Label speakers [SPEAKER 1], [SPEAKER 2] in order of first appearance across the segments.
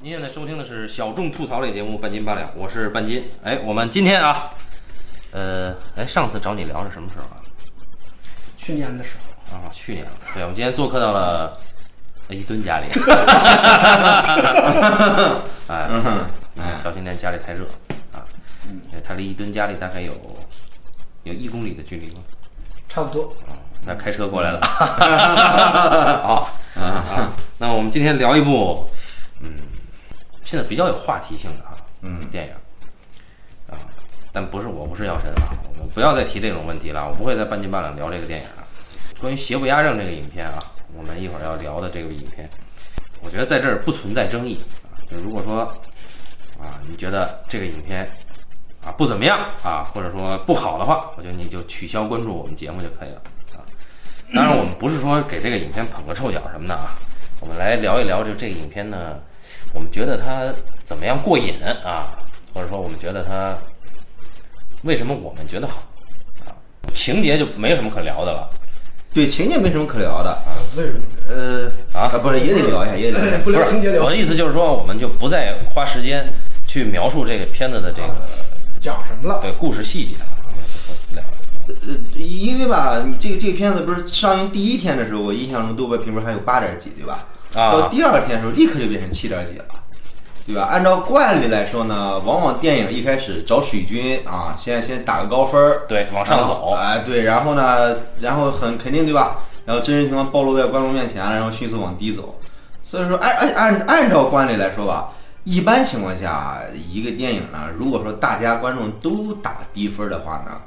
[SPEAKER 1] 您现在收听的是小众吐槽类节目《半斤八两》，我是半斤。哎，我们今天啊，呃，哎，上次找你聊是什么时候啊？
[SPEAKER 2] 去年的时候，
[SPEAKER 1] 啊，去年。对，我们今天做客到了一吨家里。哎，嗯小心点，家里太热啊。对它离一吨家里大概有有一公里的距离吗？
[SPEAKER 2] 差不多。
[SPEAKER 1] 那开车过来了。 好啊，那我们今天聊一部，嗯，现在比较有话题性的啊，嗯，电影啊，但不是我不是药神啊，我们不要再提这种问题了，我不会再半斤八两聊这个电影了。关于邪不压正这个影片啊，我们一会儿要聊的这个影片，我觉得在这儿不存在争议啊。就如果说啊，你觉得这个影片啊不怎么样啊，或者说不好的话，我觉得你就取消关注我们节目就可以了啊。当然，我们不是说给这个影片捧个臭脚什么的啊，我们来聊一聊，就这个影片呢，我们觉得它怎么样过瘾啊，或者说我们觉得它为什么我们觉得好啊，情节就没有什么可聊的了。
[SPEAKER 3] 对情节没什么可聊的，
[SPEAKER 2] 啊，为什么？
[SPEAKER 3] 呃
[SPEAKER 1] 啊
[SPEAKER 3] 不是也得聊一下，也得聊一下。
[SPEAKER 2] 不
[SPEAKER 1] 不
[SPEAKER 2] 聊
[SPEAKER 1] 是
[SPEAKER 2] 情节聊
[SPEAKER 1] 我的意啊思就是说，我们就不再花时间去描述这个片子的这个
[SPEAKER 2] 讲什么了？
[SPEAKER 1] 对故事细节了，不聊了。
[SPEAKER 3] 呃，因为吧，你这个这个片子不是上映第一天的时候，我印象中豆瓣评分还有八点几，对吧？
[SPEAKER 1] 啊
[SPEAKER 3] 到第二天的时候，立刻就变成七点几了，对吧？按照惯例来说呢，往往电影一开始找水军啊，先先打个高分儿，
[SPEAKER 1] 对，往上走。
[SPEAKER 3] 哎、对，然后呢，然后很肯定对吧？然后真实情况暴露在观众面前，然后迅速往低走。所以说，按按按按照惯例来说吧，一般情况下，一个电影呢，如果说大家观众都打低分的话呢，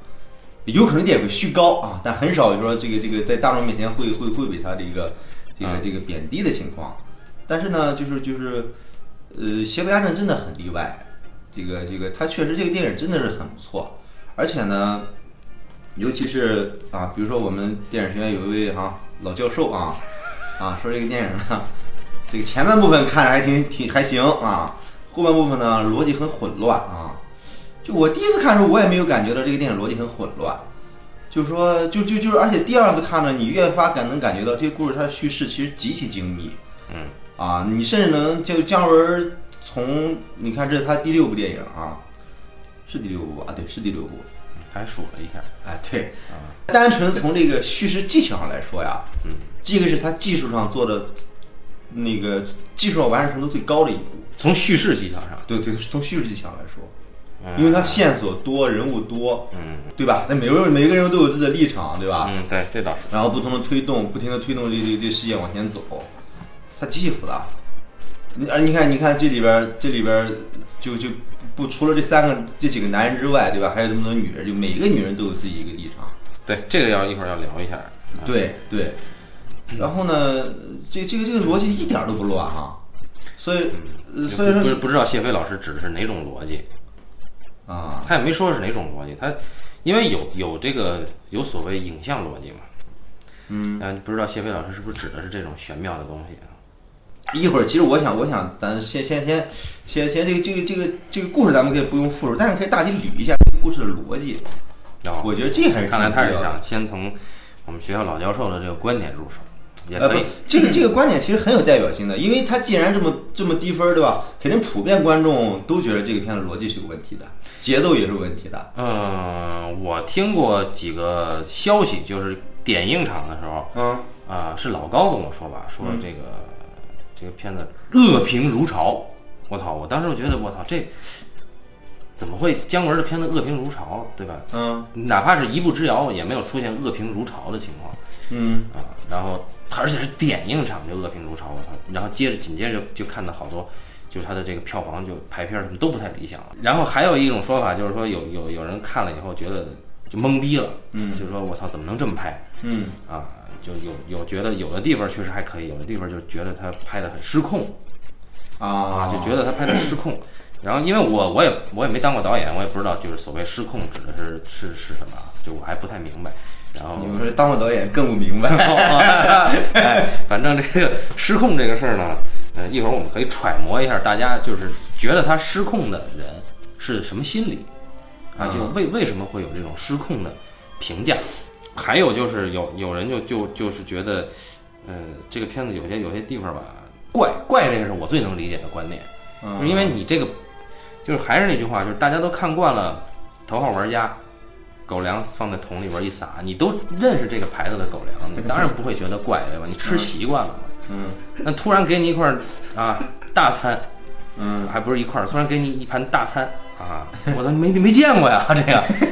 [SPEAKER 3] 有可能也会虚高啊，但很少说这个这个在大众面前会会会被他这个这个
[SPEAKER 1] 嗯
[SPEAKER 3] 这个贬低的情况。但是呢，就是就是，呃，邪不压正真的很例外。这个这个，他确实这个电影真的是很不错，而且呢，尤其是啊，比如说我们电影学院有一位哈、老教授啊，啊说这个电影呢，这个前半部分看着还挺挺还行啊，后半部分呢逻辑很混乱啊。就我第一次看的时候，我也没有感觉到这个电影逻辑很混乱，就是说，就就就是，而且第二次看呢，你越发感能感觉到这个故事它的叙事其实极其精密，
[SPEAKER 1] 嗯，
[SPEAKER 3] 啊，你甚至能就姜文从你看这是他第六部电影啊，是第六部吧啊，对，是第六部，
[SPEAKER 1] 还数了一下，
[SPEAKER 3] 哎，对，单纯从这个叙事技巧上来说呀，
[SPEAKER 1] 嗯，
[SPEAKER 3] 这个是他技术上做的，那个技术上完成程度最高的一步。
[SPEAKER 1] 从叙事技巧上，
[SPEAKER 3] 对对，从叙事技巧来说，
[SPEAKER 1] 嗯
[SPEAKER 3] 因为它线索多，人物多，
[SPEAKER 1] 嗯
[SPEAKER 3] 对吧？那每个人每个人都有自己的立场，对吧？
[SPEAKER 1] 嗯，对，这倒是。
[SPEAKER 3] 然后不同的推动，不停的推动这这这事业往前走，它极其复杂。你啊，你看，你看这里边儿这里边儿就就不除了这三个这几个男人之外，对吧？还有这么多女人，就每一个女人都有自己一个立场。
[SPEAKER 1] 对，这个要一会儿要聊一下。
[SPEAKER 3] 对对，然后呢，这这个这个逻辑一点儿都不乱哈、所以呃
[SPEAKER 1] 嗯
[SPEAKER 3] 所以
[SPEAKER 1] 不是
[SPEAKER 3] 说
[SPEAKER 1] 不知道谢飞老师指的是哪种逻辑，
[SPEAKER 3] 啊，
[SPEAKER 1] 他也没说是哪种逻辑，他因为有有这个有所谓影像逻辑嘛，嗯，啊，不知道谢飞老师是不是指的是这种玄妙的东西啊？
[SPEAKER 3] 一会儿其实我想我想咱先先先先先这个这个这个这个故事咱们可以不用复述，但是可以大体捋一下这个故事的逻辑。
[SPEAKER 1] 然后
[SPEAKER 3] 我觉得这还是
[SPEAKER 1] 看来他是
[SPEAKER 3] 挺重要的
[SPEAKER 1] 想先从我们学校老教授的这个观点入手，也
[SPEAKER 3] 呃，
[SPEAKER 1] 可
[SPEAKER 3] 不
[SPEAKER 1] 以，，
[SPEAKER 3] 这个这个观点其实很有代表性的，因为它既然这么这么低分儿，对吧？肯定普遍观众都觉得这个片子逻辑是有问题的，节奏也是有问题的。
[SPEAKER 1] 嗯，我听过几个消息，就是点映场的时候，
[SPEAKER 3] 嗯，
[SPEAKER 1] 啊、是老高跟我说吧，说这个、这个片子恶评如潮。我操！我当时就觉得，我操，这怎么会姜文的片子恶评如潮，对吧？
[SPEAKER 3] 嗯
[SPEAKER 1] 哪怕是一步之遥，也没有出现恶评如潮的情况
[SPEAKER 3] 嗯，
[SPEAKER 1] 啊。然后，而且是点映场就恶评如潮，我操！然后接着紧接着就就看到好多，就是他的这个票房就排片什么都不太理想了。然后还有一种说法就是说有，有有人看了以后觉得就懵逼了，
[SPEAKER 3] 嗯
[SPEAKER 1] 就说我操，怎么能这么拍？
[SPEAKER 3] 嗯
[SPEAKER 1] 啊，就有有觉得有的地方确实还可以，有的地方就觉得他拍的很失控
[SPEAKER 3] 啊，
[SPEAKER 1] 就觉得他拍的失控。然后因为我我也我也没当过导演，我也不知道就是所谓失控指的是是是什么啊，就我还不太明白。然后
[SPEAKER 3] 啊你们说当过导演更不明白。
[SPEAKER 1] 哎，反正这个失控这个事儿呢，呃，一会儿我们可以揣摩一下，大家就是觉得他失控的人是什么心理啊？就为为什么会有这种失控的评价？还有就是有有人就就就是觉得，呃，这个片子有些有些地方吧，怪怪，这个是我最能理解的观点。
[SPEAKER 3] 嗯
[SPEAKER 1] 就是因为你这个，就是还是那句话，就是大家都看惯了头号玩家，狗粮放在桶里边一撒，你都认识这个牌子的狗粮，你当然不会觉得怪，对吧？你吃习惯了嘛。
[SPEAKER 3] 嗯
[SPEAKER 1] 那突然给你一块儿啊大餐，
[SPEAKER 3] 嗯
[SPEAKER 1] 还不是一块儿，突然给你一盘大餐啊， 我都没没见过呀， 这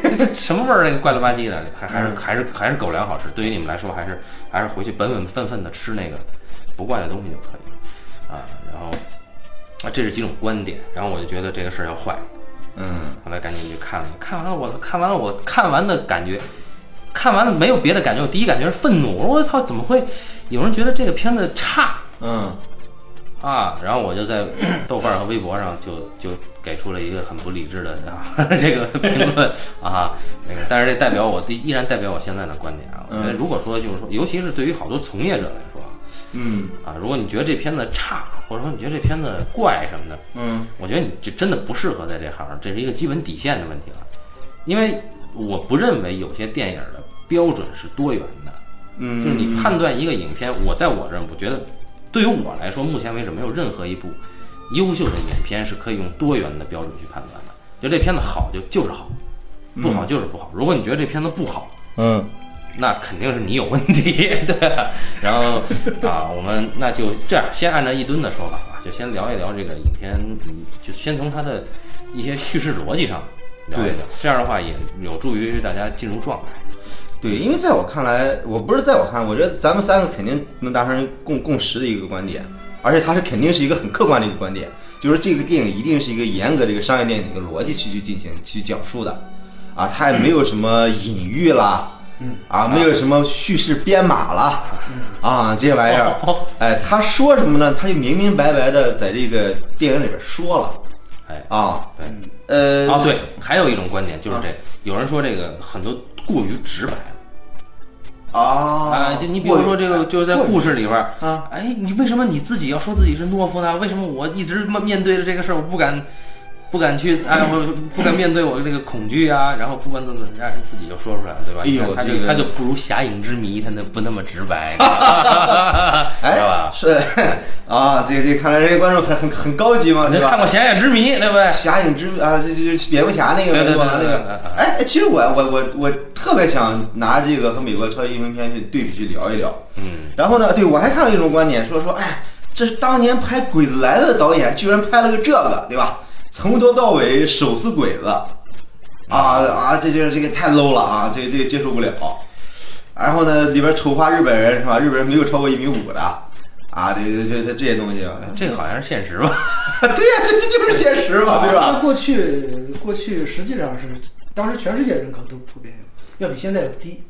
[SPEAKER 1] 个这什么味儿？这个怪了吧唧的，还还是还是还是狗粮好吃。对于你们来说，还是还是回去本本分分的吃那个不惯的东西就可以了啊。然后啊，这是几种观点，然后我就觉得这个事儿要坏，
[SPEAKER 3] 嗯
[SPEAKER 1] 后来赶紧去看了一眼，看完了我看完了我看完的感觉，看完了没有别的感觉，我第一感觉是愤怒，我说我操，怎么会有人觉得这个片子差？
[SPEAKER 3] 嗯
[SPEAKER 1] 啊，然后我就在 豆瓣儿和微博上就就给出了一个很不理智的啊 这个评论啊，那个，但是这代表我依然代表我现在的观点啊。我觉得
[SPEAKER 3] 嗯
[SPEAKER 1] 如果说就是说，尤其是对于好多从业者来说
[SPEAKER 3] 嗯
[SPEAKER 1] 啊，如果你觉得这片子差，或者说你觉得这片子怪什么的，
[SPEAKER 3] 嗯
[SPEAKER 1] 我觉得你就真的不适合在这行，这是一个基本底线的问题了。因为我不认为有些电影的标准是多元的，
[SPEAKER 3] 嗯，
[SPEAKER 1] 就是你判断一个影片，我在我这儿，我觉得对于我来说，目前为止没有任何一部优秀的影片是可以用多元的标准去判断的。就这片子好就就是好，不好就是不好。如果你觉得这片子不好，
[SPEAKER 3] 嗯
[SPEAKER 1] 那肯定是你有问题， 对吧、然后啊，我们那就这样，先按照一吨的说法吧，就先聊一聊这个影片，嗯就先从它的一些叙事逻辑上聊一聊。这样的话也有助于大家进入状态。
[SPEAKER 3] 对，因为在我看来，我不是在我看来，我觉得咱们三个肯定能达成共共识的一个观点，而且它是肯定是一个很客观的一个观点，就是这个电影一定是一个严格的一个商业电影的一个逻辑去去进行去讲述的，啊，它也没有什么隐喻啦，嗯，啊，没有什么叙事编码啦，啊，这些玩意儿，哎，他说什么呢？他就明明白白的在这个电影里边说了，
[SPEAKER 1] 哎，
[SPEAKER 3] 啊，
[SPEAKER 1] 对。
[SPEAKER 3] 呃，
[SPEAKER 1] 哦，对，还有一种观点就是这个，有人说这个很多过于直白
[SPEAKER 3] 啊，
[SPEAKER 1] 啊，就你比如说这个，就是在故事里边儿
[SPEAKER 3] 啊，
[SPEAKER 1] 哎，你为什么你自己要说自己是懦夫呢？为什么我一直面对着这个事儿，我不敢，不敢去，哎，我不敢面对我这个恐惧啊，然后不管怎么怎么样，自己就说出来了，对吧？
[SPEAKER 3] 哎呦
[SPEAKER 1] 他
[SPEAKER 3] 这
[SPEAKER 1] 就
[SPEAKER 3] 个
[SPEAKER 1] 他就不如侠影之谜，他那不那么直 白，知道
[SPEAKER 3] 哎，
[SPEAKER 1] 吧？
[SPEAKER 3] 是 啊，这这看来这些观众很很很高级嘛，
[SPEAKER 1] 你
[SPEAKER 3] 对
[SPEAKER 1] 看
[SPEAKER 3] 吧？
[SPEAKER 1] 过《侠影之谜》对不对？
[SPEAKER 3] 侠影之啊，这这这蝙蝠侠那个
[SPEAKER 1] 对对
[SPEAKER 3] 美国拿那
[SPEAKER 1] 对对对
[SPEAKER 3] 个
[SPEAKER 1] 对，
[SPEAKER 3] 哎，哎其实我我我我特别想拿这个和美国超级英雄片去对比去聊一聊。
[SPEAKER 1] 嗯，
[SPEAKER 3] 然后呢，对我还看到一种观点，说说，哎，这是当年拍《鬼子来了》的导演居然拍了个这个，对吧？从头到尾手撕鬼子，啊啊，这就是这个太 low 了啊，这这接受不了。然后呢，里边丑化日本人是吧？日本人没有超过一米五的，啊，这这这这这些东西，啊
[SPEAKER 1] 这个好像是现实吧？
[SPEAKER 3] 对呀、这这就是现实嘛，啊对
[SPEAKER 2] 那
[SPEAKER 3] 吧？
[SPEAKER 2] 过去过去实际上是当时全世界人口都普遍有，要比现在要低。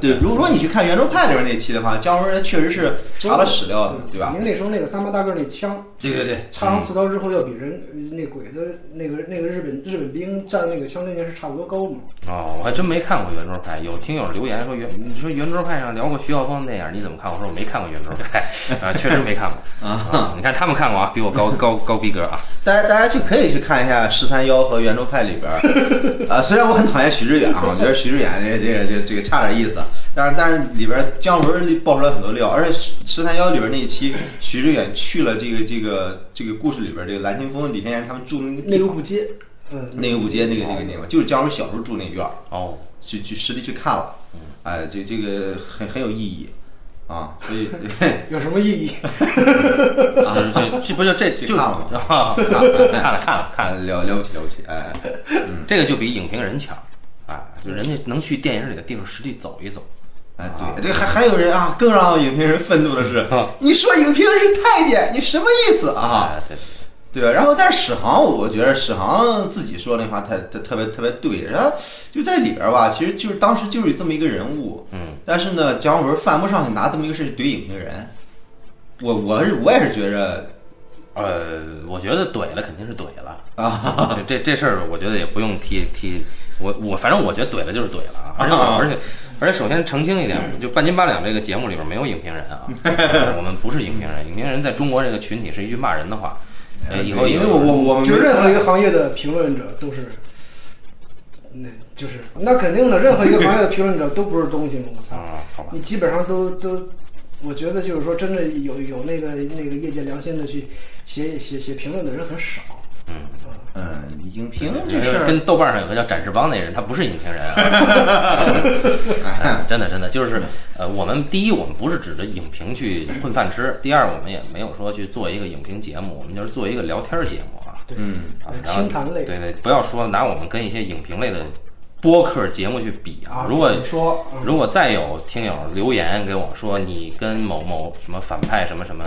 [SPEAKER 3] 对，如果你去看《圆桌派》里边那期的话，姜文确实是查了史料的，对吧？嗯
[SPEAKER 2] 您那时候那个三八大个儿那枪，
[SPEAKER 3] 对对对，
[SPEAKER 2] 插上刺刀之后要比人呃那鬼子那个那个日本日本兵站那个枪那年是差不多高嘛。
[SPEAKER 1] 哦，我还真没看过《圆桌派》。有听友留言说圆，你说《圆桌派》上聊过徐浩峰的电影，你怎么看？我说我没看过《圆桌 派》，啊，确实没看过。 啊，你看他们看过啊，比我高高高逼格啊。
[SPEAKER 3] 大家大家去可以去看一下《十三幺》和《圆桌派》里边 儿，啊，虽然我很讨厌许志远啊，我觉得许志远这这个这个这个差点意思，啊但是但是里边儿姜文儿爆出来很多料，而且《十三幺》里边儿那一期，许志远去了这个这个这个故事里边儿这个蓝清风、李天然他们住那个哦
[SPEAKER 2] 内
[SPEAKER 3] 地
[SPEAKER 2] 个
[SPEAKER 3] 方
[SPEAKER 2] 步街，嗯，
[SPEAKER 3] 那个五街那个那个地方，就是姜文小时候住那院儿。
[SPEAKER 1] 哦，
[SPEAKER 3] 去去实地去看了，哎，这这个很很有意义啊，所以
[SPEAKER 2] 有什么意义？
[SPEAKER 1] 就是这这不就啊这就
[SPEAKER 3] 看了吗
[SPEAKER 1] 啊看了看了看了看了，
[SPEAKER 3] 看了了不起了不起，哎，
[SPEAKER 1] 这个就比影评人强啊，就人家能去电影里的地方实地走一走。
[SPEAKER 3] 哎对对，还还有人啊，更让影评人愤怒的是，你说影评人是太监，你什么意思啊？
[SPEAKER 1] 啊哎，对，
[SPEAKER 3] 对吧？啊然后，但是史航，我觉得史航自己说那话太特特别特别对，然后就在里边儿吧，其实就是当时就是有这么一个人物，
[SPEAKER 1] 嗯，
[SPEAKER 3] 但是呢，姜文犯不上去拿这么一个事情怼影评人，我我是我也是觉着
[SPEAKER 1] 呃，我觉得怼了肯定是怼了。
[SPEAKER 3] 啊，
[SPEAKER 1] 这这这事儿，我觉得也不用替替我我，反正我觉得怼了就是怼了啊！ 而且我
[SPEAKER 3] 啊
[SPEAKER 1] 而且而且，首先澄清一点，就半斤八两这个节目里边没有影评人 啊，我们不是影评人，影评人在中国这个群体是一句骂人的话。呃，以后
[SPEAKER 3] 因为我我我们
[SPEAKER 2] 就
[SPEAKER 3] 没
[SPEAKER 2] 任何一个行业的评论者都是，那就是那肯定的，任何一个行业的评论者都不是东西嘛。我操，
[SPEAKER 1] 啊，好吧，
[SPEAKER 2] 你基本上都都，我觉得就是说，真的有有那个那个业界良心的去写写写评论的人很少。啊
[SPEAKER 1] 嗯
[SPEAKER 3] 嗯，影评
[SPEAKER 1] 就
[SPEAKER 3] 这事
[SPEAKER 1] 是
[SPEAKER 3] 儿，
[SPEAKER 1] 呃跟豆瓣上有个叫展翅膀那人，他不是影评人 啊，哎真的真的就是呃，我们第一我们不是指着影评去混饭吃，第二我们也没有说去做一个影评节目，我们就是做一个聊天儿节目啊。
[SPEAKER 2] 对，
[SPEAKER 3] 嗯，
[SPEAKER 1] 啊
[SPEAKER 2] 呃，
[SPEAKER 1] 然后
[SPEAKER 2] 清谈类
[SPEAKER 1] 对对，不要说拿我们跟一些影评类的播客节目去比啊
[SPEAKER 2] 啊。，
[SPEAKER 1] 如果
[SPEAKER 2] 你说嗯
[SPEAKER 1] 如果再有听友留言给我说你跟某某什么反派什么什么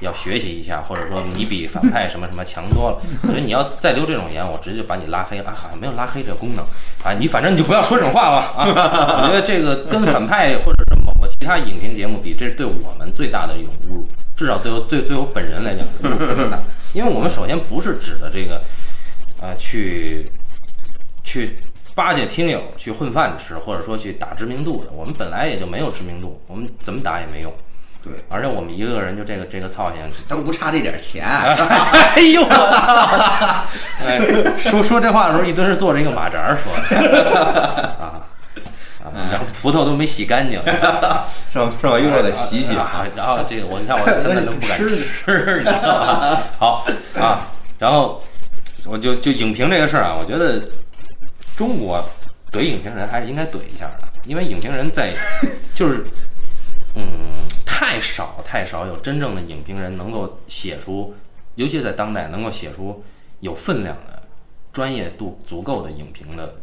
[SPEAKER 1] 要学习一下，或者说你比反派什么什么强多了，我觉得你要再留这种言，我直接把你拉黑了啊！好像没有拉黑这个功能啊，你反正你就不要说这种话了啊！我觉得这个跟反派或者是某个其他影评节目比，这是对我们最大的一种侮辱，至少对我对对我本人来讲是侮辱最大，因为我们首先不是指的这个啊去去巴结听友、去混饭吃，或者说去打知名度的。我们本来也就没有知名度，我们怎么打也没用。
[SPEAKER 3] 对，
[SPEAKER 1] 而且我们一个个人就这个这个操性，
[SPEAKER 3] 都不差这点 钱，
[SPEAKER 1] 哎呦我操！哎，说说这话的时候，一蹲是坐着一个马扎儿 说的啊啊，然后葡萄都没洗干 净，
[SPEAKER 3] 是吧？是吧？又让得洗洗。
[SPEAKER 1] 啊，然后这个我你看我现在都不敢吃，你知道吗？好啊，然后我就就影评这个事儿啊，我觉得中国怼影评人还是应该怼一下的，因为影评人在就是嗯太少太少有真正的影评人能够写出，尤其在当代能够写出有分量的、专业度足够的影评的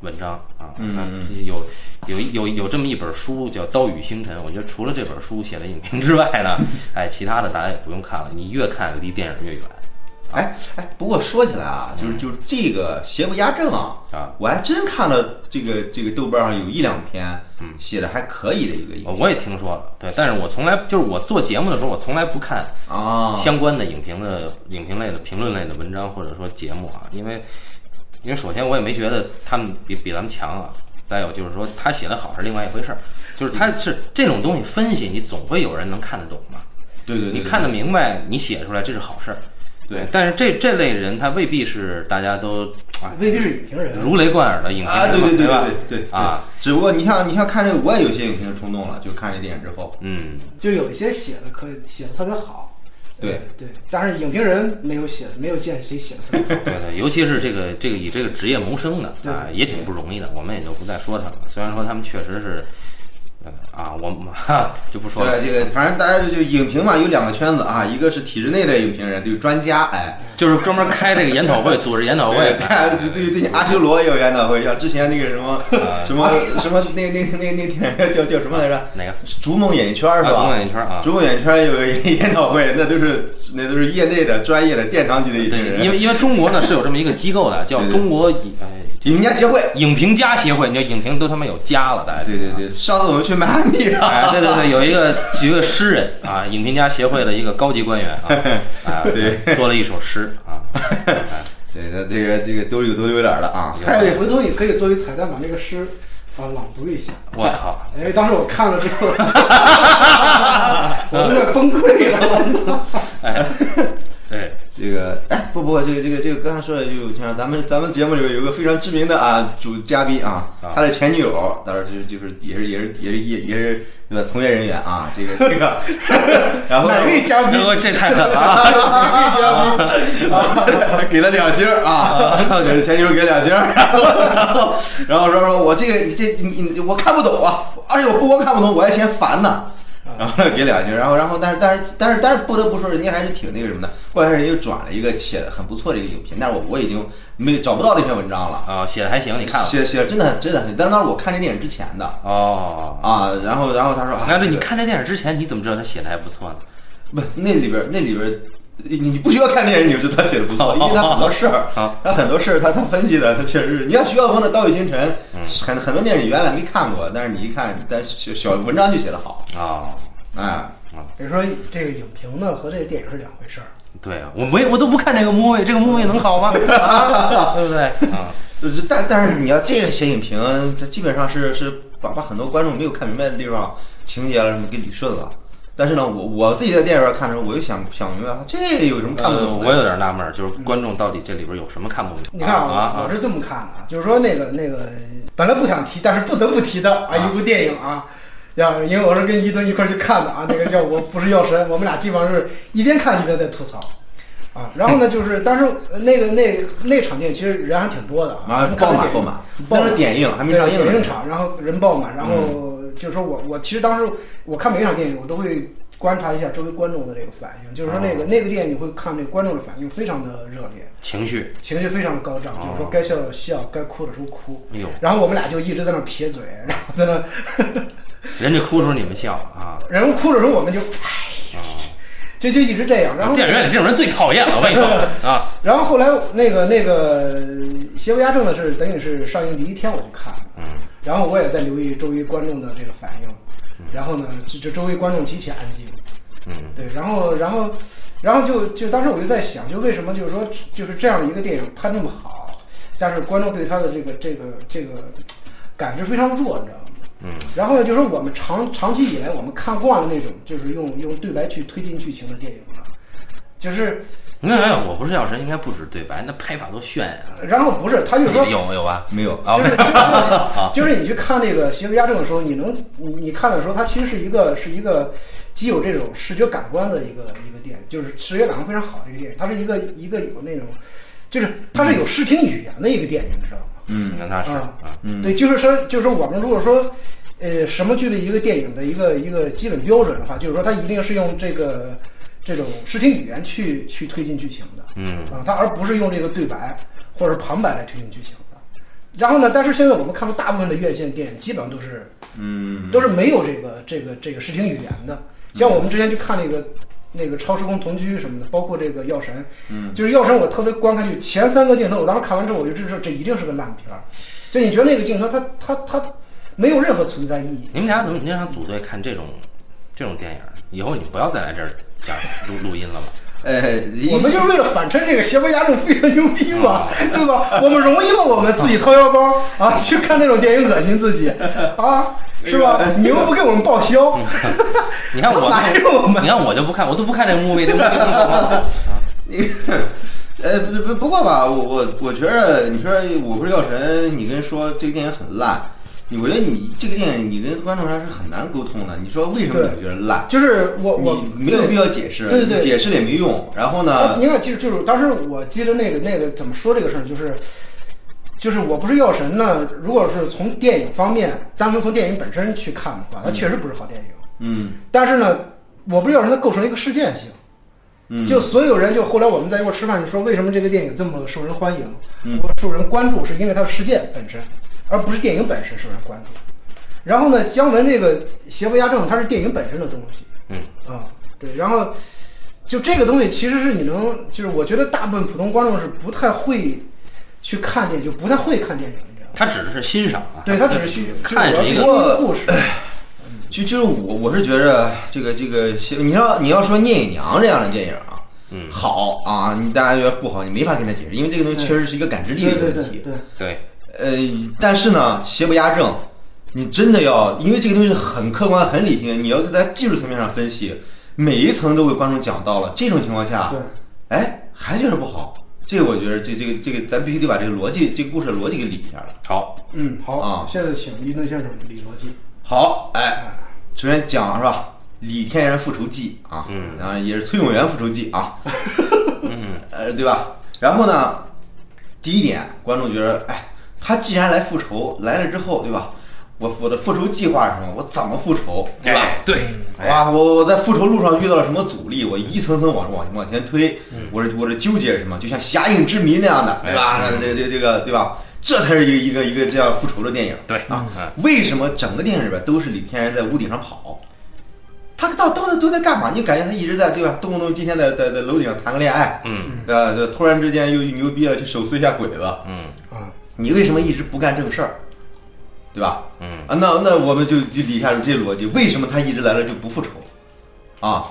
[SPEAKER 1] 文章啊，
[SPEAKER 3] 嗯
[SPEAKER 1] 那有有有有这么一本书叫《刀与星辰》，我觉得除了这本书写的影评之外呢，哎，其他的大家也不用看了，你越看离电影越远
[SPEAKER 3] 哎哎，不过说起来啊，
[SPEAKER 1] 嗯
[SPEAKER 3] 就是就是这个邪不压正啊，
[SPEAKER 1] 啊。
[SPEAKER 3] 我还真看了这个这个豆瓣上有一两篇
[SPEAKER 1] 嗯
[SPEAKER 3] 写的还可以的一个影
[SPEAKER 1] 我也听说了，对，但是我从来就是我做节目的时候，我从来不看
[SPEAKER 3] 啊，
[SPEAKER 1] 相关的影评的影评类的评论类的文章或者说节目啊，因为因为首先我也没觉得他们比比咱们强啊，再有就是说他写的好是另外一回事儿，就是他是这种东西分析，你总会有人能看得懂嘛，
[SPEAKER 3] 对对对，
[SPEAKER 1] 你看得明白，你写出来这是好事儿，
[SPEAKER 3] 对
[SPEAKER 1] 但是这这类人他未必是大家都啊
[SPEAKER 2] 未必是影评人，
[SPEAKER 1] 如雷贯耳的影评人
[SPEAKER 3] 啊，
[SPEAKER 1] 嘛，
[SPEAKER 3] 对对对
[SPEAKER 1] 吧？
[SPEAKER 3] 对对
[SPEAKER 1] 啊，
[SPEAKER 3] 只不过你像你像看这个，我也有些影评冲动了，就看这电影之后，
[SPEAKER 1] 嗯，
[SPEAKER 2] 就有一些写的可以写的特别好，
[SPEAKER 3] 对
[SPEAKER 2] 呃对，但是影评人没有写，没有见谁写的特 别好。
[SPEAKER 1] 对对，尤其是这个这个以这个职业谋生的啊，也挺不容易的，我们也就不再说他了。虽然说他们确实是，呃啊，我们就不说了。
[SPEAKER 3] 对这个，反正大家就就影评嘛，有两个圈子啊，一个是体制内的影评人，对专家，哎，
[SPEAKER 1] 就是专门开这个研讨会，组织研讨会
[SPEAKER 3] 对，看对对最近阿修罗也有研讨会，像之前那个什么
[SPEAKER 1] 啊
[SPEAKER 3] 什么什么那那那那电影叫叫什么来着？
[SPEAKER 1] 哪个？
[SPEAKER 3] 逐梦演艺圈是
[SPEAKER 1] 啊，
[SPEAKER 3] 吧
[SPEAKER 1] 总？演艺圈啊，
[SPEAKER 3] 逐梦演艺圈有个研讨会，那都是那都是业内的专业的殿堂级的影评
[SPEAKER 1] 对，因
[SPEAKER 3] 人，
[SPEAKER 1] 为因为中国呢是有这么一个机构的，叫
[SPEAKER 3] 对对
[SPEAKER 1] 中国影哎
[SPEAKER 3] 影评家协会。
[SPEAKER 1] 影评家协会，你知道影评都他妈有家了，大家知道
[SPEAKER 3] 对对对，上次我们去迈阿密 了，
[SPEAKER 1] 哎，对对对，有一个有一个诗人啊，影评家协会的一个高级官 员啊，啊，
[SPEAKER 3] 对，
[SPEAKER 1] 做了一首诗啊，哎
[SPEAKER 3] 对对这个这个兜里有头有脸的啊，
[SPEAKER 2] 还哎有回头你可以作为彩蛋把那个诗啊朗读一下，
[SPEAKER 1] 我操，
[SPEAKER 2] 因为当时我看了之后， 我都快崩溃了，我操！
[SPEAKER 1] 哎， 对，
[SPEAKER 3] 这个哎，不不，这个这个这个，刚才说的就像咱们咱们节目里面有一个非常知名的啊主嘉宾啊
[SPEAKER 1] 啊，
[SPEAKER 3] 他的前女友，当然就是就是也是也是也是也也是对吧？从业人员啊，这个这个， 然后
[SPEAKER 2] 哪位嘉宾
[SPEAKER 1] 如？果哎这太狠了 啊！
[SPEAKER 2] 哪位嘉宾？
[SPEAKER 3] 啊 给了两星 儿啊，给前女友给两星儿， 然后然后然后说说我这个你这你你我看不懂啊，而且我不光看不懂，我还嫌烦呢。
[SPEAKER 1] 啊
[SPEAKER 3] 然后给两星儿，然后然后但是但是但是但是不得不说，人家还是挺那个什么的。过段时间又转了一个写的很不错的一个影评，但是我我已经没找不到那篇文章了。
[SPEAKER 1] 啊，写的还行，你看了
[SPEAKER 3] 写写真的真的很，但当时我看这电影之前的
[SPEAKER 1] 哦。
[SPEAKER 3] 啊，然后然后他说啊，
[SPEAKER 1] 那对，
[SPEAKER 3] 这
[SPEAKER 1] 你
[SPEAKER 3] 个
[SPEAKER 1] 看这电影之前，你怎么知道他写的还不错呢？
[SPEAKER 3] 不，那里边儿那里边儿，你你不需要看电影，你就知道他写的不 错，因为他很多事儿
[SPEAKER 1] 好，
[SPEAKER 3] 他很多事儿，他他分析的，他确实是。你像徐晓峰的《刀与星辰》，很很多电影你原来没看过，但是你一看，但小小文章就写得好，
[SPEAKER 1] 啊，
[SPEAKER 3] 哎，
[SPEAKER 2] 你说这个影评呢和这个电影是两回事儿。
[SPEAKER 1] 对啊，我没我都不看这个 movie，这个 movie 能好吗？ 啊对不对？啊，
[SPEAKER 3] 就是但但是你要这个写影评，它基本上是是把把很多观众没有看明白的地方、情节了什么给理顺了。但是呢，我我自己在电影院看的时候，我就想想明白，这个有什么看不
[SPEAKER 1] 呃，
[SPEAKER 3] 懂的？
[SPEAKER 1] 我有点纳闷儿，就是观众到底这里边有什么看不懂？
[SPEAKER 2] 你看
[SPEAKER 1] 啊
[SPEAKER 2] 啊，我
[SPEAKER 1] 啊
[SPEAKER 2] 是这么看的啊，就是说那个那个本来不想提，但是不得不提的啊，一部电影啊。呀，因为我是跟伊敦一块儿去看的啊，那个叫我不是药神，我们俩基本上是一边看一边在吐槽。啊，然后呢，就是当时那个那那场店其实人还挺多的
[SPEAKER 3] 啊，爆满爆满，
[SPEAKER 2] 爆
[SPEAKER 3] 那
[SPEAKER 2] 满
[SPEAKER 3] 是点映还没
[SPEAKER 2] 对
[SPEAKER 3] 上映
[SPEAKER 2] 有
[SPEAKER 3] 呢嗯
[SPEAKER 2] 一场，然后人爆满，然后就是说我我其实当时我看每一场电影，我都会观察一下周围观众的这个反应，就是说那
[SPEAKER 3] 哦
[SPEAKER 2] 个、那个电影你会看这个观众的反应非常的热烈，
[SPEAKER 1] 情绪，
[SPEAKER 2] 情绪非常的高涨，就是说
[SPEAKER 3] 哦
[SPEAKER 2] 该笑的笑，该哭的时候哭。
[SPEAKER 1] 哎呦，
[SPEAKER 2] 然后我们俩就一直在那撇嘴，然后在那，
[SPEAKER 1] 人家哭的时候你们笑啊。
[SPEAKER 2] 然后哭的时候我们就，哎呀，就就一直这样。然后
[SPEAKER 1] 电影院里这种人最讨厌了，我跟你说啊，
[SPEAKER 2] 然后后来那个那个《邪不压正》呢，是等于是上映第一天我就看了，
[SPEAKER 1] 嗯，
[SPEAKER 2] 然后我也在留意周围观众的这个反应，然后呢，就就周围观众极其安静，
[SPEAKER 1] 嗯，
[SPEAKER 2] 对，然后然后然后就就当时我就在想，就为什么就是说就是这样一个电影拍那么好，但是观众对他的这个这个这个感知非常弱，你知道吗？
[SPEAKER 1] 嗯，
[SPEAKER 2] 然后呢，就是我们长长期以来我们看惯了那种就是用用对白去推进剧情的电影了，就是
[SPEAKER 1] 没有没有，我不是药神，应该不止对白，那拍法多炫啊呀、
[SPEAKER 2] 然后不是他就是说
[SPEAKER 1] 有有吧？
[SPEAKER 3] 没有啊
[SPEAKER 2] 就？是就是就是你去看那个《邪不压正》的时候，你能你你看的时候，它其实是一个是一个极有这种视觉感官的一个一个电影，就是视觉感官非常好的一个电影，它是一个一个有那种，就是它是有视听语言的一个电影，你知道吗？
[SPEAKER 3] 嗯
[SPEAKER 1] 那那是啊，
[SPEAKER 3] 嗯，
[SPEAKER 2] 对，就是说，就是说我们如果说，呃，什么剧的一个电影的一个一个基本标准的话，就是说它一定是用这个这种视听语言去去推进剧情的。
[SPEAKER 1] 嗯
[SPEAKER 2] 啊，它而不是用这个对白或者是旁白来推进剧情的。然后呢，但是现在我们看到大部分的院线电影基本上都是
[SPEAKER 3] 嗯，
[SPEAKER 2] 都是没有这个这个这个视听语言的。像我们之前去看那个那个《超时空同居》什么的，包括这个《药神》，
[SPEAKER 3] 嗯，
[SPEAKER 2] 就是《药神》，我特别观看就前三个镜头，我当时看完之后我就知道这一定是个烂片儿。就你觉得那个镜头它它它没有任何存在意义。
[SPEAKER 1] 你们俩怎么经常组队看这种这种电影？以后你不要再来这儿这样录录音了吧？
[SPEAKER 3] 呃，
[SPEAKER 2] 我们就是为了反衬这个邪不压正非常牛逼
[SPEAKER 3] 啊
[SPEAKER 2] 嘛， 对吧？我们容易吗？我们自己掏腰包啊，去看这种电影恶心自己啊，是吧？你又不给我们报销，
[SPEAKER 1] 你
[SPEAKER 3] 嗯
[SPEAKER 1] 看 我
[SPEAKER 2] 哪有我们
[SPEAKER 1] 你看我就不看，我都不看这个 movie，这 movie 更好吗？
[SPEAKER 3] 那个，呃，不不不过吧，我我我觉着，你说我不是药神，你跟人说这个电影很烂，你我觉得你这个电影你跟观众上是很难沟通的。你说为什么你觉得烂？
[SPEAKER 2] 就是我我
[SPEAKER 3] 你没有必要啊解释，
[SPEAKER 2] 对对
[SPEAKER 3] 你解释了也没用。然后
[SPEAKER 2] 他
[SPEAKER 3] 呢，
[SPEAKER 2] 你看，就是就是当时我记得那个那个怎么说这个事儿，就是就是我不是药神呢。如果是从电影方面，单纯从电影本身去看的话，它确实不是好电影。
[SPEAKER 3] 嗯
[SPEAKER 2] 但是呢，我不是药神，它构成了一个事件性。
[SPEAKER 3] 嗯，
[SPEAKER 2] 就所有人，就后来我们在一块儿吃饭，就说为什么这个电影这么受人欢迎，
[SPEAKER 3] 嗯
[SPEAKER 2] 或者受人关注，是因为它的事件本身，而不是电影本身受人关注。然后呢，姜文这个邪不压正，它是电影本身的东西
[SPEAKER 1] 嗯，
[SPEAKER 2] 啊、对。然后就这个东西，其实是你能，就是我觉得大部分普通观众是不太会去看电影，就不太会看电影，你知道吗？
[SPEAKER 1] 他只是欣赏啊，
[SPEAKER 2] 对他只是 去
[SPEAKER 1] 看是一
[SPEAKER 2] 个
[SPEAKER 1] 个
[SPEAKER 2] 故事，
[SPEAKER 3] 就就是我我是觉着这个这个，你要你要说《聂隐娘》这样的电影啊，
[SPEAKER 1] 嗯
[SPEAKER 3] 好啊，你大家觉得不好，你没法跟他解释，因为这个东西确 实是一个感知力的
[SPEAKER 2] 对对
[SPEAKER 3] 问题。
[SPEAKER 2] 对对，
[SPEAKER 1] 对，
[SPEAKER 3] 呃，但是呢，邪不压正，你真的要，因为这个东西很客观、很理性，你要在技术层面上分析，每一层都给观众讲到了。这种情况下，
[SPEAKER 2] 对，
[SPEAKER 3] 哎，还觉得不好，这个我觉得这这个这个，咱必须得把这个逻辑、这个故事的逻辑给理一下了。
[SPEAKER 1] 好，
[SPEAKER 2] 嗯，好
[SPEAKER 3] 啊，
[SPEAKER 2] 现在请林顿先生理逻辑。
[SPEAKER 3] 好，哎，首先讲是吧，《李天然复仇记》啊，
[SPEAKER 1] 嗯
[SPEAKER 3] 然后也是崔永元复仇记啊， 呃，对吧？然后呢，第一点，观众觉得，哎，他既然来复仇，来了之后，对吧？我我的复仇计划是什么？我怎么复仇，对吧？
[SPEAKER 1] 哎，对，哎，
[SPEAKER 3] 哇，我我在复仇路上遇到了什么阻力？我一层层往往往前推，
[SPEAKER 1] 嗯
[SPEAKER 3] 我的我的纠结是什么？就像《侠影之谜》那样的，对吧？
[SPEAKER 1] 哎
[SPEAKER 3] 这这这这个对吧？这才是一个一个一个这样复仇的电影。
[SPEAKER 1] 对
[SPEAKER 3] 啊
[SPEAKER 1] 嗯，
[SPEAKER 3] 为什么整个电影里边都是李天然在屋顶上跑？他到到底都在干嘛？你就感觉他一直在对吧？动不动今天在在在楼顶上谈个恋爱，
[SPEAKER 1] 嗯
[SPEAKER 3] 呃，就突然之间又牛逼了，去手撕一下鬼子。
[SPEAKER 1] 嗯
[SPEAKER 2] 啊，
[SPEAKER 3] 你为什么一直不干正事儿？对吧？
[SPEAKER 1] 嗯
[SPEAKER 3] 啊，那那我们就就理一下这逻辑，为什么他一直来了就不复仇？啊，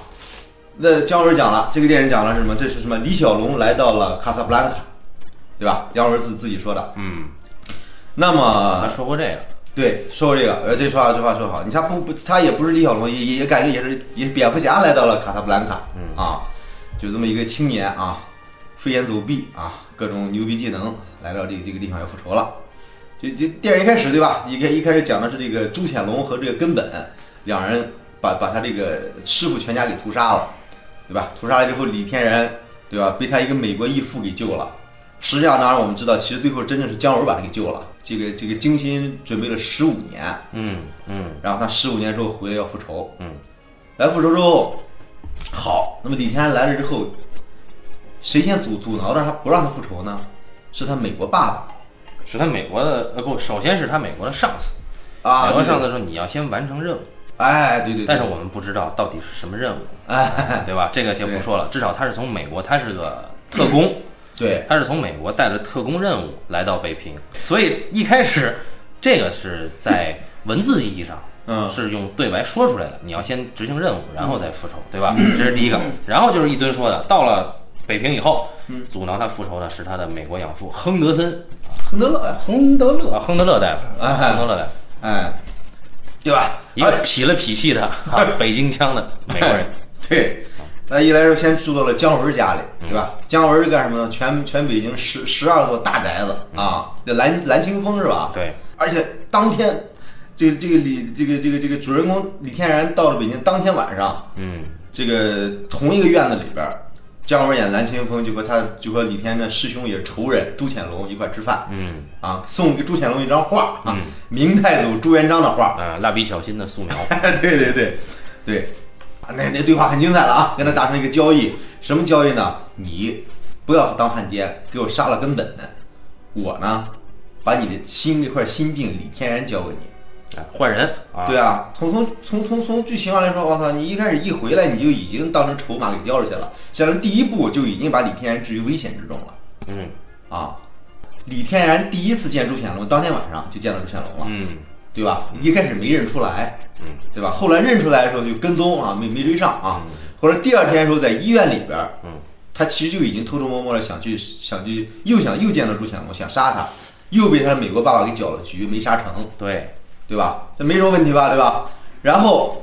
[SPEAKER 3] 那姜文讲了，这个电影讲了是什么？这是什么？李小龙来到了卡萨布兰卡，对吧？姜文自自己说的。
[SPEAKER 1] 嗯，
[SPEAKER 3] 那
[SPEAKER 1] 他
[SPEAKER 3] 么，
[SPEAKER 1] 说过这个，
[SPEAKER 3] 对，说这个，呃，这话这话说好，你他不不，他也不是李小龙，也也也感觉也是也蝙蝠侠来到了卡萨布兰卡，啊，就这么一个青年啊，飞檐走壁啊，各种牛逼技能，来到这个这个地方要复仇了。就就电影一开始对吧？一开一开始讲的是这个朱潜龙和这个根本两人把把他这个师傅全家给屠杀了，对吧？屠杀了之后，李天然对吧？被他一个美国义父给救了。实际上，当然我们知道，其实最后真正是姜文把他给救了。这个这个精心准备了十五年，
[SPEAKER 1] 嗯嗯
[SPEAKER 3] 然后他十五年之后回来要复仇，
[SPEAKER 1] 嗯，
[SPEAKER 3] 来复仇之后，好，那么李天然来了之后，谁先阻阻挠着他不让他复仇呢？是他美国爸
[SPEAKER 1] 是他美国的呃不，首先是他美国的上司，
[SPEAKER 3] 爸啊，
[SPEAKER 1] 美国
[SPEAKER 3] 对
[SPEAKER 1] 上司说你要先完成任务，
[SPEAKER 3] 哎，对对对，
[SPEAKER 1] 但是我们不知道到底是什么任务，
[SPEAKER 3] 哎，
[SPEAKER 1] 对吧？这个先不
[SPEAKER 3] 对
[SPEAKER 1] 说了，至少他是从美国，他是个特工，
[SPEAKER 3] 对
[SPEAKER 1] 他是从美国带着特工任务来到北平，所以一开始这个是在文字意义上。
[SPEAKER 3] 嗯
[SPEAKER 1] 是用对白说出来的。你要先执行任务，然后再复仇，对吧？这是第一个。
[SPEAKER 3] 嗯
[SPEAKER 1] 然后就是一吨说的，到了北平以后，阻挠他复仇的是他的美国养父亨德森
[SPEAKER 3] 亨德勒，
[SPEAKER 2] 洪德勒
[SPEAKER 1] 啊，亨德勒大夫，
[SPEAKER 3] 哎
[SPEAKER 1] 亨德勒大夫，
[SPEAKER 3] 哎，对吧？
[SPEAKER 1] 一个痞了痞气的啊，北京腔的哎美国人，
[SPEAKER 3] 对，那一来说先住到了姜文家里，对吧？姜文是干什么呢？全全北京十十二座大宅子啊，这蓝蓝清风是吧？
[SPEAKER 1] 嗯对，
[SPEAKER 3] 而且当天，这个这个李这个这个这个主人公李天然到了北京当天晚上，
[SPEAKER 1] 嗯，
[SPEAKER 3] 这个同一个院子里边儿，姜文演蓝清风就和他就和李天的师兄也是仇人朱潜龙一块儿吃饭，
[SPEAKER 1] 嗯
[SPEAKER 3] 啊，送给朱潜龙一张画啊，明太祖朱元璋的画，
[SPEAKER 1] 啊，蜡笔小新的素描，
[SPEAKER 3] 对对对对，啊那那对话很精彩了啊！跟他达成一个交易，什么交易呢？你不要当汉奸，给我杀了根本，我呢，把你的心那块心病李天然交给你。
[SPEAKER 1] 啊换人啊，
[SPEAKER 3] 对啊，从从从从从剧情上来说，我操，你一开始一回来你就已经当成筹码给交出去了，显然第一步就已经把李天然置于危险之中了
[SPEAKER 1] 嗯
[SPEAKER 3] 啊！李天然第一次见朱显龙，当天晚上就见到朱显龙了。
[SPEAKER 1] 嗯
[SPEAKER 3] 对吧？一开始没认出来
[SPEAKER 1] 嗯，
[SPEAKER 3] 对吧？后来认出来的时候就跟踪啊，没没追上啊。后来第二天的时候在医院里边儿，
[SPEAKER 1] 嗯
[SPEAKER 3] 他其实就已经偷偷摸摸的想去想去又想又见到朱显龙，想杀他，又被他的美国爸爸给搅了局，没杀成，
[SPEAKER 1] 对，
[SPEAKER 3] 对吧？这没什么问题吧，对吧？然后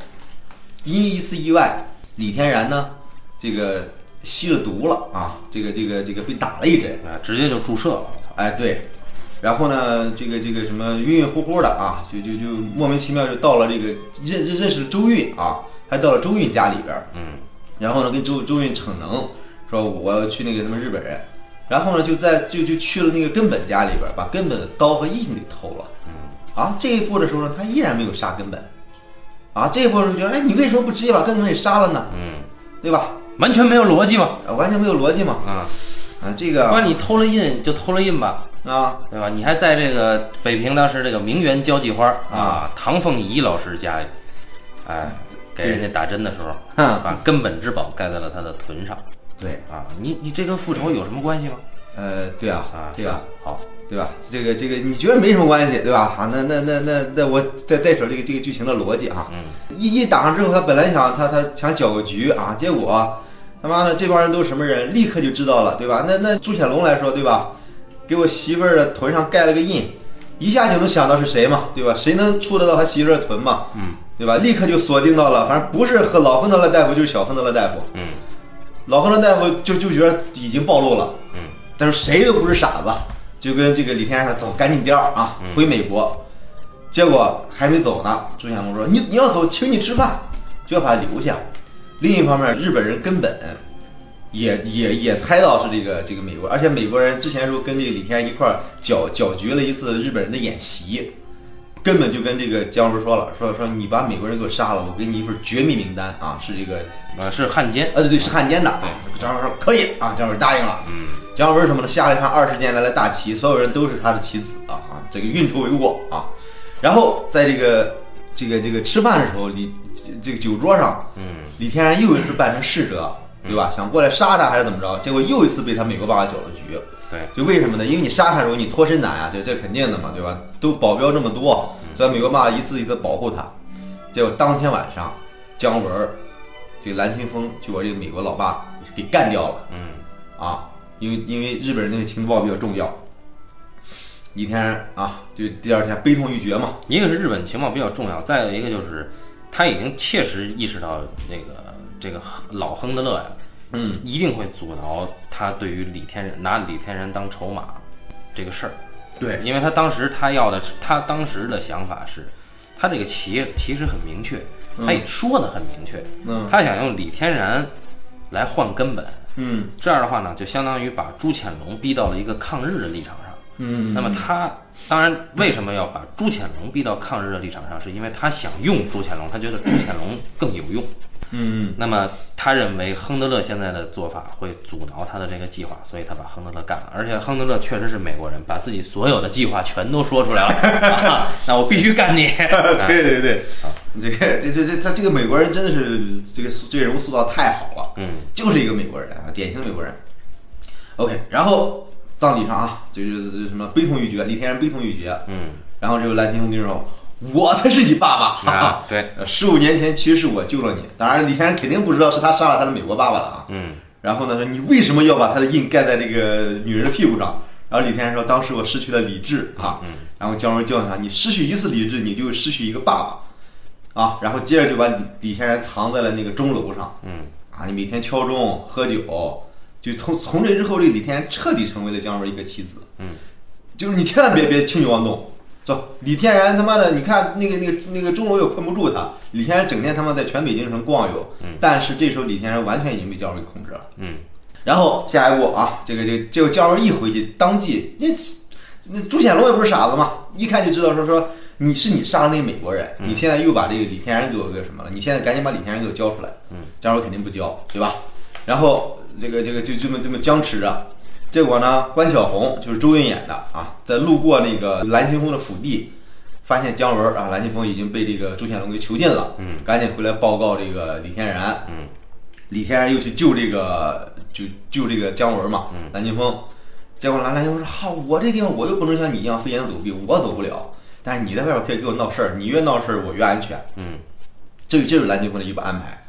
[SPEAKER 3] 因一次意外，李天然呢，这个吸了毒了啊，这个这个这个被打了一针，
[SPEAKER 1] 啊，直接就注射了，我操，
[SPEAKER 3] 哎，对。然后呢，这个这个什么晕晕乎乎的啊，就就就莫名其妙就到了这个认认认识了周韵啊，还到了周韵家里边儿，
[SPEAKER 1] 嗯
[SPEAKER 3] 然后呢跟周周韵逞能，说我要去那个什么日本人，然后呢就在就就去了那个根本家里边儿，把根本的刀和印给偷了。
[SPEAKER 1] 嗯
[SPEAKER 3] 啊，这一步的时候呢，他依然没有杀根本。啊，这一步的时候觉得，哎，你为什么不直接把根本给杀了呢？
[SPEAKER 1] 嗯，
[SPEAKER 3] 对吧？
[SPEAKER 1] 完全没有逻辑嘛，
[SPEAKER 3] 啊完全没有逻辑嘛。
[SPEAKER 1] 啊，
[SPEAKER 3] 啊，这
[SPEAKER 1] 不
[SPEAKER 3] 个
[SPEAKER 1] 然你偷了印就偷了印吧，
[SPEAKER 3] 啊，
[SPEAKER 1] 对吧？你还在这个北平当时这个名媛交际花啊，唐凤仪老师家里，哎，给人家打针的时候，
[SPEAKER 3] 哼
[SPEAKER 1] 把根本之宝盖在了他的臀上
[SPEAKER 3] 对，
[SPEAKER 1] 啊！你你这跟复仇有什么关系吗？
[SPEAKER 3] 呃，对啊
[SPEAKER 1] 啊，，
[SPEAKER 3] 对啊。
[SPEAKER 1] 好，
[SPEAKER 3] 对吧？这个这个，你觉得没什么关系，对吧？好，那那那那那我再再说这个这个剧情的逻辑啊。
[SPEAKER 1] 嗯
[SPEAKER 3] 一一打上之后，他本来想他他想搅个局啊，结果他妈的这帮人都是什么人，立刻就知道了，对吧？那那朱显龙来说，对吧？给我媳妇儿的臀上盖了个印，一下就能想到是谁嘛，对吧？谁能触得到他媳妇儿的臀嘛？
[SPEAKER 1] 嗯，
[SPEAKER 3] 对吧？立刻就锁定到了，反正不是和老亨德勒大夫就是小亨德勒大夫，
[SPEAKER 1] 嗯
[SPEAKER 3] 老亨德勒大夫就就觉得已经暴露了。
[SPEAKER 1] 嗯
[SPEAKER 3] 但是谁都不是傻子，就跟这个李天然说走，赶紧颠儿啊，回美国。结果还没走呢，朱显龙说你你要走，请你吃饭，就要把他留下。另一方面，日本人根本也也也猜到是这个这个美国，而且美国人之前的时候跟这个李天然一块儿搅搅局了一次日本人的演习，根本就跟这个姜文说了，说说你把美国人给我杀了，我给你一份绝密名单啊，是这个
[SPEAKER 1] 啊，是汉奸，
[SPEAKER 3] 呃，对对，是汉奸的。张文说可以啊，张文答应了。嗯，张文什么呢？下了一场二十年来的大棋，所有人都是他的棋子啊啊，这个运筹帷幄啊。然后在这个这个这个吃饭的时候，李这这个酒桌上，
[SPEAKER 1] 嗯
[SPEAKER 3] 李天然又一次扮成逝者，对吧？想过来杀他还是怎么着？结果又一次被他美国爸爸搅了局。
[SPEAKER 1] 对，
[SPEAKER 3] 就为什么呢？因为你杀他的时候你脱身难啊，这这肯定的嘛，对吧？都保镖这么多，所以美国爸爸一次一次保护他。结果当天晚上，姜文儿这个蓝清风就把这个美国老爸给干掉了
[SPEAKER 1] 嗯
[SPEAKER 3] 啊！因为因为日本人那个情报比较重要，李天然啊，就第二天悲痛欲绝嘛。
[SPEAKER 1] 一个是日本情报比较重要，再有一个就是他已经切实意识到那个这个老亨德勒呀，
[SPEAKER 3] 嗯，
[SPEAKER 1] 一定会阻挠他对于李天然拿李天然当筹码这个事儿。
[SPEAKER 3] 对，
[SPEAKER 1] 因为他当时他要的是，他当时的想法是，他这个棋其实很明确，他也说的很明确，
[SPEAKER 3] 嗯
[SPEAKER 1] 他想用李天然来换根本。
[SPEAKER 3] 嗯
[SPEAKER 1] 这样的话呢，就相当于把朱潜龙逼到了一个抗日的立场上。
[SPEAKER 3] 嗯
[SPEAKER 1] 那么他当然为什么要把朱潜龙逼到抗日的立场上，是因为他想用朱潜龙，他觉得朱潜龙更有用。
[SPEAKER 3] 嗯
[SPEAKER 1] 那么他认为亨德勒现在的做法会阻挠他的这个计划，所以他把亨德勒干了。而且亨德勒确实是美国人，把自己所有的计划全都说出来了。 啊、那我必须干你。啊
[SPEAKER 3] 嗯，对对对，这个这这这他这个美国人真的是这个塑这人物塑造太好了，
[SPEAKER 1] 嗯，
[SPEAKER 3] 就是一个美国人啊，典型的美国人。OK，然后葬礼上啊，就是就是什么悲痛欲绝，李天然悲痛欲绝，
[SPEAKER 1] 嗯
[SPEAKER 3] 然后这个蓝青红军说：“我才是你爸 爸。”
[SPEAKER 1] 啊，对，
[SPEAKER 3] 十五年前其实是我救了你，当然李天然肯定不知道是他杀了他的美国爸爸的啊。
[SPEAKER 1] 嗯
[SPEAKER 3] 然后呢，说你为什么要把他的印盖在这个女人的屁股上？然后李天然说：“当时我失去了理智啊。”
[SPEAKER 1] 嗯
[SPEAKER 3] 然后姜文教训他：“你失去一次理智，你就失去一个爸爸啊。”然后接着就把李李天然藏在了那个钟楼上
[SPEAKER 1] 嗯
[SPEAKER 3] 啊，你每天敲钟喝酒，就从从这之后，这李天然彻底成为了姜文一个妻子。
[SPEAKER 1] 嗯，
[SPEAKER 3] 就是你千万别别轻举妄动。走，李天然他妈的，你看那个那个那个钟楼也困不住他。李天然整天他妈在全北京城逛游，
[SPEAKER 1] 嗯
[SPEAKER 3] 但是这时候李天然完全已经被姜文给控制了。
[SPEAKER 1] 嗯
[SPEAKER 3] 然后下一步啊，这个这个结果姜文一回去，当即那那朱显龙也不是傻子嘛，一看就知道说说你是你杀了那个美国人，
[SPEAKER 1] 嗯
[SPEAKER 3] 你现在又把这个李天然给我个什么了？你现在赶紧把李天然给我交出来。
[SPEAKER 1] 嗯，
[SPEAKER 3] 姜文肯定不交，对吧？然后这个这个就这么这么僵持着，结果呢，关晓红就是周韵演的啊，在路过那个蓝青峰的府邸，发现姜文啊，蓝青峰已经被这个朱显龙给囚禁了，
[SPEAKER 1] 嗯
[SPEAKER 3] 赶紧回来报告这个李天然。
[SPEAKER 1] 嗯
[SPEAKER 3] 李天然又去救这个就救这个姜文嘛，
[SPEAKER 1] 嗯
[SPEAKER 3] 蓝金峰，结果蓝蓝金峰说：“哈，我这地方我又不能像你一样飞檐走壁，我走不了。但是你在外边可以给我闹事儿，你越闹事儿我越安全。
[SPEAKER 1] 嗯
[SPEAKER 3] 这”这就是蓝金峰的一个安排。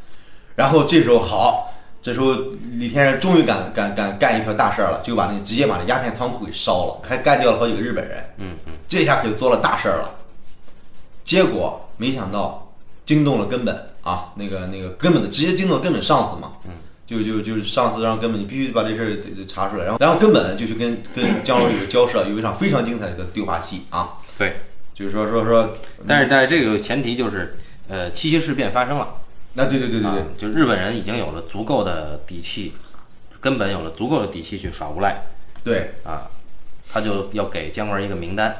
[SPEAKER 3] 然后这时候好，这时候李天然终于敢敢敢干一条大事儿了，就把那个直接把那鸦片仓库给烧了，还干掉了好几个日本人。
[SPEAKER 1] 嗯嗯
[SPEAKER 3] 这下可就做了大事儿了。结果没想到惊动了根本啊，那个那个根本的直接惊动根本上司嘛，
[SPEAKER 1] 嗯，
[SPEAKER 3] 就就就是上司让根本你必须把这事儿得得查出来，然后然后根本就去跟跟姜文有个交涉，有一场非常精彩的对话戏啊，
[SPEAKER 1] 对。
[SPEAKER 3] 就是说说说，
[SPEAKER 1] 但是在这个前提就是，呃，七七事变发生了。
[SPEAKER 3] 那对对对对对
[SPEAKER 1] 啊，，就日本人已经有了足够的底气，根本有了足够的底气去耍无赖
[SPEAKER 3] 对
[SPEAKER 1] 啊，他就要给姜文一个名单，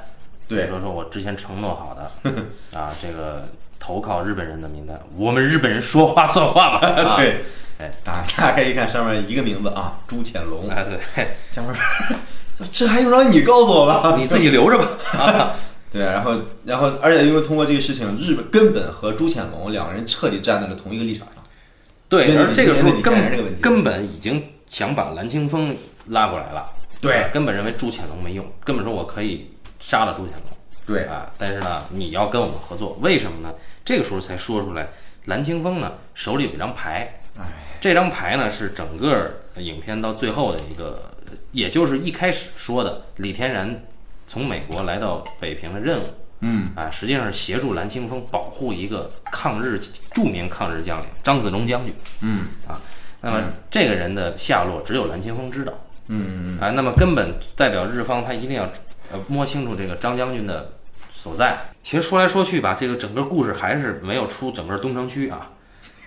[SPEAKER 3] 对，
[SPEAKER 1] 说说我之前承诺好的 啊，这个投靠日本人的名单，我们日本人说话算话嘛，啊
[SPEAKER 3] 对
[SPEAKER 1] 哎，
[SPEAKER 3] 打打开一看上面一个名字啊，朱潜龙，
[SPEAKER 1] 啊对，
[SPEAKER 3] 姜文，这还用让你告诉我吗？
[SPEAKER 1] 你自己留着吧，
[SPEAKER 3] 哦
[SPEAKER 1] 啊，
[SPEAKER 3] 对，然后然后，而且因为通过这个事情，日本根本和朱潜龙两个人彻底站在了同一个立场上。
[SPEAKER 1] 对，
[SPEAKER 3] 对
[SPEAKER 1] 而这个时候
[SPEAKER 3] 你
[SPEAKER 1] 根
[SPEAKER 3] 看这个问题
[SPEAKER 1] 本根本已经想把蓝青峰拉过来了，
[SPEAKER 3] 对
[SPEAKER 1] 啊根本认为朱潜龙没用，根本说我可以杀了朱潜龙。
[SPEAKER 3] 对，
[SPEAKER 1] 啊，但是呢，你要跟我们合作，为什么呢？这个时候才说出来，蓝青峰呢手里有一张牌，
[SPEAKER 3] 哎，
[SPEAKER 1] 这张牌呢是整个影片到最后的一个，也就是一开始说的李天然从美国来到北平的任务
[SPEAKER 3] 嗯，
[SPEAKER 1] 啊，实际上是协助蓝青峰保护一个抗日著名抗日将领张自忠将军，
[SPEAKER 3] 嗯
[SPEAKER 1] 啊，那么这个人的下落只有蓝青峰知道。
[SPEAKER 3] 嗯，
[SPEAKER 1] 啊，那么根本代表日方，他一定要呃摸清楚这个张将军的所在。其实说来说去吧，这个整个故事还是没有出整个东城区啊。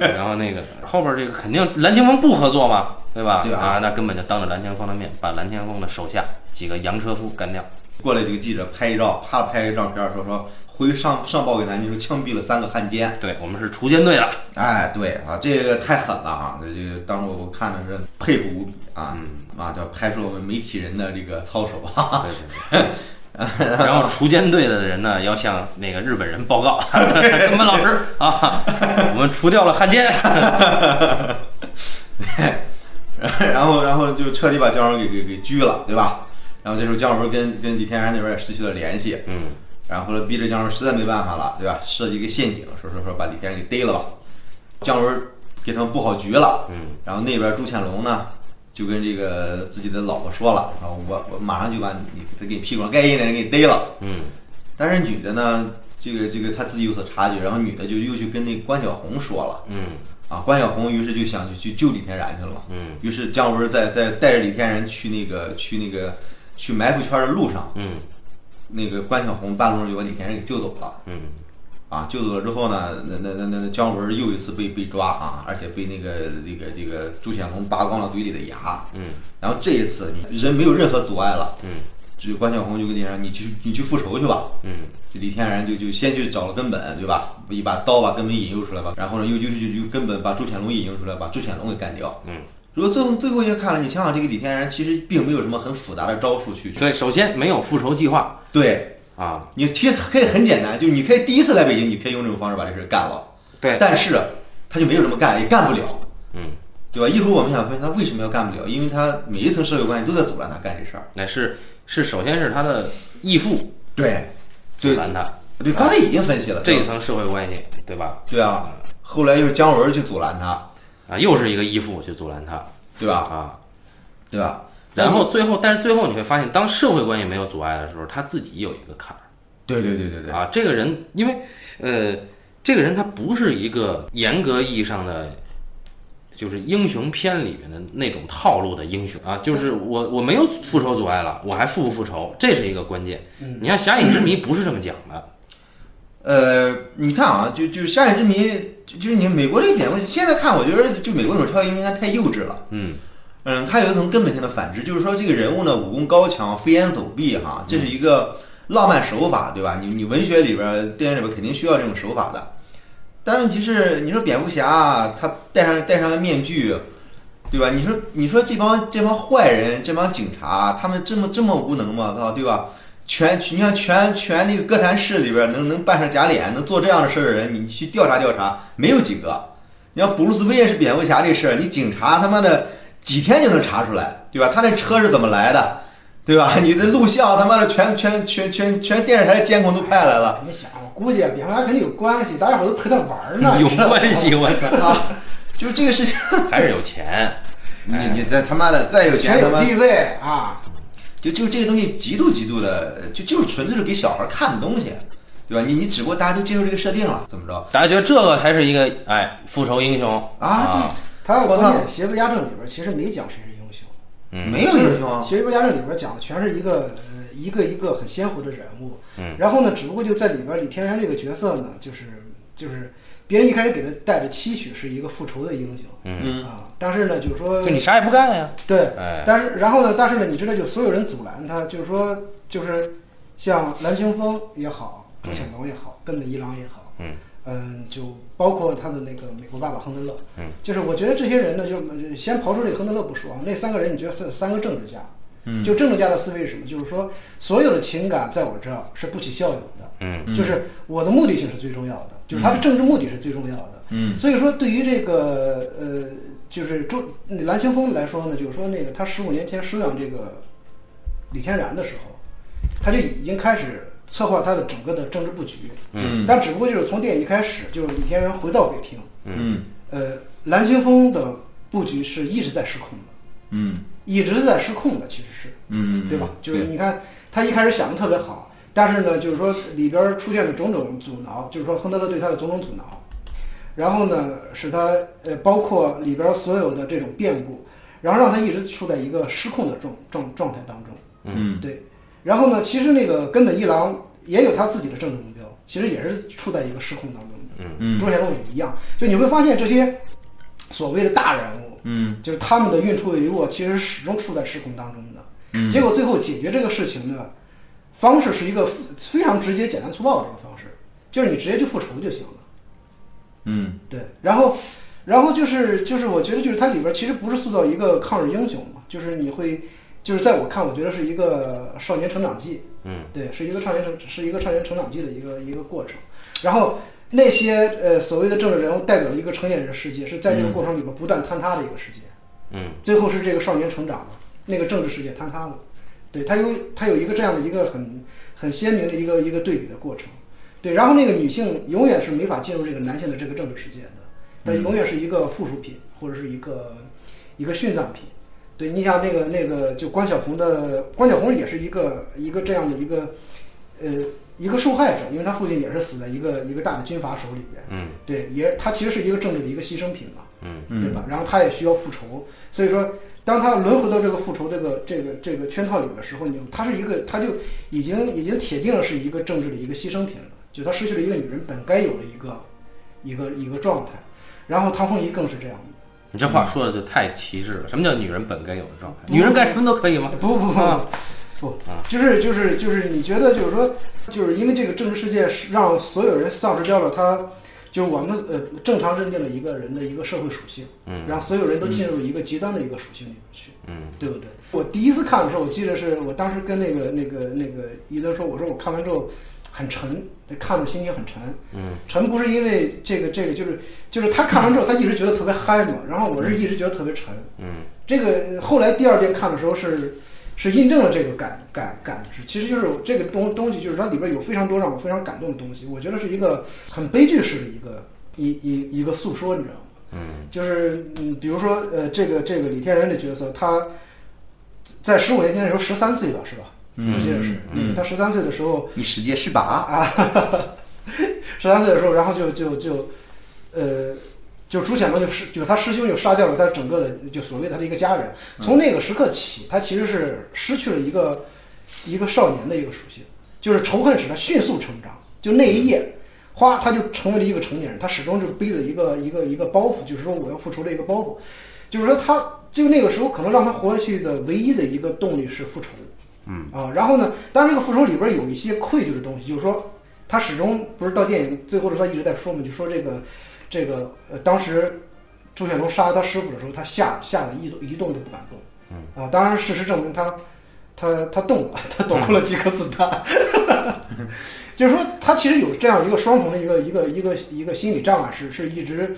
[SPEAKER 1] 然后那个后边这个肯定蓝青峰不合作嘛，对吧？
[SPEAKER 3] 对啊
[SPEAKER 1] 啊，那根本就当着蓝青峰的面把蓝青峰的手下几个洋车夫干掉。
[SPEAKER 3] 过来几个记者拍一照，啪拍一个照片，说说回去上上报给南京，说枪毙了三个汉奸。
[SPEAKER 1] 对我们是锄奸队的，
[SPEAKER 3] 哎，对啊，这个太狠了啊！这这个当时我我看的是佩服无比啊，啊，这拍出了我们媒体人的这个操守啊。
[SPEAKER 1] 对对对。 然后锄奸队的人呢，要向那个日本人报告， 根本老师啊，我们除掉了汉奸。
[SPEAKER 3] 然后然后就彻底把姜文给给给拘了，对吧？然后这时候姜文跟跟李天然那边也失去了联系，
[SPEAKER 1] 嗯
[SPEAKER 3] 然后后来逼着姜文实在没办法了，对吧？设计一个陷阱，说说说把李天然给逮了吧。姜文给他们布好局了，
[SPEAKER 1] 嗯
[SPEAKER 3] 然后那边朱潜龙呢，就跟这个自己的老婆说了，然后我我马上就把你给你屁股上盖印的人给逮了。
[SPEAKER 1] 嗯
[SPEAKER 3] 但是女的呢，这个这个她自己有所察觉，然后女的就又去跟那关晓红说了
[SPEAKER 1] 嗯
[SPEAKER 3] 啊，关晓红于是就想去去救李天然去了嘛。
[SPEAKER 1] 嗯
[SPEAKER 3] 于是姜文在在带着李天然去那个去那个去埋伏圈的路上，
[SPEAKER 1] 嗯
[SPEAKER 3] 那个关晓红半路上就把李天然给救走了。
[SPEAKER 1] 嗯
[SPEAKER 3] 啊，救走了之后呢，那那那那那姜文又一次被被抓啊，而且被那个这个这个朱显龙拔光了嘴里的牙，
[SPEAKER 1] 嗯
[SPEAKER 3] 然后这一次你人没有任何阻碍了，
[SPEAKER 1] 嗯
[SPEAKER 3] 这关晓红就跟你说，你去你去复仇去吧，
[SPEAKER 1] 嗯
[SPEAKER 3] 这李天然就就先去找了根本，对吧？一把刀把根本引诱出来吧，然后呢又又又又根本把朱潜龙引诱出来，把朱潜龙给干掉。
[SPEAKER 1] 嗯，
[SPEAKER 3] 如果最后最后一下看了，你想想这个李天然其实并没有什么很复杂的招数去
[SPEAKER 1] 对，首先没有复仇计划
[SPEAKER 3] 对，
[SPEAKER 1] 啊，
[SPEAKER 3] 你其实可以很简单，就是你可以第一次来北京，你可以用这种方式把这事干了。
[SPEAKER 1] 对，
[SPEAKER 3] 但是啊他就没有这么干，也干不了，
[SPEAKER 1] 嗯，
[SPEAKER 3] 对吧？一会儿我们想分析他为什么要干不了，因为他每一层社会关系都在阻拦他干这事儿。
[SPEAKER 1] 那是是首先是他的义父
[SPEAKER 3] 对，
[SPEAKER 1] 阻
[SPEAKER 3] 对
[SPEAKER 1] 拦他
[SPEAKER 3] 对，刚才已经分析了
[SPEAKER 1] 这一
[SPEAKER 3] 对吧
[SPEAKER 1] 层社会关系，对吧？
[SPEAKER 3] 对啊，后来又是姜文去阻拦他，
[SPEAKER 1] 啊，又是一个义父去阻拦他
[SPEAKER 3] 对吧？
[SPEAKER 1] 啊，
[SPEAKER 3] 对吧？
[SPEAKER 1] 然后最后，但是最后你会发现，当社会关系没有阻碍的时候，他自己有一个坎儿
[SPEAKER 3] 对对对对对，
[SPEAKER 1] 啊。这个人，因为呃，这个人他不是一个严格意义上的，就是英雄片里面的那种套路的英雄啊，就是我我没有复仇阻碍了，我还复不复仇，这是一个关键。你看《侠影之谜》不是这么讲的，
[SPEAKER 3] 呃，你看啊，就就《夏日之谜》，就就是你美国这个典故，现在看我觉得就美国那种超级英雄片太幼稚了。
[SPEAKER 1] 嗯
[SPEAKER 3] 嗯，它有一种根本性的反制，就是说这个人物呢武功高强，飞檐走壁哈，这是一个浪漫手法，对吧？你你文学里边儿、电影里边儿肯定需要这种手法的。但问题是，你说蝙蝠侠他戴上戴上面具，对吧？你说你说这帮这帮坏人，这帮警察，他们这么这么无能吗？操，对吧？全你像全全那个哥谭市里边儿能能扮上假脸，能做这样的事儿的人，你去调查调查，没有几个。你像布鲁斯威也是蝙蝠侠这事儿，你警察他妈的几天就能查出来，对吧？他那车是怎么来的，对 吧？你的录像他妈的全全全全全电视台的监控都派来 了。
[SPEAKER 2] 你想，我估计蝙蝠侠肯定有关系，大家伙都陪他玩儿呢，
[SPEAKER 1] 有
[SPEAKER 2] 你知道吗
[SPEAKER 1] 关系，我操，
[SPEAKER 3] 啊，就是这个事情，
[SPEAKER 1] 还是有钱。
[SPEAKER 3] 你
[SPEAKER 2] 哎
[SPEAKER 3] 你再他妈的再有钱
[SPEAKER 2] 钱
[SPEAKER 3] 他
[SPEAKER 2] 有
[SPEAKER 3] 妈
[SPEAKER 2] 地位啊，
[SPEAKER 3] 就就这个东西极度极度的就就是纯粹是给小孩看的东西，啊对吧？你你只不过大家都接受这个设定了，怎么着
[SPEAKER 1] 大家觉得这个才是一个哎复仇英雄
[SPEAKER 3] 啊？
[SPEAKER 2] 他
[SPEAKER 3] 我
[SPEAKER 2] 关
[SPEAKER 3] 操
[SPEAKER 2] 键《邪不压正》里边其实没讲谁是英雄，
[SPEAKER 3] 对，
[SPEAKER 1] 嗯
[SPEAKER 3] 没有英雄啊
[SPEAKER 2] 《邪不压正》里边讲的全是一个呃一个一个很鲜活的人物，
[SPEAKER 1] 嗯
[SPEAKER 2] 然后呢，只不过就在里边李天然这个角色呢，就是就是别人一开始给他带的期许是一个复仇的英雄，
[SPEAKER 1] 嗯，
[SPEAKER 3] 嗯，
[SPEAKER 2] 啊，但是呢，就是说
[SPEAKER 1] 就你啥也不干呀，
[SPEAKER 2] 对，
[SPEAKER 1] 哎，
[SPEAKER 2] 但是然后呢，但是呢，你知道，就所有人阻拦他，就是说，就是像蓝清风也好，朱潜龙也好，根本一郎也好，
[SPEAKER 1] 嗯
[SPEAKER 2] 嗯，就包括他的那个美国爸爸亨德勒，
[SPEAKER 1] 嗯，
[SPEAKER 2] 就是我觉得这些人呢，就是先刨出这个亨德勒不说啊，那三个人，你觉得是三个政治家，嗯，就政治家的思维是什么？就是说，所有的情感在我这儿是不起效用的，
[SPEAKER 1] 嗯，
[SPEAKER 2] 就是我的目的性是最重要的，就是他的政治目的是最重要的。
[SPEAKER 3] 嗯，
[SPEAKER 2] 所以说对于这个呃，就是朱蓝清风来说呢，就是说那个他十五年前收养这个李天然的时候，他就已经开始策划他的整个的政治布局。
[SPEAKER 3] 嗯
[SPEAKER 2] 但只不过就是从电影一开始，就是李天然回到北平，
[SPEAKER 3] 嗯
[SPEAKER 2] 呃，蓝清风的布局是一直在失控的，
[SPEAKER 3] 嗯
[SPEAKER 2] 一直在失控的，其实是。
[SPEAKER 3] 嗯，
[SPEAKER 2] 对吧？就是你看，他一开始想的特别好，但是呢，就是说里边儿出现了种种阻挠，就是说亨德勒对他的种种阻挠，然后呢，使他呃，包括里边儿所有的这种变故，然后让他一直处在一个失控的状状状态当中。
[SPEAKER 3] 嗯
[SPEAKER 2] 对，然后呢，其实那个根本一郎也有他自己的政治目标，其实也是处在一个失控当中的。
[SPEAKER 3] 嗯
[SPEAKER 2] 朱显龙也一样，就你会发现这些所谓的大人物，
[SPEAKER 3] 嗯
[SPEAKER 2] 就是他们的运筹帷幄，其实始终处在失控当中的。
[SPEAKER 3] 嗯
[SPEAKER 2] 结果最后解决这个事情的方式是一个非非常直接、简单粗暴的一个方式，就是你直接就复仇就行了。
[SPEAKER 3] 嗯
[SPEAKER 2] 对，然后，然后就是就是，我觉得就是它里边其实不是塑造一个抗日英雄嘛，就是你会，就是在我看，我觉得是一个少年成长记，
[SPEAKER 1] 嗯，
[SPEAKER 2] 对，是一个少年成是一个少年成长记的一个一个过程。然后那些呃所谓的政治人物代表了一个成年人的世界，是在这个过程里边不断坍塌的一个世界。
[SPEAKER 1] 嗯
[SPEAKER 2] 最后是这个少年成长了，那个政治世界坍塌了，对他有他有一个这样的一个很很鲜明的一个一个对比的过程，对，然后那个女性永远是没法进入这个男性的这个政治世界的，她永远是一个附属品或者是一个一个殉葬品，对，你想那个那个就关晓彤的关晓彤也是一个一个这样的一个呃一个受害者，因为他父亲也是死在一个一个大的军阀手里边，
[SPEAKER 1] 嗯
[SPEAKER 2] 对，也他其实是一个政治的一个牺牲品嘛，
[SPEAKER 1] 嗯
[SPEAKER 3] 嗯
[SPEAKER 2] 对吧？然后他也需要复仇，所以说，当他轮回到这个复仇这个这个这个圈套里的时候，你就他是一个，他就已经已经铁定了是一个政治的一个牺牲品了。就他失去了一个女人本该有的一个一个一个状态。然后唐凤仪更是这样的，
[SPEAKER 1] 你这话说的就太歧视了。什么叫女人本该有的状态？女人干什么都可以吗？
[SPEAKER 2] 不不不
[SPEAKER 1] 啊
[SPEAKER 2] 不
[SPEAKER 1] 啊，
[SPEAKER 2] 就是就是就是，你觉得就是说，就是因为这个政治世界是让所有人丧失掉了他，就是我们呃正常认定了一个人的一个社会属性，
[SPEAKER 1] 嗯
[SPEAKER 2] 让所有人都进入一个极端的一个属性里面去，
[SPEAKER 1] 嗯
[SPEAKER 2] 对不对？我第一次看的时候，我记得是我当时跟那个那个那个伊登说，我说我看完之后很沉，看的心情很沉，
[SPEAKER 1] 嗯
[SPEAKER 2] 沉不是因为这个这个，就是就是他看完之后，他一直觉得特别嗨嘛，然后我是一直觉得特别沉。
[SPEAKER 1] 嗯
[SPEAKER 2] 这个呃后来第二遍看的时候是是印证了这个感感感知，其实就是这个东东西，就是它里边有非常多让我非常感动的东西，我觉得是一个很悲剧式的一个一一一个诉说，你知道吗？
[SPEAKER 1] 嗯
[SPEAKER 2] 就是嗯，比如说呃，这个这个李天然的角色，他在十五年前的时候十三岁吧，是吧？
[SPEAKER 3] 嗯
[SPEAKER 2] 我记得是，
[SPEAKER 3] 嗯
[SPEAKER 2] 他十三岁的时候，
[SPEAKER 3] 你使劲是把，
[SPEAKER 2] 十三岁的时候，然后就就就，呃，就朱显龙就是就是他师兄就杀掉了他整个的就所谓他的一个家人。从那个时刻起，他其实是失去了一个一个少年的一个属性，就是仇恨使他迅速成长。就那一夜，哗，他就成为了一个成年人，他始终就背着一个一个一个包袱，就是说我要复仇的一个包袱。就是说他就那个时候可能让他活下去的唯一的一个动力是复仇。
[SPEAKER 1] 嗯
[SPEAKER 2] 啊，然后呢，当然这个复仇里边有一些愧疚的东西，就是说他始终不是到电影最后的时候，他一直在说嘛，就说这个这个呃，当时朱显龙杀了他师傅的时候，他吓吓得一动一动都不敢动。嗯啊，当然事实证明他他他动了，他
[SPEAKER 3] 嗯
[SPEAKER 2] 躲过了几颗子弹。就是说，他其实有这样一个双重的一个一个一个一个心理障碍，是是一直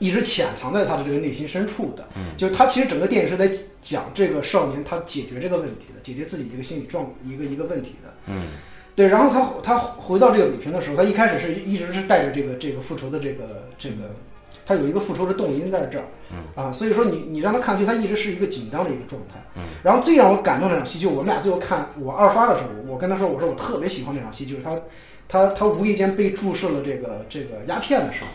[SPEAKER 2] 一直潜藏在他的这个内心深处的。
[SPEAKER 1] 嗯
[SPEAKER 2] 就是他其实整个电影是在讲这个少年他解决这个问题的，解决自己一个心理状一个一个问题的。
[SPEAKER 1] 嗯
[SPEAKER 2] 对，然后他他回到这个北平的时候，他一开始是一直是带着这个这个复仇的这个这
[SPEAKER 1] 嗯
[SPEAKER 2] 个，他有一个复仇的动因在这儿，啊，所以说你你让他看去，他一直是一个紧张的一个状态。
[SPEAKER 1] 嗯
[SPEAKER 2] 然后最让我感动那场戏，就我们俩最后看我二刷的时候，我跟他说，我说我特别喜欢那场戏，就是他他他无意间被注射了这个这个鸦片的时候，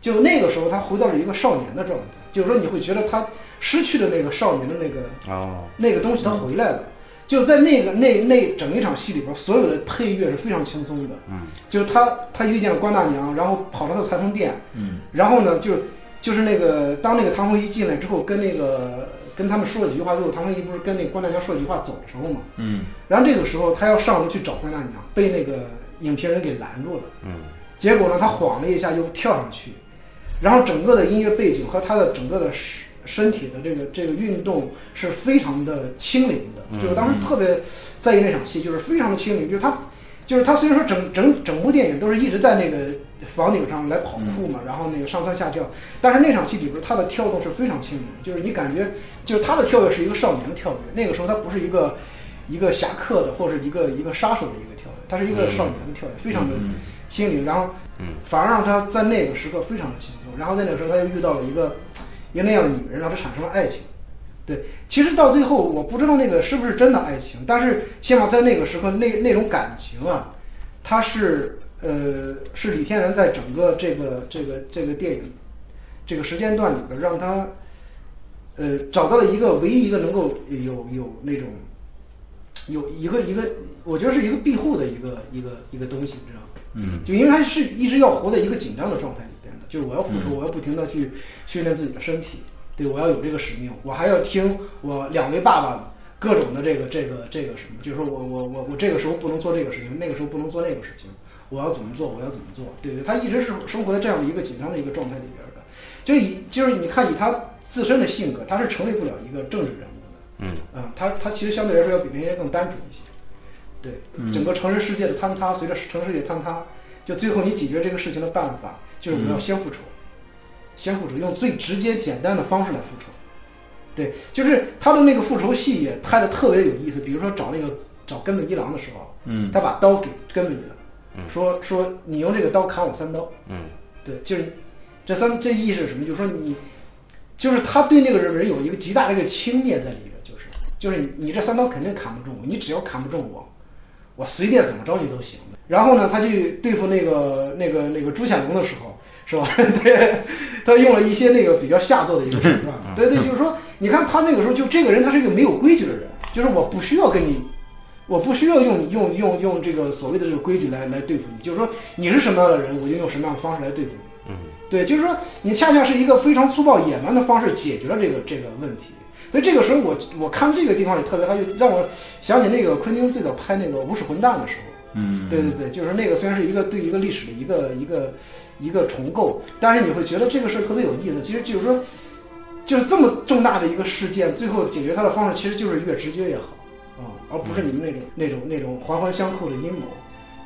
[SPEAKER 2] 就那个时候他回到了一个少年的状态，就是说你会觉得他失去了那个少年的那个
[SPEAKER 1] 哦
[SPEAKER 2] 那个东西它回来了。就在那个那那整一场戏里边，所有的配乐是非常轻松的。
[SPEAKER 1] 嗯，
[SPEAKER 2] 就是他他遇见了关大娘，然后跑到他的裁缝店，
[SPEAKER 3] 嗯
[SPEAKER 2] 然后呢，就就是那个当那个唐红一进来之后，跟那个跟他们说了几句话之后，唐红一不是跟那个关大娘说了几句话走的时候嘛，
[SPEAKER 3] 嗯
[SPEAKER 2] 然后这个时候他要上楼去找关大娘，被那个影评人给拦住了。
[SPEAKER 1] 嗯
[SPEAKER 2] 结果呢，他晃了一下又跳上去，然后整个的音乐背景和他的整个的身身体的这个这个运动是非常的轻灵的，
[SPEAKER 1] 嗯
[SPEAKER 2] 就是当时特别在意那场戏，就是非常的轻灵，就是他。就是他虽然说整整整部电影都是一直在那个房顶上来跑酷
[SPEAKER 1] 嗯
[SPEAKER 2] 嘛，然后那个上蹿下跳，但是那场戏里边他的跳动是非常轻灵的，就是你感觉就是他的跳跃是一个少年的跳跃，那个时候他不是一个一个侠客的或者一个一个杀手的一个跳跃，他是一个
[SPEAKER 1] 嗯
[SPEAKER 2] 少年的跳跃，非常的
[SPEAKER 3] 嗯
[SPEAKER 2] 轻灵，然后
[SPEAKER 1] 嗯
[SPEAKER 2] 反而让他在那个时刻非常的轻松。然后在那个时候，他又遇到了一个一个那样的女人，让他产生了爱情。对，其实到最后，我不知道那个是不是真的爱情，但是起码在那个时刻，那那种感情啊，它是呃，是李天然在整个这个这个这个电影这个时间段里边，让他呃找到了一个唯一一个能够有有那种有一个一个，我觉得是一个庇护的一个一个一个东西，你知道吗？
[SPEAKER 3] 嗯
[SPEAKER 2] 就因为他是一直要活在一个紧张的状态里边的，就是我要付出，
[SPEAKER 3] 嗯
[SPEAKER 2] 我要不停的去训练自己的身体，对我要有这个使命，我还要听我两位爸爸各种的这个这个这个什么，就是说我我我我这个时候不能做这个事情，那个时候不能做那个事情，我要怎么做，我要怎么做，对对，他一直是生活在这样的一个紧张的一个状态里边的，就是以就是你看以他自身的性格，他是成为不了一个政治人物
[SPEAKER 1] 嗯
[SPEAKER 2] 的，嗯，他他其实相对来说要比别人更单纯一些，对，
[SPEAKER 3] 嗯
[SPEAKER 2] 整个城市世界的坍塌，随着城市界坍塌，就最后你解决这个事情的办法就是
[SPEAKER 3] 嗯
[SPEAKER 2] 我要先复仇，先复仇，用最直接简单的方式来复仇。对，就是他的那个复仇戏也拍的特别有意思，比如说找那个找根本一郎的时候，
[SPEAKER 3] 嗯
[SPEAKER 2] 他把刀给根本一郎，
[SPEAKER 1] 嗯
[SPEAKER 2] 说说你用这个刀砍我三刀。
[SPEAKER 1] 嗯
[SPEAKER 2] 对，就是这三这意思是什么？就是说你，就是他对那个人有一个极大的一个轻蔑在里边，就是就是你你这三刀肯定砍不中我，你只要砍不中我，我随便怎么着你都行的。然后呢，他去对付那个那个那个朱显龙的时候，是吧？ 对，他用了一些那个比较下作的一个手段。对对，就是说，你看他那个时候就这个人，他是一个没有规矩的人，就是我不需要跟你我不需要用用用用这个所谓的这个规矩来来对付你，就是说你是什么样的人，我就用什么样的方式来对付你。
[SPEAKER 1] 嗯，
[SPEAKER 2] 对，就是说你恰恰是一个非常粗暴野蛮的方式解决了这个这个问题。所以这个时候我我看这个地方也特别，他就让我想起那个昆汀最早拍那个《无耻混蛋》的时候，
[SPEAKER 3] 嗯，
[SPEAKER 2] 对对对，就是那个虽然是一个对一个历史的一个一个一个重构，但是你会觉得这个事儿特别有意思。其实就是说，就是这么重大的一个事件，最后解决它的方式其实就是越直接越好啊、而不是你们那种
[SPEAKER 1] 嗯
[SPEAKER 2] 那种那种环环相扣的阴谋。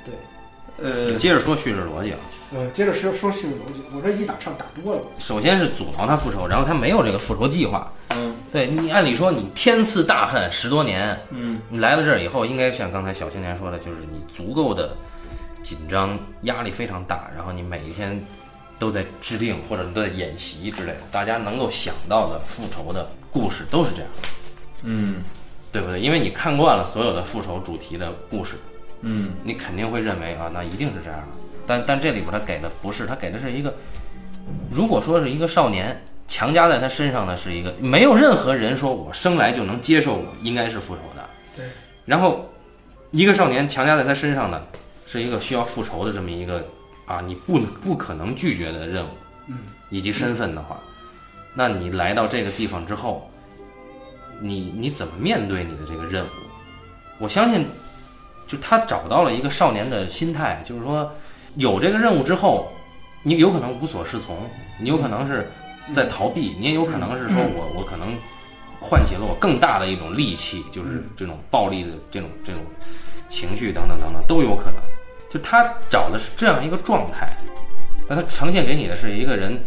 [SPEAKER 2] 对，
[SPEAKER 3] 呃
[SPEAKER 1] 你，接着说叙事逻辑啊。
[SPEAKER 2] 呃，接着说说叙事逻辑，我这一打岔打多了。
[SPEAKER 1] 首先是阻挠他复仇，然后他没有这个复仇计划。
[SPEAKER 3] 嗯
[SPEAKER 1] 对你按理说你天赐大恨十多年，
[SPEAKER 3] 嗯，
[SPEAKER 1] 你来了这儿以后，应该像刚才小青年说的，就是你足够的紧张，压力非常大，然后你每一天都在制定或者你都在演习之类的，大家能够想到的复仇的故事都是这样，
[SPEAKER 3] 嗯
[SPEAKER 1] 对不对？因为你看惯了所有的复仇主题的故事，
[SPEAKER 3] 嗯
[SPEAKER 1] 你肯定会认为啊，那一定是这样的。但但这里边他给的不是，他给的是一个，如果说是一个少年强加在他身上的是一个，没有任何人说我生来就能接受我应该是复仇的。
[SPEAKER 2] 对。
[SPEAKER 1] 然后，一个少年强加在他身上的是一个需要复仇的这么一个啊，你不不可能拒绝的任务，嗯，以及身份的话，那你来到这个地方之后，你你怎么面对你的这个任务？我相信就他找到了一个少年的心态，就是说有这个任务之后，你有可能无所适从，你有可能是在逃避，你也有可能是说我我可能唤起了我更大的一种戾气，
[SPEAKER 2] 嗯
[SPEAKER 1] 就是这种暴力的这种这种情绪等等等等都有可能。就他找的是这样一个状态，那他呈现给你的是一个人。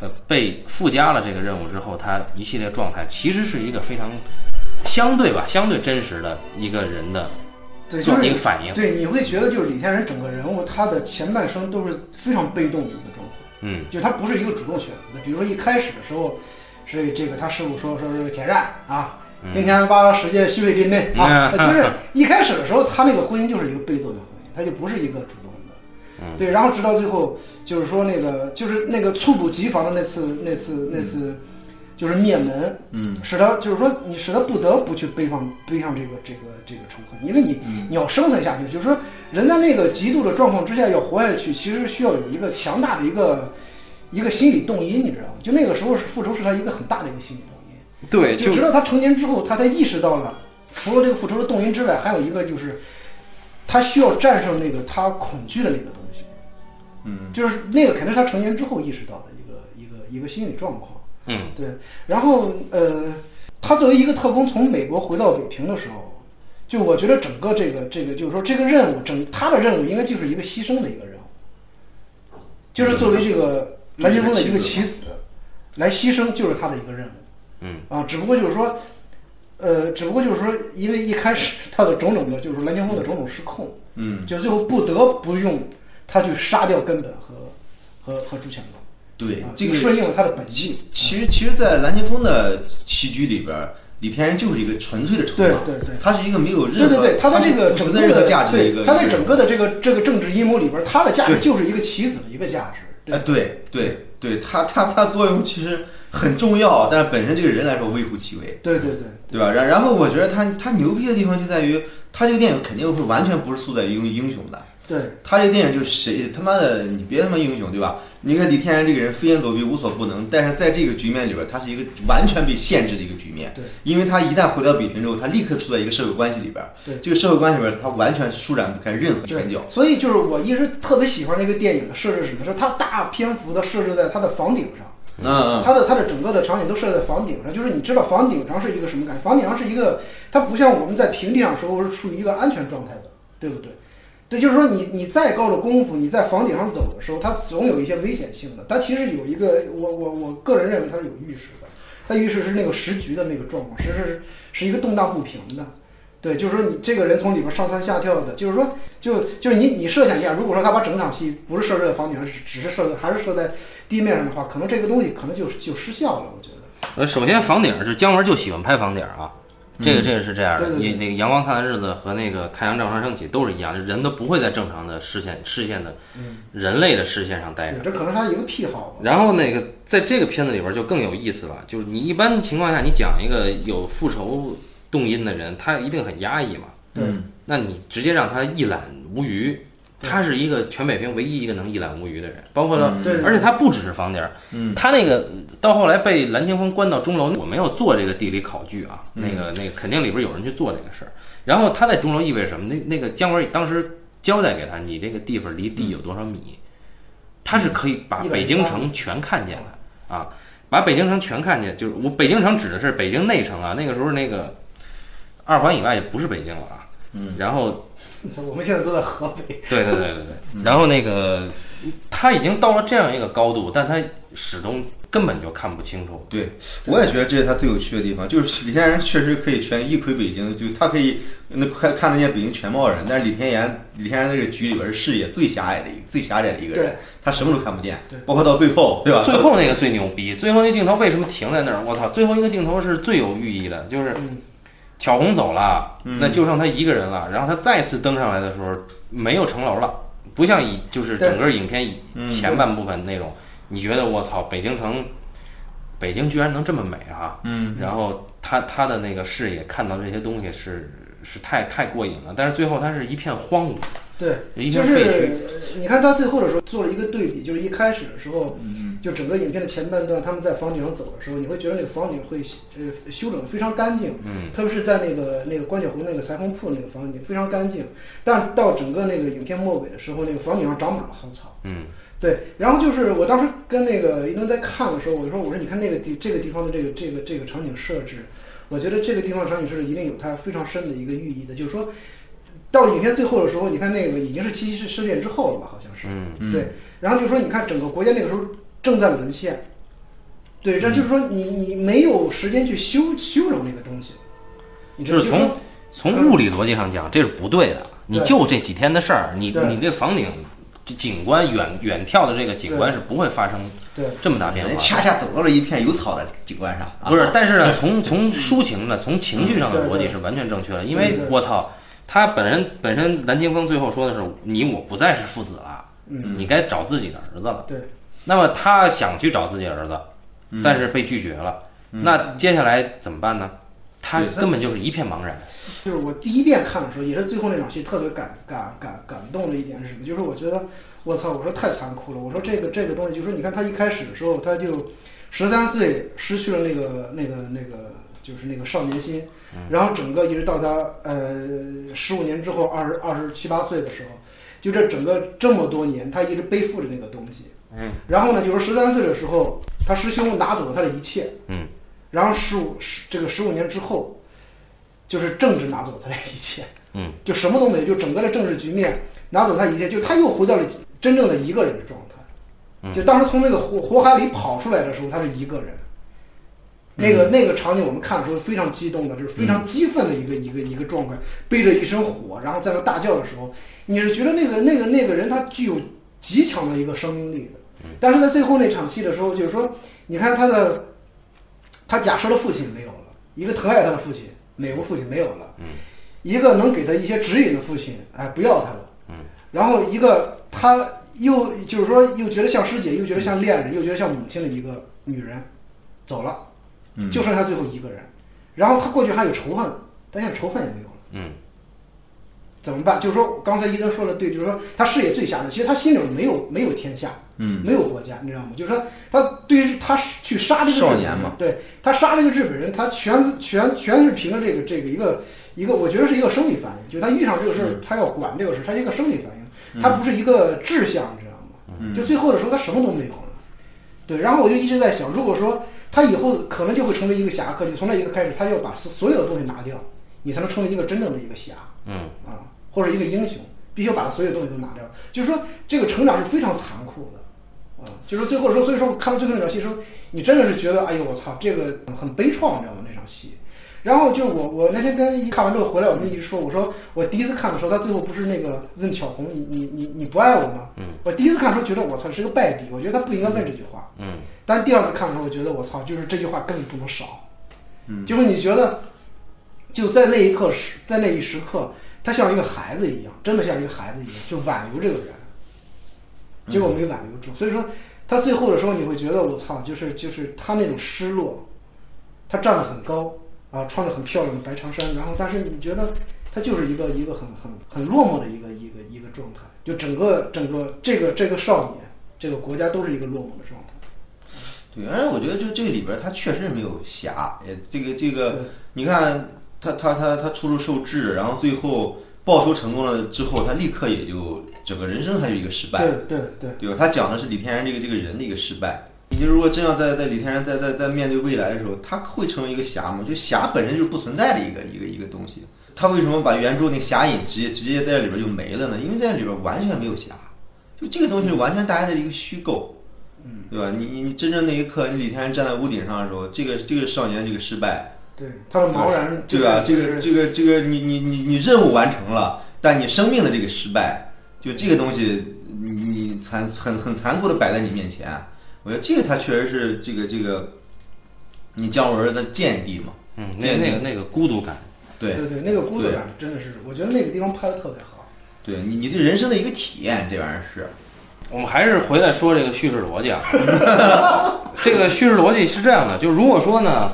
[SPEAKER 1] 呃，被附加了这个任务之后，他一系列状态其实是一个非常相对吧，相对真实的一个人的
[SPEAKER 2] 对，就
[SPEAKER 1] 做
[SPEAKER 2] 是
[SPEAKER 1] 一个反应。
[SPEAKER 2] 对，你会觉得就是李天然整个人物，他的前半生都是非常被动的一个状态，
[SPEAKER 1] 嗯
[SPEAKER 2] 就是他不是一个主动选择的。比如说一开始的时候，是这个他师傅说说是铁扇啊，今天把世界虚伪给内啊，
[SPEAKER 1] 嗯
[SPEAKER 2] 就是一开始的时候，他那个婚姻就是一个被动的婚姻，他就不是一个主动的。
[SPEAKER 1] 嗯
[SPEAKER 2] 对，然后直到最后，就是说那个就是那个猝不及防的那次那
[SPEAKER 1] 嗯
[SPEAKER 2] 次那次，就是灭门，
[SPEAKER 3] 嗯
[SPEAKER 2] 使他就是说你使他不得不去背上背上这个这个这个仇恨，因为你
[SPEAKER 1] 嗯
[SPEAKER 2] 你要生存下去，就是说人在那个极度的状况之下要活下去，其实需要有一个强大的一个一个心理动因，你知道吗？就那个时候是复仇是他一个很大的一个心理动
[SPEAKER 1] 对
[SPEAKER 2] 因，就直到他成年之后，他才意识到了除了这个复仇的动因之外，还有一个就是他需要战胜那个他恐惧的那个东西，
[SPEAKER 3] 嗯
[SPEAKER 2] 就是那个肯定是他成年之后意识到的一个一个一个心理状况。
[SPEAKER 1] 嗯
[SPEAKER 2] 对，然后呃，他作为一个特工从美国回到北平的时候，就我觉得整个这个这个就是说这个任务，整他的任务应该就是一个牺牲的一个任务，就是作为这个蓝先锋的一个棋子，来牺牲就是他的一个任务
[SPEAKER 1] 嗯
[SPEAKER 2] 啊，只不过就是说。呃，只不过就是说，因为一开始 他的种种的，就是蓝先锋的种种失控，
[SPEAKER 3] 嗯，
[SPEAKER 2] 就最后不得不用他去杀掉根本和和和朱潜龙，
[SPEAKER 3] 对
[SPEAKER 2] 啊，
[SPEAKER 3] 这个
[SPEAKER 2] 顺应了他的本意
[SPEAKER 3] 其。其实其实，在蓝剑锋的棋局里边儿，李天然就是一个纯粹的筹码，
[SPEAKER 2] 对对对
[SPEAKER 3] 他是一个没有任
[SPEAKER 2] 对
[SPEAKER 3] 何
[SPEAKER 2] 对对，他在这个
[SPEAKER 3] 不
[SPEAKER 2] 整
[SPEAKER 3] 存
[SPEAKER 2] 个
[SPEAKER 3] 在任何
[SPEAKER 2] 的
[SPEAKER 3] 价值的一
[SPEAKER 2] 对，
[SPEAKER 3] 个，
[SPEAKER 2] 他在整个的这个这个政治阴谋里边，他的价值
[SPEAKER 3] 对
[SPEAKER 2] 就是一个棋子的一个价值。
[SPEAKER 3] 哎，对对对，他他他作用其实很重要，但是本身这个人来说微乎其微，
[SPEAKER 2] 对对对
[SPEAKER 3] 对吧？然然后我觉得他他牛逼的地方就在于，他这个电影肯定是完全不是塑造英英雄的，
[SPEAKER 2] 对
[SPEAKER 3] 他这个电影就是谁他妈的，你别他妈英雄对吧？你看李天然这个人飞檐走壁无所不能，但是在这个局面里边，他是一个完全被限制的一个局面。
[SPEAKER 2] 对，
[SPEAKER 3] 因为他一旦回到北平之后，他立刻处在一个社会关系里边。
[SPEAKER 2] 对
[SPEAKER 3] 这个社会关系里边，他完全舒展不开任何拳
[SPEAKER 2] 对
[SPEAKER 3] 脚。
[SPEAKER 2] 所以就是我一直特别喜欢这个电影的设置是什么，就是它大篇幅的设置在它的房顶上。
[SPEAKER 3] 嗯嗯，
[SPEAKER 2] 它的它的整个的场景都设在房顶上，就是你知道房顶上是一个什么感觉？房顶上是一个，它不像我们在平地上的时候是处于一个安全状态的，对不对？对，就是说你你再高的功夫，你在房顶上走的时候，它总有一些危险性的。它其实有一个，我我我个人认为它是有预示的，它预示是那个时局的那个状况，时是是一个动荡不平的。对，就是说你这个人从里边上蹿下跳的，就是说，就就是你你设想一下，如果说他把整场戏不是设置在房顶上，只只是设置还是设在地面上的话，可能这个东西可能就就失效了。我觉得，
[SPEAKER 1] 呃，首先房顶儿是姜文就喜欢拍房顶儿啊，这个这个是这样的，
[SPEAKER 2] 对对对
[SPEAKER 1] 你那个阳光灿烂的日子和那个太阳照常升起都是一样，人都不会在正常的视线视线的
[SPEAKER 2] 嗯
[SPEAKER 1] 人类的视线上待着
[SPEAKER 2] 对，。这可能是他一个癖好吧。
[SPEAKER 1] 然后那个在这个片子里边就更有意思了，就是你一般情况下你讲一个有复仇动因的人，他一定很压抑嘛，
[SPEAKER 2] 对
[SPEAKER 1] 那你直接让他一览无余。他是一个全北平唯一一个能一览无余的人，包括到，
[SPEAKER 2] 对对对
[SPEAKER 1] 而且他不只是房顶儿，他那个到后来被蓝清风关到钟楼，我没有做这个地理考据啊，那个那个肯定里边有人去做这个事儿。然后他在钟楼意味着什么？那那个姜文当时交代给他，你这个地方离地有多少米，他是可以把
[SPEAKER 2] 118
[SPEAKER 1] 北京城全看见的啊，把北京城全看见，就是我北京城指的是北京内城啊，那个时候那个二环以外就不是北京了啊。嗯，然后
[SPEAKER 2] 我们现在都在河北，
[SPEAKER 1] 对对对对对。然后那个他已经到了这样一个高度，但他始终根本就看不清楚。
[SPEAKER 3] 对，我也觉得这是他最有趣的地方，就是李天然确实可以全一窥北京，就他可以那看看得见北京全貌的人，但是李天然李天然这个局里边是视野最狭隘的一个最狭窄的一个人
[SPEAKER 2] 对，
[SPEAKER 3] 他什么都看不见
[SPEAKER 2] 对，
[SPEAKER 3] 包括到最后，对 吧？
[SPEAKER 1] 最后那个最牛逼，最后那镜头为什么停在那儿？我操，最后一个镜头是最有寓意的，就是
[SPEAKER 2] 嗯
[SPEAKER 1] 巧红走了，那就剩他一个人了。然后他再次登上来的时候，没有城楼了，不像以就是
[SPEAKER 2] 对
[SPEAKER 1] 整个影片以
[SPEAKER 3] 嗯
[SPEAKER 1] 前半部分那种，你觉得我操，北京城，北京居然能这么美啊！
[SPEAKER 3] 嗯，
[SPEAKER 1] 然后他他的那个视野看到这些东西是是太太过瘾了，但是最后他是一片荒芜，
[SPEAKER 2] 对，
[SPEAKER 1] 一
[SPEAKER 2] 就
[SPEAKER 1] 片废墟。
[SPEAKER 2] 是你看他最后的时候做了一个对比，就是一开始的时候，
[SPEAKER 3] 嗯
[SPEAKER 2] 就整个影片的前半段，他们在房顶上走的时候，你会觉得那个房顶会呃修整的非常干净，
[SPEAKER 1] 嗯，
[SPEAKER 2] 特别是在那个那个关九红那个裁缝铺那个房顶非常干净，但到整个那个影片末尾的时候，那个房顶上长满了蒿草。
[SPEAKER 1] 嗯
[SPEAKER 2] 对，然后就是我当时跟那个一顿在看的时候，我说我说你看那个地这个地方的这个这个这个场景设置，我觉得这个地方场景设置一定有它非常深的一个寓意的，就是说到影片最后的时候，你看那个已经是七七事事变之后了吧，好像是，
[SPEAKER 1] 嗯
[SPEAKER 3] 嗯
[SPEAKER 2] 对，然后就说你看整个国家那个时候正在沦陷，对，这就是说你你没有时间去修修整那个东西，你知道
[SPEAKER 1] 就是从
[SPEAKER 2] 说
[SPEAKER 1] 从物理逻辑上讲，这是不对的。你
[SPEAKER 2] 对
[SPEAKER 1] 就这几天的事儿，你
[SPEAKER 2] 对
[SPEAKER 1] 你这房顶这景观远远眺的这个景观是不会发生
[SPEAKER 2] 对
[SPEAKER 1] 这么大变
[SPEAKER 3] 人
[SPEAKER 1] 化
[SPEAKER 3] 家
[SPEAKER 1] 的。
[SPEAKER 3] 恰恰走到了一片有草的景观上，啊
[SPEAKER 1] 不是，但是呢，从从抒情呢，从情绪上的逻辑是完全正确的，因为
[SPEAKER 2] 嗯对对
[SPEAKER 1] 我操，他本人本身蓝清风最后说的是你我不再是父子了，
[SPEAKER 2] 嗯
[SPEAKER 1] 你该找自己的儿子了。
[SPEAKER 2] 对
[SPEAKER 1] 那么他想去找自己儿子，但是被拒绝了，那接下来怎么办呢？他
[SPEAKER 3] 对他
[SPEAKER 1] 根本就是一片茫然。
[SPEAKER 2] 就是我第一遍看的时候，也是最后那场戏特别感感感感动的一点是什么？就是我觉得，我操，我说太残酷了。我说这个这个东西，就是说你看他一开始的时候，他就十三岁失去了那个那个那个，就是那个少年心，然后整个一直到他呃十五年之后，二十二十七八岁的时候，就这整个这么多年，他一直背负着那个东西。
[SPEAKER 1] 嗯，
[SPEAKER 2] 然后呢，就是十三岁的时候，他师兄拿走了他的一切。
[SPEAKER 1] 嗯，
[SPEAKER 2] 然后十五十这个十五年之后，就是政治拿走他的一切，
[SPEAKER 1] 嗯，
[SPEAKER 2] 就什么都没有，就整个的政治局面拿走他一切，就他又回到了真正的一个人的状态。就当时从那个火火海里跑出来的时候，他是一个人。那个那个场景，我们看的时候非常激动的，就是非常激愤的一个一个一个状态，背着一身火，然后在那大叫的时候，你是觉得那个那个那个人他具有极强的一个生命力的。但是在最后那场戏的时候，就是说，你看他的他假设的父亲没有了，一个疼爱他的父亲，美国父亲没有了，
[SPEAKER 1] 嗯
[SPEAKER 2] 一个能给他一些指引的父亲，哎，不要他了，然后一个他又就是说又觉得像师姐，又觉得像恋人，又觉得像母亲的一个女人走了，
[SPEAKER 3] 嗯
[SPEAKER 2] 就剩下最后一个人，然后他过去还有仇恨，但现在仇恨也没有了。
[SPEAKER 1] 嗯
[SPEAKER 2] 怎么办？就是说，刚才一哥说的对，就是说他视野最狭窄，其实他心里没有没有天下，
[SPEAKER 3] 嗯，
[SPEAKER 2] 没有国家，你知道吗？就是说，他对于他去杀这个日本
[SPEAKER 3] 少
[SPEAKER 2] 人
[SPEAKER 3] 年嘛，
[SPEAKER 2] 对他杀这个日本人，他全全全是凭着这个这个一个一个，我觉得是一个生理反应，就是他遇上这个事
[SPEAKER 3] 嗯
[SPEAKER 2] 儿，他要管这个事儿，他是一个生理反应，他不是一个志向，你知道吗？
[SPEAKER 3] 嗯
[SPEAKER 2] 就最后的时候，他什么都没有了。对，然后我就一直在想，如果说他以后可能就会成为一个侠客，就从那一个开始，他要把所所有的东西拿掉，你才能成为一个真正的一个侠。
[SPEAKER 1] 嗯，
[SPEAKER 2] 啊，或者一个英雄，必须把所有东西都拿掉。就是说，这个成长是非常残酷的，啊，就是最后说，所以说我看到最后那场戏的时候，你真的是觉得，哎呦我操，这个很悲怆，你知道吗？那场戏。然后就是我，我那天跟一看完之后回来，我们一直说，我说我第一次看的时候，他最后不是那个问巧红，你你你你不爱我吗？
[SPEAKER 1] 嗯，
[SPEAKER 2] 我第一次看的时候觉得我操是个败笔，我觉得他不应该问这句话。
[SPEAKER 1] 嗯，
[SPEAKER 2] 但第二次看的时候，我觉得我操，就是这句话根本不能少。嗯，就是你觉得就在那一刻时，在那一时刻，他像一个孩子一样，真的像一个孩子一样，就挽留这个人，结果没挽留住。所以说，他最后的时候，你会觉得我操，就是就是他那种失落，他站得很高啊，穿着很漂亮的白长衫，然后但是你觉得它就是一个一个很很很落寞的一个一个一个状态，就整个整个这个这个少年这个国家都是一个落寞的状态。
[SPEAKER 3] 对，而且我觉得就这里边儿他确实没有侠，也这个这
[SPEAKER 2] 对
[SPEAKER 3] 个，你看他他他他处处受制，然后最后报仇成功了之后，他立刻也就整个人生他就一个失败，
[SPEAKER 2] 对对对，
[SPEAKER 3] 对吧？他讲的是李天然这个这个人的一个失败。你如果真要在在李天然在在在面对未来的时候，他会成为一个侠吗？就侠本身就是不存在的一个一个一个东西。他为什么把原著那个侠影直接直接在这里边就没了呢？因为在里边完全没有侠，就这个东西完全大家的一个虚构，嗯，对吧？你你你真正那一刻，你李天然站在屋顶上的时候，这个这个少年这个失败，
[SPEAKER 2] 对，他是茫然，
[SPEAKER 3] 对吧？哎这
[SPEAKER 2] 这
[SPEAKER 3] 个这个这个，你你你你任务完成了，但你生命的这个失败，就这个东西，你你残很很残酷的摆在你面前。我觉得这个他确实是这个这个，你姜文的见地嘛，
[SPEAKER 1] 嗯，那那个那个孤独感，
[SPEAKER 3] 对
[SPEAKER 2] 对对，那个孤独感真的是，我觉得那个地方拍的特别好。
[SPEAKER 3] 对，你你对人生的一个体验，这玩意儿是，
[SPEAKER 1] 我们还是回来说这个叙事逻辑啊。这个叙事逻辑是这样的，就如果说呢，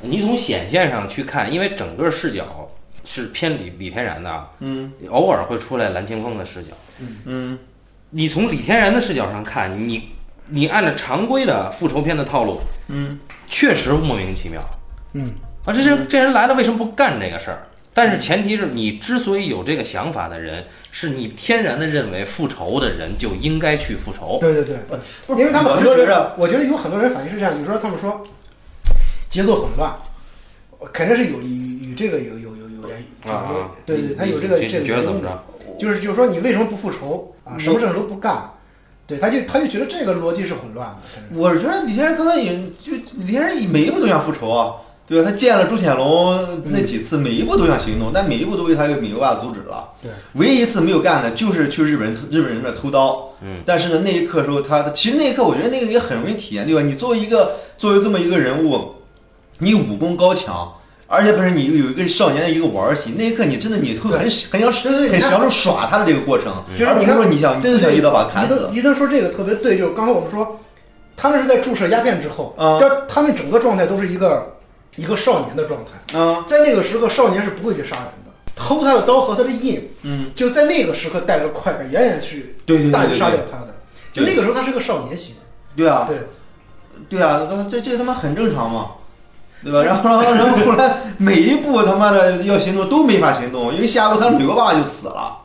[SPEAKER 1] 你从显现上去看，因为整个视角是偏李李天然的啊，
[SPEAKER 3] 嗯
[SPEAKER 1] 偶尔会出来蓝青峰的视角。
[SPEAKER 3] 嗯，
[SPEAKER 1] 你从李天然的视角上看，你你按照常规的复仇片的套路，
[SPEAKER 3] 嗯，
[SPEAKER 1] 确实莫名其妙
[SPEAKER 2] 嗯，
[SPEAKER 1] 啊！这这这人来了，为什么不干这个事儿？但是前提是你之所以有这个想法的人，是你天然的认为复仇的人就应该去复仇。
[SPEAKER 2] 对对对，
[SPEAKER 3] 不是
[SPEAKER 2] 因为他们
[SPEAKER 3] 我
[SPEAKER 2] 很
[SPEAKER 3] 是
[SPEAKER 2] 多
[SPEAKER 3] 觉
[SPEAKER 2] 人
[SPEAKER 3] 着，
[SPEAKER 2] 我觉得有很多人反应是这样，你说他们说节奏很乱，肯定是有与与这个有有有有原因
[SPEAKER 1] 啊，
[SPEAKER 2] 对对，他有这个
[SPEAKER 1] 你
[SPEAKER 2] 这个
[SPEAKER 1] 你觉得
[SPEAKER 2] 原
[SPEAKER 1] 怎么
[SPEAKER 2] 因
[SPEAKER 1] 着？
[SPEAKER 2] 就是就是说你为什么不复仇啊？
[SPEAKER 3] 嗯
[SPEAKER 2] 什么事儿都不干，对，他就他就觉得这个逻辑是混乱的。可能
[SPEAKER 3] 我是觉得李天然刚才也就李天然每一步都想复仇啊，对吧？他见了朱潜龙那几次，每一步都想行动，但每一步都被他给米欧巴阻止了。
[SPEAKER 2] 对，
[SPEAKER 3] 唯一一次没有干的就是去日本人日本人那儿偷刀，
[SPEAKER 1] 嗯，
[SPEAKER 3] 但是呢，那一刻时候他其实那一刻我觉得那个也很容易体验，对吧？你作为一个作为这么一个人物，你武功高强，而且本身你又有一个少年的一个玩儿心，那一刻你真的你会很很想
[SPEAKER 2] 对对对
[SPEAKER 3] 很
[SPEAKER 2] 你看
[SPEAKER 3] 享受耍他的这个过程，
[SPEAKER 2] 就是
[SPEAKER 3] 而不
[SPEAKER 2] 你
[SPEAKER 3] 是
[SPEAKER 2] 看
[SPEAKER 3] 说你想
[SPEAKER 2] 对
[SPEAKER 3] 你
[SPEAKER 2] 对
[SPEAKER 3] 想
[SPEAKER 2] 对，
[SPEAKER 3] 一刀把他砍
[SPEAKER 2] 一
[SPEAKER 3] 死
[SPEAKER 2] 灯。一灯说这个特别对，就是刚才我们说，他们是在注射鸦片之后，
[SPEAKER 3] 啊
[SPEAKER 2] 但他们整个状态都是一个一个少年的状态，
[SPEAKER 3] 嗯
[SPEAKER 2] 在那个时刻，少年是不会去杀人的。偷他的刀和他的印，
[SPEAKER 3] 嗯，
[SPEAKER 2] 就在那个时刻带着快感，远远去
[SPEAKER 3] 对对对
[SPEAKER 2] 大于
[SPEAKER 3] 对
[SPEAKER 2] 杀掉
[SPEAKER 3] 对
[SPEAKER 2] 他的。就
[SPEAKER 3] 对
[SPEAKER 2] 那个时候，他是个少年型，
[SPEAKER 3] 对啊，
[SPEAKER 2] 对，
[SPEAKER 3] 对啊，这这他妈很正常嘛，对吧？然后然后然后后来每一步他妈的要行动都没法行动，因为下一步他美国爸就死了，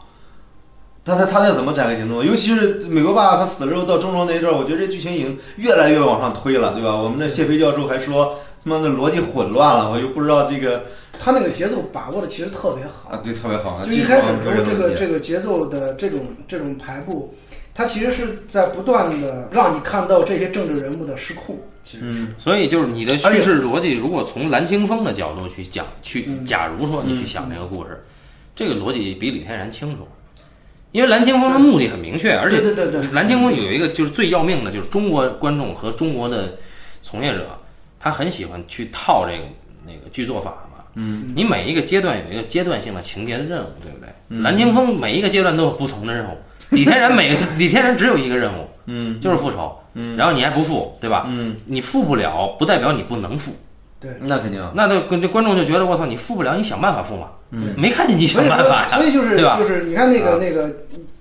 [SPEAKER 3] 他他他再怎么展开行动，尤其是美国爸他死了之后到中国那一段，我觉得这剧情已经越来越往上推了，对吧？我们的谢飞教授还说他妈的逻辑混乱了，我就不知道这个
[SPEAKER 2] 他那个节奏把握的其实特别好。
[SPEAKER 3] 啊，对，特别好，
[SPEAKER 2] 就一开始的
[SPEAKER 3] 这
[SPEAKER 2] 时候，这
[SPEAKER 3] 个
[SPEAKER 2] 个
[SPEAKER 3] 问题
[SPEAKER 2] 这个节奏的这种这种排布，它其实是在不断的让你看到这些政治人物的失控。其实，
[SPEAKER 3] 嗯
[SPEAKER 1] 所以就是你的
[SPEAKER 3] 而
[SPEAKER 1] 叙
[SPEAKER 3] 且
[SPEAKER 1] 事逻辑，如果从蓝青峰的角度去讲，去
[SPEAKER 2] 嗯
[SPEAKER 1] 假如说你去想这个故事，这个逻辑比李天然清楚，因为蓝青峰他目的很明确，而且
[SPEAKER 2] 对对对对
[SPEAKER 1] 蓝青峰有一个就是最要命的，就是中国观众和中国的从业者，他很喜欢去套这个那个剧作法嘛。
[SPEAKER 3] 嗯，
[SPEAKER 1] 你每一个阶段有一个阶段性的情节的任务，对不对？蓝青峰每一个阶段都有不同的任务，李天然每个 李天然只有一个任务，
[SPEAKER 3] 嗯
[SPEAKER 1] 就是复仇，
[SPEAKER 3] 嗯
[SPEAKER 1] 然后你还不复，对吧？
[SPEAKER 3] 嗯，
[SPEAKER 1] 你付不了，不代表你不能付。
[SPEAKER 2] 对，
[SPEAKER 3] 那肯定啊，
[SPEAKER 1] 那这这观众就觉得我操，你付不了，你想办法付嘛。
[SPEAKER 3] 嗯
[SPEAKER 1] 没看见你
[SPEAKER 2] 所
[SPEAKER 1] 想
[SPEAKER 2] 以
[SPEAKER 1] 办法呀，
[SPEAKER 2] 说，所以就是
[SPEAKER 1] 对吧？
[SPEAKER 2] 就是你看那
[SPEAKER 1] 啊
[SPEAKER 2] 个那个，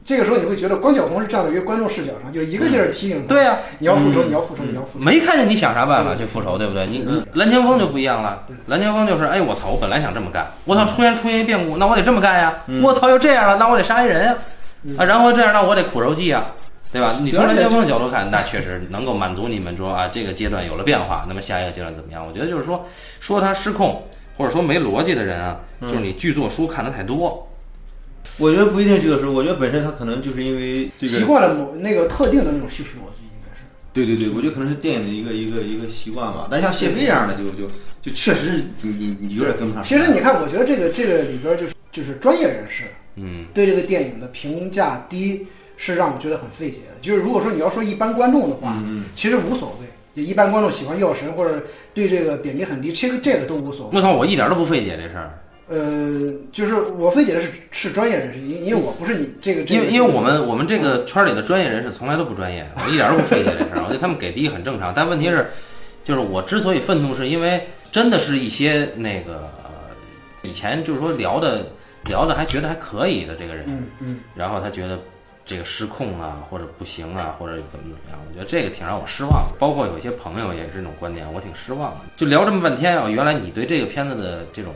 [SPEAKER 2] 这个时候你会觉得关晓彤是站在一个观众视角上，就是一个劲儿提醒他，
[SPEAKER 1] 嗯对啊呀、
[SPEAKER 2] 你要复仇，
[SPEAKER 3] 嗯
[SPEAKER 2] 你要复仇，你要复仇。
[SPEAKER 1] 没看见你想啥办法去复仇，对不对？你你蓝青峰就不一样了
[SPEAKER 2] 对，
[SPEAKER 1] 蓝青峰就是哎，我操，我本来想这么干，我操，突然出现一变故，那我得这么干呀
[SPEAKER 3] 嗯，
[SPEAKER 1] 我操，又这样了，那我得杀一人呀，
[SPEAKER 2] 嗯
[SPEAKER 1] 啊，然后这样，那我得苦肉计呀。对吧？你从蓝青峰的角度看，那确实能够满足你们说啊，这个阶段有了变化，那么下一个阶段怎么样？我觉得就是说，说他失控或者说没逻辑的人啊，就是你剧作书看的太多，
[SPEAKER 3] 我觉得不一定这个时候，我觉得本身他可能就是因为这个
[SPEAKER 2] 习惯了某那个特定的那种叙事逻辑，应该是。
[SPEAKER 3] 对对对，我觉得可能是电影的一个一个一个习惯吧。但像谢飞这样的就，就就确实是你你你有点跟不上。
[SPEAKER 2] 其实你看，我觉得这个这个里边就是就是专业人士，
[SPEAKER 1] 嗯，
[SPEAKER 2] 对这个电影的评价低，是让我觉得很费解的。就是如果说你要说一般观众的话，
[SPEAKER 3] 嗯
[SPEAKER 2] 其实无所谓，就一般观众喜欢药神或者对这个贬低很低，其实这个都无所谓。
[SPEAKER 1] 我操，我一点都不费解这事儿。
[SPEAKER 2] 呃，就是我费解的是是专业人士，因因为我不是你这个这
[SPEAKER 1] 因
[SPEAKER 2] 个，
[SPEAKER 1] 为因为我们我们这个圈儿里的专业人士从来都不专业，我一点都不费解这事儿，我觉得他们给低很正常。但问题是，就是我之所以愤怒，是因为真的是一些那个呃以前就是说聊的聊的还觉得还可以的这个人，
[SPEAKER 2] 嗯嗯，
[SPEAKER 1] 然后他觉得这个失控啊，或者不行啊，或者怎么怎么样，我觉得这个挺让我失望的。包括有一些朋友也是这种观点，我挺失望的。就聊这么半天啊，原来你对这个片子的这种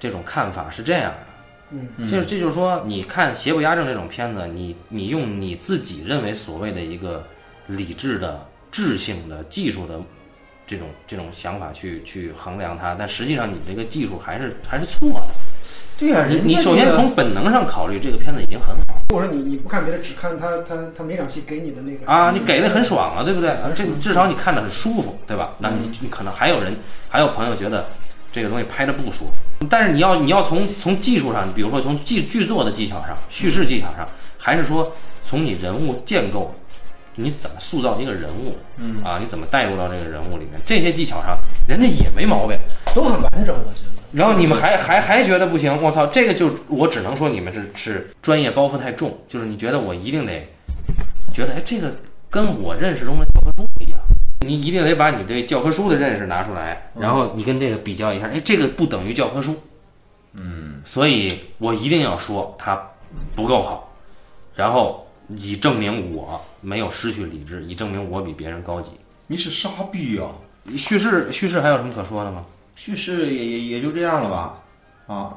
[SPEAKER 1] 这种看法是这样的。
[SPEAKER 2] 嗯，
[SPEAKER 1] 就是这就是说，你看《邪不压正》这种片子，你你用你自己认为所谓的一个理智的、智性的、技术的这种这种想法去去衡量它，但实际上你这个技术还是还是错的。
[SPEAKER 3] 对呀、
[SPEAKER 1] 你
[SPEAKER 3] 人
[SPEAKER 1] 你
[SPEAKER 3] 家
[SPEAKER 1] 首
[SPEAKER 3] 这
[SPEAKER 1] 先
[SPEAKER 3] 个
[SPEAKER 1] 从本能上考虑，这个片子已经很好
[SPEAKER 2] 如果说你你不看别的，只看他他他每场戏给你的那个
[SPEAKER 1] 啊，你给的很爽了，对不对
[SPEAKER 2] 很？爽
[SPEAKER 1] 这至少你看着很舒服，对吧？那你你可能还有人，还有朋友觉得这个东西拍的不舒服，但是你要你要从从技术上，你比如说从剧剧作的技巧上、叙事技巧上，还是说从你人物建构，你怎么塑造一个人物，嗯啊，你怎么带入到这个人物里面，这些技巧上人家也没毛病。
[SPEAKER 2] 都很完整，我觉得。
[SPEAKER 1] 然后你们还还还觉得不行，我操，这个就我只能说你们是是专业包袱太重，就是你觉得我一定得觉得哎，这个跟我认识中的教科书不一样，你一定得把你对教科书的认识拿出来，然后你跟这个比较一下，哎，这个不等于教科书，嗯，所以我一定要说它不够好，然后以证明我没有失去理智，以证明我比别人高级。
[SPEAKER 3] 你是啊傻逼呀、
[SPEAKER 1] 叙事叙事还有什么可说的吗？
[SPEAKER 3] 叙事也也也就这样了吧？啊，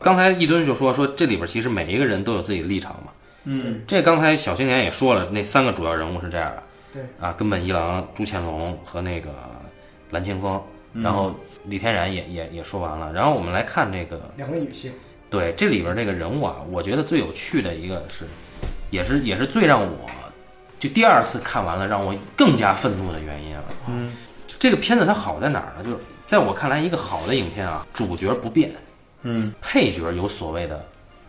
[SPEAKER 1] 刚才一吨就说说这里边其实每一个人都有自己的立场嘛。
[SPEAKER 3] 嗯，
[SPEAKER 1] 这刚才小青年也说了，那三个主要人物是这样的
[SPEAKER 2] 对，
[SPEAKER 1] 啊，根本一郎、朱乾隆和那个蓝清风，然后李天然也也也说完了。然后我们来看这个，
[SPEAKER 2] 两个女性，
[SPEAKER 1] 对这里边这个人物啊，我觉得最有趣的一个是，也是也是最让我就第二次看完了让我更加愤怒的原因啊。嗯，这个片子它好在哪儿呢？就是在我看来，一个好的影片啊，主角不变，
[SPEAKER 3] 嗯
[SPEAKER 1] 配角有所谓的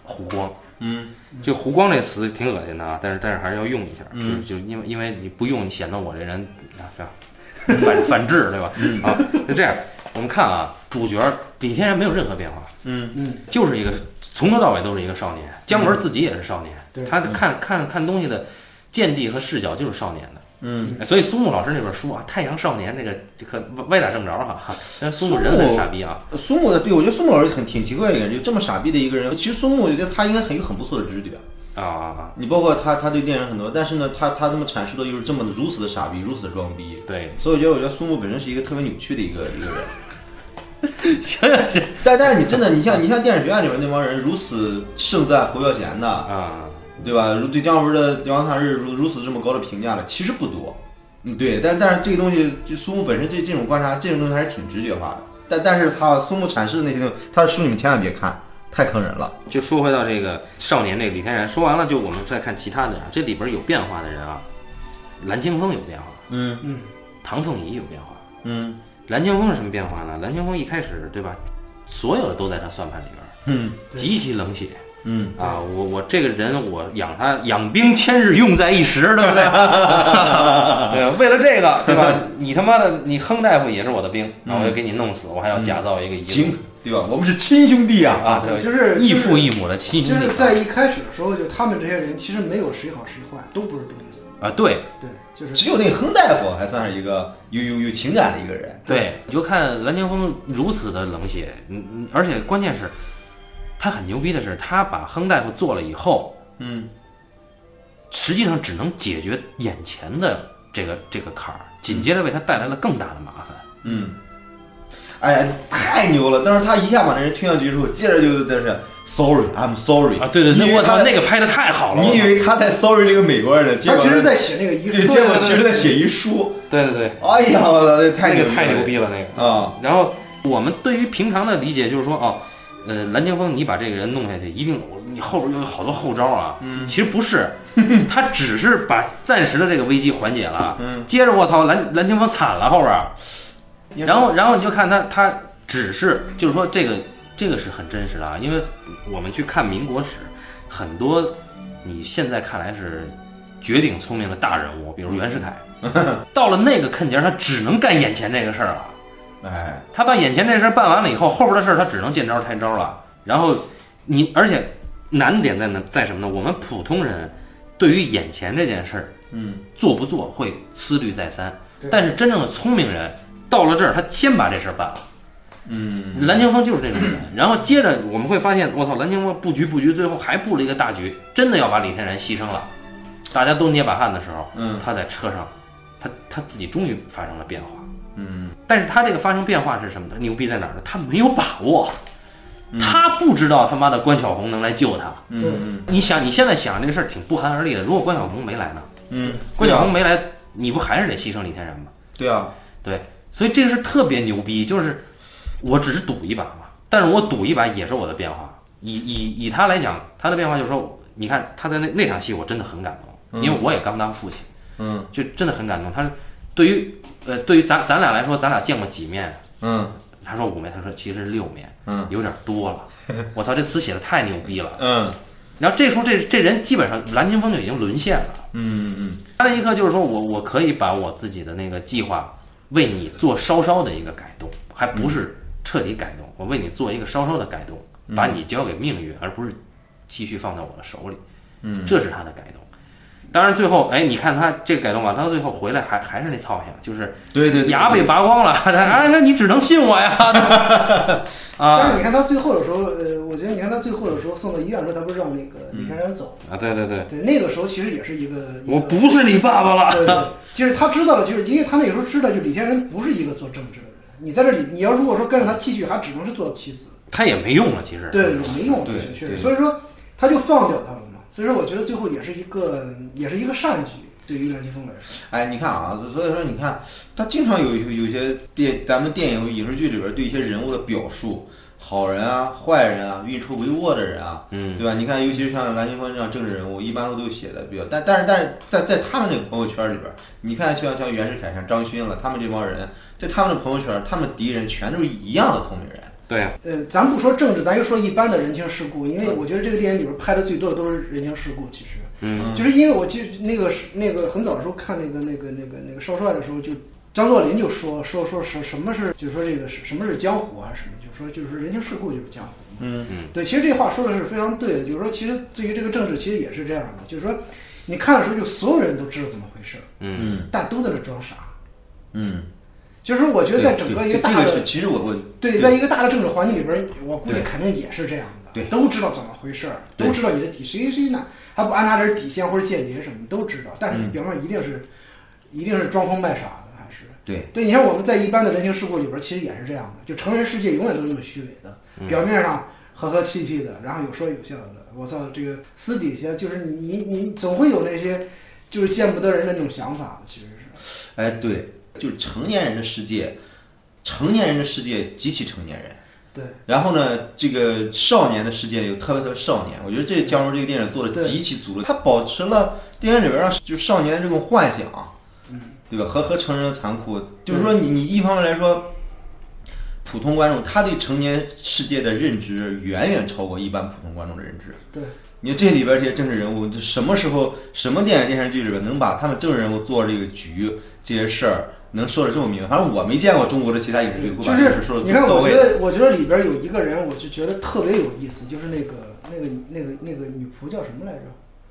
[SPEAKER 1] 弧光。
[SPEAKER 3] 嗯
[SPEAKER 1] 这“湖光”这词挺恶心的啊，但是但是还是要用一下，
[SPEAKER 3] 嗯
[SPEAKER 1] 就是就因为因为你不用，显得我这人啊这样反反智对吧？
[SPEAKER 3] 嗯
[SPEAKER 1] 啊，就这样，我们看啊，主角李天然没有任何变化，
[SPEAKER 3] 嗯
[SPEAKER 1] 就是一个从头到尾都是一个少年。姜文自己也是少年，
[SPEAKER 2] 对
[SPEAKER 1] 他看看看东西的见地和视角就是少年的。哎
[SPEAKER 3] 嗯，
[SPEAKER 1] 所以苏木老师那本书啊，《太阳少年》这个这可歪打正着哈、哈，但是苏木人很傻逼啊，
[SPEAKER 3] 苏木的对我觉得苏木老师很挺奇怪一个人，就这么傻逼的一个人，其实苏木我觉得他应该很有很不错的直觉。
[SPEAKER 1] 啊啊啊！
[SPEAKER 3] 你包括他，他对电影很多，但是呢，他他这么阐述的又是这么的如此的傻逼，如此的装逼，
[SPEAKER 1] 对，
[SPEAKER 3] 所以我觉得，我觉得苏木本身是一个特别扭曲的一个一个人。
[SPEAKER 1] 行行行
[SPEAKER 3] 但但是你真的，你像你像电影学院里面那帮人如此盛赞侯孝贤的，
[SPEAKER 1] 啊，
[SPEAKER 3] 对吧？如对姜文的《流浪汉日》如如此这么高的评价的，其实不多。嗯，对，但但是这个东西，就苏木本身这这种观察，这种东西还是挺直觉化的。但但是他苏木阐释的那些东西，他的书你们千万别看，太坑人了。
[SPEAKER 1] 就说回到这个少年这个李天然，说完了就我们再看其他的人啊，这里边有变化的人啊，蓝清风有变化，
[SPEAKER 3] 嗯
[SPEAKER 2] 嗯，
[SPEAKER 1] 唐凤仪有变化。
[SPEAKER 3] 嗯
[SPEAKER 1] 蓝清风是什么变化呢？蓝清风一开始对吧，所有的都在他算盘里边儿，
[SPEAKER 3] 嗯
[SPEAKER 1] 极其冷血
[SPEAKER 3] 嗯，
[SPEAKER 1] 啊！我我这个人我养他养兵千日用在一时，对不 对？对，为了这个对吧？你他妈的你亨大夫也是我的兵，那我就给你弄死，我还要假造一个遗嘱
[SPEAKER 3] 嗯行，对吧？我们是亲兄弟啊！
[SPEAKER 1] 啊，对，
[SPEAKER 2] 就是
[SPEAKER 1] 异父异母的亲
[SPEAKER 2] 就
[SPEAKER 1] 兄弟
[SPEAKER 2] 是在一开始的时候，就他们这些人其实没有谁好谁坏，都不是东西。
[SPEAKER 1] 啊，对。
[SPEAKER 2] 对，就是
[SPEAKER 3] 只有那亨大夫还算是一个有有有情感的一个人。
[SPEAKER 1] 对，你就看蓝青峰如此的冷血，嗯，嗯而且关键是，他很牛逼的是，他把亨大夫做了以后，
[SPEAKER 3] 嗯
[SPEAKER 1] 实际上只能解决眼前的这个这个坎儿，紧接着为他带来了更大的麻烦。
[SPEAKER 3] 嗯，哎呀，太牛了！但是他一下把那人推上去之后，接着就在这 sorry I'm sorry
[SPEAKER 1] 啊，对对，
[SPEAKER 3] 你以
[SPEAKER 1] 那
[SPEAKER 3] 为
[SPEAKER 1] 我
[SPEAKER 3] 他
[SPEAKER 1] 操，
[SPEAKER 3] 在
[SPEAKER 1] 那个拍的太好了，
[SPEAKER 3] 你以为他在 sorry 这个美国人呢？结
[SPEAKER 2] 他
[SPEAKER 3] 果
[SPEAKER 2] 其实在啊写那个遗
[SPEAKER 3] 对，
[SPEAKER 2] 书，
[SPEAKER 3] 结果其实在写遗书。
[SPEAKER 1] 对对对，
[SPEAKER 3] 哎呀，我操，这太
[SPEAKER 1] 那
[SPEAKER 3] 牛
[SPEAKER 1] 个太牛逼了那个。
[SPEAKER 3] 了啊！
[SPEAKER 1] 然后我们对于平常的理解就是说，哦，呃，蓝青峰，你把这个人弄下去，一定你后边又有好多后招啊。嗯，其实不是，他只是把暂时的这个危机缓解了。
[SPEAKER 3] 嗯，
[SPEAKER 1] 接着我操，蓝蓝青峰惨了后边儿，
[SPEAKER 3] 你
[SPEAKER 1] 然后然后你就看他，他只是就是说这个这个是很真实的啊，因为我们去看民国史，很多你现在看来是绝顶聪明的大人物，比如袁世凯，到了那个坑节儿，他只能干眼前这个事儿了。
[SPEAKER 3] 哎，
[SPEAKER 1] 他把眼前这事儿办完了以后，后边的事儿他只能见招拆招了。然后你，而且难点在哪在什么呢？我们普通人对于眼前这件事儿
[SPEAKER 3] 嗯
[SPEAKER 1] 做不做会思虑再三
[SPEAKER 2] 对，
[SPEAKER 1] 但是真正的聪明人到了这儿，他先把这事儿办了，
[SPEAKER 3] 嗯
[SPEAKER 1] 蓝青峰就是这种 人。然后接着我们会发现，我操，蓝青峰布局布局，最后还布了一个大局，真的要把李天然牺牲了。大家都捏把汗的时候，
[SPEAKER 3] 嗯
[SPEAKER 1] 他在车上，他他自己终于发生了变化。
[SPEAKER 3] 嗯
[SPEAKER 1] 但是他这个发生变化是什么？他牛逼在哪儿呢？他没有把握，他不知道他妈的关晓红能来救他。
[SPEAKER 3] 嗯
[SPEAKER 1] 你想，你现在想这个事儿挺不寒而栗的。如果关晓红没来呢？
[SPEAKER 3] 嗯，
[SPEAKER 1] 关晓红没来，你不还是得牺牲李天然吗？
[SPEAKER 3] 对啊，
[SPEAKER 1] 对，所以这个是特别牛逼，就是我只是赌一把嘛，但是我赌一把也是我的变化。以以以他来讲，他的变化就是说，你看他在那那场戏，我真的很感动，因为我也刚当父亲，
[SPEAKER 3] 嗯
[SPEAKER 1] 就真的很感动。他是对于呃，对于咱咱俩来说，咱俩见过几面？
[SPEAKER 3] 嗯
[SPEAKER 1] 他说五面，他说其实六面，
[SPEAKER 3] 嗯
[SPEAKER 1] 有点多了。我操，这词写的太牛逼了。
[SPEAKER 3] 嗯
[SPEAKER 1] 然后这时候这这人基本上蓝青峰就已经沦陷了。
[SPEAKER 3] 嗯嗯
[SPEAKER 1] 他的一个就是说我我可以把我自己的那个计划为你做稍稍的一个改动，还不是彻底改
[SPEAKER 3] 嗯
[SPEAKER 1] 动，我为你做一个稍稍的改动，把你交给命运，而不是继续放在我的手里。
[SPEAKER 3] 嗯，
[SPEAKER 1] 这是他的改动。当然最后，哎，你看他这个改动完，他最后回来还还是那操性，就是
[SPEAKER 3] 对对对，
[SPEAKER 1] 牙被拔光了，他 哎，那你只能信我呀。
[SPEAKER 2] 但
[SPEAKER 1] 啊
[SPEAKER 2] 是你看他最后的时候，呃，我觉得你看他最后的时候送到医院的时候，他不是让那个李天
[SPEAKER 3] 嗯
[SPEAKER 2] 然走，
[SPEAKER 1] 啊，对对对，
[SPEAKER 2] 对，那个时候其实也是一个，一个
[SPEAKER 1] 我不是你爸爸
[SPEAKER 2] 对对
[SPEAKER 1] 了。
[SPEAKER 2] 对，就是他知道了，就是因为他那时候知道，就李天然不是一个做政治的人。你在这里，你要如果说跟着他继续，还只能是做妻子，
[SPEAKER 1] 他也没用了，其实
[SPEAKER 2] 对，也没用，
[SPEAKER 3] 对
[SPEAKER 2] 确
[SPEAKER 3] 对
[SPEAKER 2] 实。所以说，他就放掉他们嘛。所以说，我觉得最后也是一个，也是一个善举，对于蓝青峰来说。
[SPEAKER 3] 哎，你看啊，所以说你看，他经常有有有些电咱们电影影视剧里边对一些人物的表述，好人啊、坏人啊、运筹帷幄的人啊，
[SPEAKER 1] 嗯
[SPEAKER 3] 对吧？你看，尤其是像蓝青峰这样政治人物，一般都写的比较，但但是但是在在他们那个朋友圈里边，你看像像袁世凯、像张勋了，他们这帮人在他们的朋友圈，他们敌人全都是一样的聪明人。
[SPEAKER 1] 对呀，
[SPEAKER 2] 呃，咱不说政治，咱就说一般的人情世故，因为我觉得这个电影里边拍的最多的都是人情世故。其实，
[SPEAKER 1] 嗯
[SPEAKER 2] 就是因为我记那个是那个很早的时候看那个那个那个那个少帅的时候，就张作霖就说说说什什么是，就是说这个是什么是江湖啊，什么就是说就是人情世故就是江湖。
[SPEAKER 3] 嗯
[SPEAKER 2] 对，其实这话说的是非常对的，就是说，其实对于这个政治，其实也是这样的，就是说，你看的时候就所有人都知道怎么回事儿，
[SPEAKER 1] 嗯
[SPEAKER 3] 嗯
[SPEAKER 2] 但都在那装傻。
[SPEAKER 3] 嗯，
[SPEAKER 2] 其实我觉得在整个一个
[SPEAKER 3] 这
[SPEAKER 2] 大
[SPEAKER 3] 个是
[SPEAKER 2] 的
[SPEAKER 3] 其实我我
[SPEAKER 2] 对，在一个大的政治环境里边儿，我估计
[SPEAKER 3] 对
[SPEAKER 2] 肯定也是这样的，
[SPEAKER 3] 对
[SPEAKER 2] 都知道怎么回事儿，
[SPEAKER 3] 对
[SPEAKER 2] 都知道你的底谁谁哪，还不安插点底线或者间谍什么，都知道，但
[SPEAKER 3] 嗯
[SPEAKER 2] 是表面一定是，一定是装疯卖傻的，还是
[SPEAKER 3] 对
[SPEAKER 2] 对，你像我们在一般的人情世故里边，其实也是这样的，就成人世界永远都是那么虚伪
[SPEAKER 3] 嗯
[SPEAKER 2] 的，表面上和和气气的，然后有说有笑的。我操，这个私底下就是你你你总会有那些就是见不得人的那种想法的，其实是。
[SPEAKER 3] 哎，对，就是成年人的世界，成年人的世界极其成年人。
[SPEAKER 2] 对，
[SPEAKER 3] 然后呢，这个少年的世界有特别特别少年，我觉得这《江湖》这个电影做的
[SPEAKER 2] 对
[SPEAKER 3] 极其足了，它保持了电影里边让就少年的这种幻想，对吧？和和成人的残酷，就是说你你一方面来说，普通观众他对成年世界的认知远远超过一般普通观众的认知。
[SPEAKER 2] 对，
[SPEAKER 3] 你看这里边这些政治人物，就什么时候什么电影电视剧里边能把他们政治人物做这个局这些事儿能说的这么明白？反正我没见过中国的其他影视剧会
[SPEAKER 2] 就
[SPEAKER 3] 把这
[SPEAKER 2] 是
[SPEAKER 3] 事儿说的
[SPEAKER 2] 你看，
[SPEAKER 3] 到
[SPEAKER 2] 我
[SPEAKER 3] 位
[SPEAKER 2] 觉
[SPEAKER 3] 的。
[SPEAKER 2] 得我觉得里边有一个人，我就觉得特别有意思，就是那个那个那个那个女仆叫什么来着？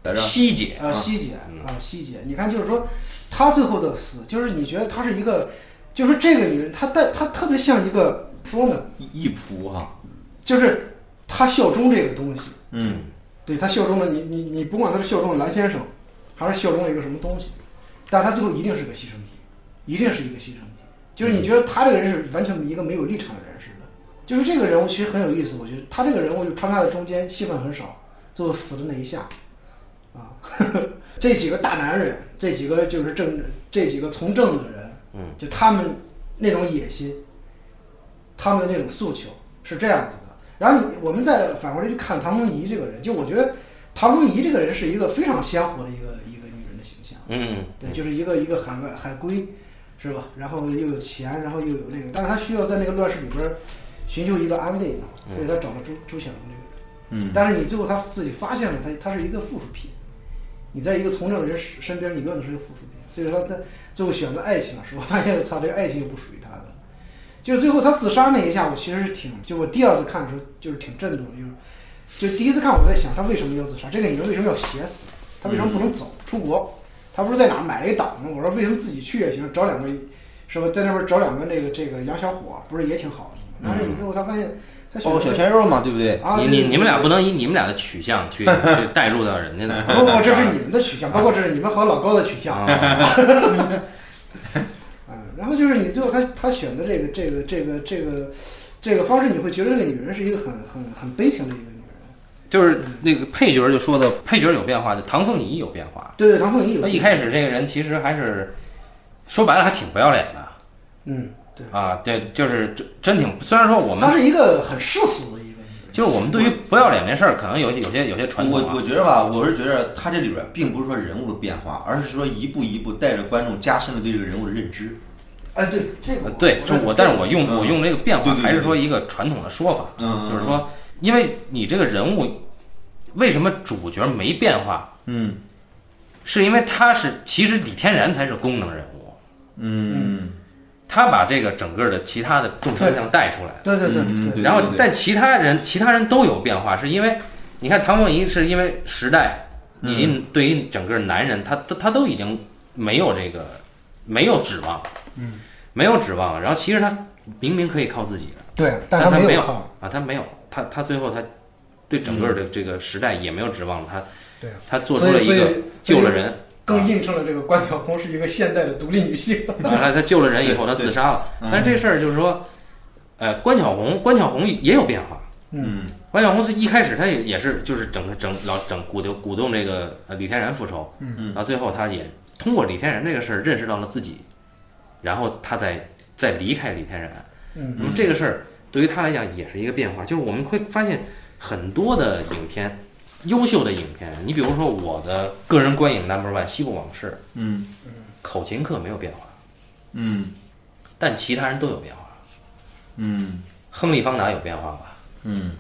[SPEAKER 3] 来着
[SPEAKER 1] 西姐，
[SPEAKER 2] 啊，西姐啊，西姐，你看，就是说，她最后的死，就是你觉得她是一个，就是这个女人，她带她特别像一个怎么说呢，
[SPEAKER 3] 一仆哈，
[SPEAKER 2] 就是她效忠这个东西，
[SPEAKER 3] 嗯
[SPEAKER 2] 对她效忠了你，你你不管她是效忠了蓝先生，还是效忠了一个什么东西，但她最后一定是个牺牲品，一定是一个牺牲品，就是你觉得她这个人是完全一个没有立场的人似的，就是这个人物其实很有意思，我觉得她这个人物就穿插在中间，戏份很少，最后死的那一下，啊， 这几个大男人，这几个就是政，这几个从政的人，
[SPEAKER 1] 嗯，
[SPEAKER 2] 就他们那种野心，他们的那种诉求是这样子的。然后你我们再反过来去看唐红仪这个人，就我觉得唐红仪这个人是一个非常鲜活的一个一个女人的形象，
[SPEAKER 1] 嗯，
[SPEAKER 2] 对，就是一个一个海外海归，是吧？然后又有钱，然后又有那个，但是她需要在那个乱世里边儿寻求一个安慰嘛，所以她找了朱朱小龙这个人。
[SPEAKER 3] 嗯，
[SPEAKER 2] 但是你最后他自己发现了他，他是一个附属品。你在一个从政人身边，你永远都是一个附属品。所以说他最后选择爱情的时候，发现操，这个爱情又不属于他的。就是最后他自杀那一下，我其实是挺，就我第二次看的时候就是挺震动的，就是就第一次看我在想他为什么要自杀，这个女人为什么要写死，她为什么不能走出国？她不是在哪儿买了一岛吗？我说为什么自己去也行，找两个是吧？在那边找两个这个这个洋小伙，不是也挺好的
[SPEAKER 1] 嗯
[SPEAKER 2] 吗？但是你最后他发现他选
[SPEAKER 3] 包括小鲜肉嘛，对不对？
[SPEAKER 2] 啊，
[SPEAKER 1] 你
[SPEAKER 2] 对
[SPEAKER 1] 你你们俩不。
[SPEAKER 2] 对对
[SPEAKER 1] 能以你们俩的取向 去去带入到人家的。
[SPEAKER 2] 不不，呃这是你们的取向，包括这是你们和老高的取向。
[SPEAKER 1] 啊，
[SPEAKER 2] 嗯，然后就是你最后他他选择这个这个这个这个这个方式，你会觉得这个女人是一个很很很悲情的一个女人。
[SPEAKER 1] 就是那个配角就说的，配角有变化，就唐凤仪有变化。
[SPEAKER 2] 对对，唐凤仪有
[SPEAKER 1] 那一开始这个人其实还是说白了还挺不要脸的
[SPEAKER 2] 嗯，对，
[SPEAKER 1] 啊，对，就是真真挺。虽然说我们
[SPEAKER 2] 她是一个很世俗的一个女人。
[SPEAKER 1] 就是我们对于不要脸这事儿，可能有有些有些传统
[SPEAKER 3] 我
[SPEAKER 1] 啊
[SPEAKER 3] 我。觉得吧，我是觉得他这里边并不是说人物的变化，而是说一步一步带着观众加深了对这个人物的认知。
[SPEAKER 2] 哎，对这个
[SPEAKER 1] 呃
[SPEAKER 2] 我，
[SPEAKER 1] 对，就我，但是我用
[SPEAKER 3] 嗯
[SPEAKER 1] 我用这个变化
[SPEAKER 3] 对，对
[SPEAKER 1] 还是
[SPEAKER 3] 对
[SPEAKER 1] 说一个传统的说法，
[SPEAKER 3] 嗯，
[SPEAKER 1] 就是，说，因为你这个人物为什么主角没变化，
[SPEAKER 3] 嗯
[SPEAKER 1] 是因为他是其实李天然才是功能人物，
[SPEAKER 3] 嗯
[SPEAKER 1] 他把这个整个的其他的众生相带出来了，
[SPEAKER 2] 对对对
[SPEAKER 3] 嗯对
[SPEAKER 1] 然后
[SPEAKER 3] 对
[SPEAKER 1] 但其他人其他人都有变化，是因为你看唐凤仪是因为时代
[SPEAKER 3] 嗯
[SPEAKER 1] 以及对于整个男人，他他他都已经没有这个没有指望，
[SPEAKER 2] 嗯，
[SPEAKER 1] 没有指望了，然后其实他明明可以靠自己的。
[SPEAKER 2] 对，
[SPEAKER 1] 但他
[SPEAKER 2] 她
[SPEAKER 1] 没有
[SPEAKER 2] 靠，嗯
[SPEAKER 1] 啊，他没有，他他最后他对整个的这个时代也没有指望了，他
[SPEAKER 2] 对啊
[SPEAKER 1] 他做出
[SPEAKER 2] 所以
[SPEAKER 1] 了一
[SPEAKER 2] 所以
[SPEAKER 1] 个救了 人，
[SPEAKER 2] 更印证了这个关晓红是一个现代的独立女性。
[SPEAKER 1] 啊，他他救了人以后他
[SPEAKER 3] 对
[SPEAKER 1] 自杀了，
[SPEAKER 3] 嗯
[SPEAKER 1] 但是这事儿就是说，呃，关巧红关巧红也有变化，
[SPEAKER 3] 嗯
[SPEAKER 1] 关巧红是一开始他也也是就是整个整老整鼓动鼓动这个呃李天然复仇，
[SPEAKER 3] 嗯
[SPEAKER 1] 然后最后他也通过李天然这个事儿认识到了自己，然后他再再离开李天然，
[SPEAKER 2] 嗯
[SPEAKER 1] 那么这个事儿对于他来讲也是一个变化，就是我们会发现很多的影片，优秀的影片，你比如说我的个人观影 number one《西部往事
[SPEAKER 3] 嗯》，
[SPEAKER 1] 口琴课没有变化，
[SPEAKER 3] 嗯
[SPEAKER 1] 但其他人都有变化。
[SPEAKER 3] 嗯
[SPEAKER 1] 亨利·方达有变化吧？
[SPEAKER 3] 嗯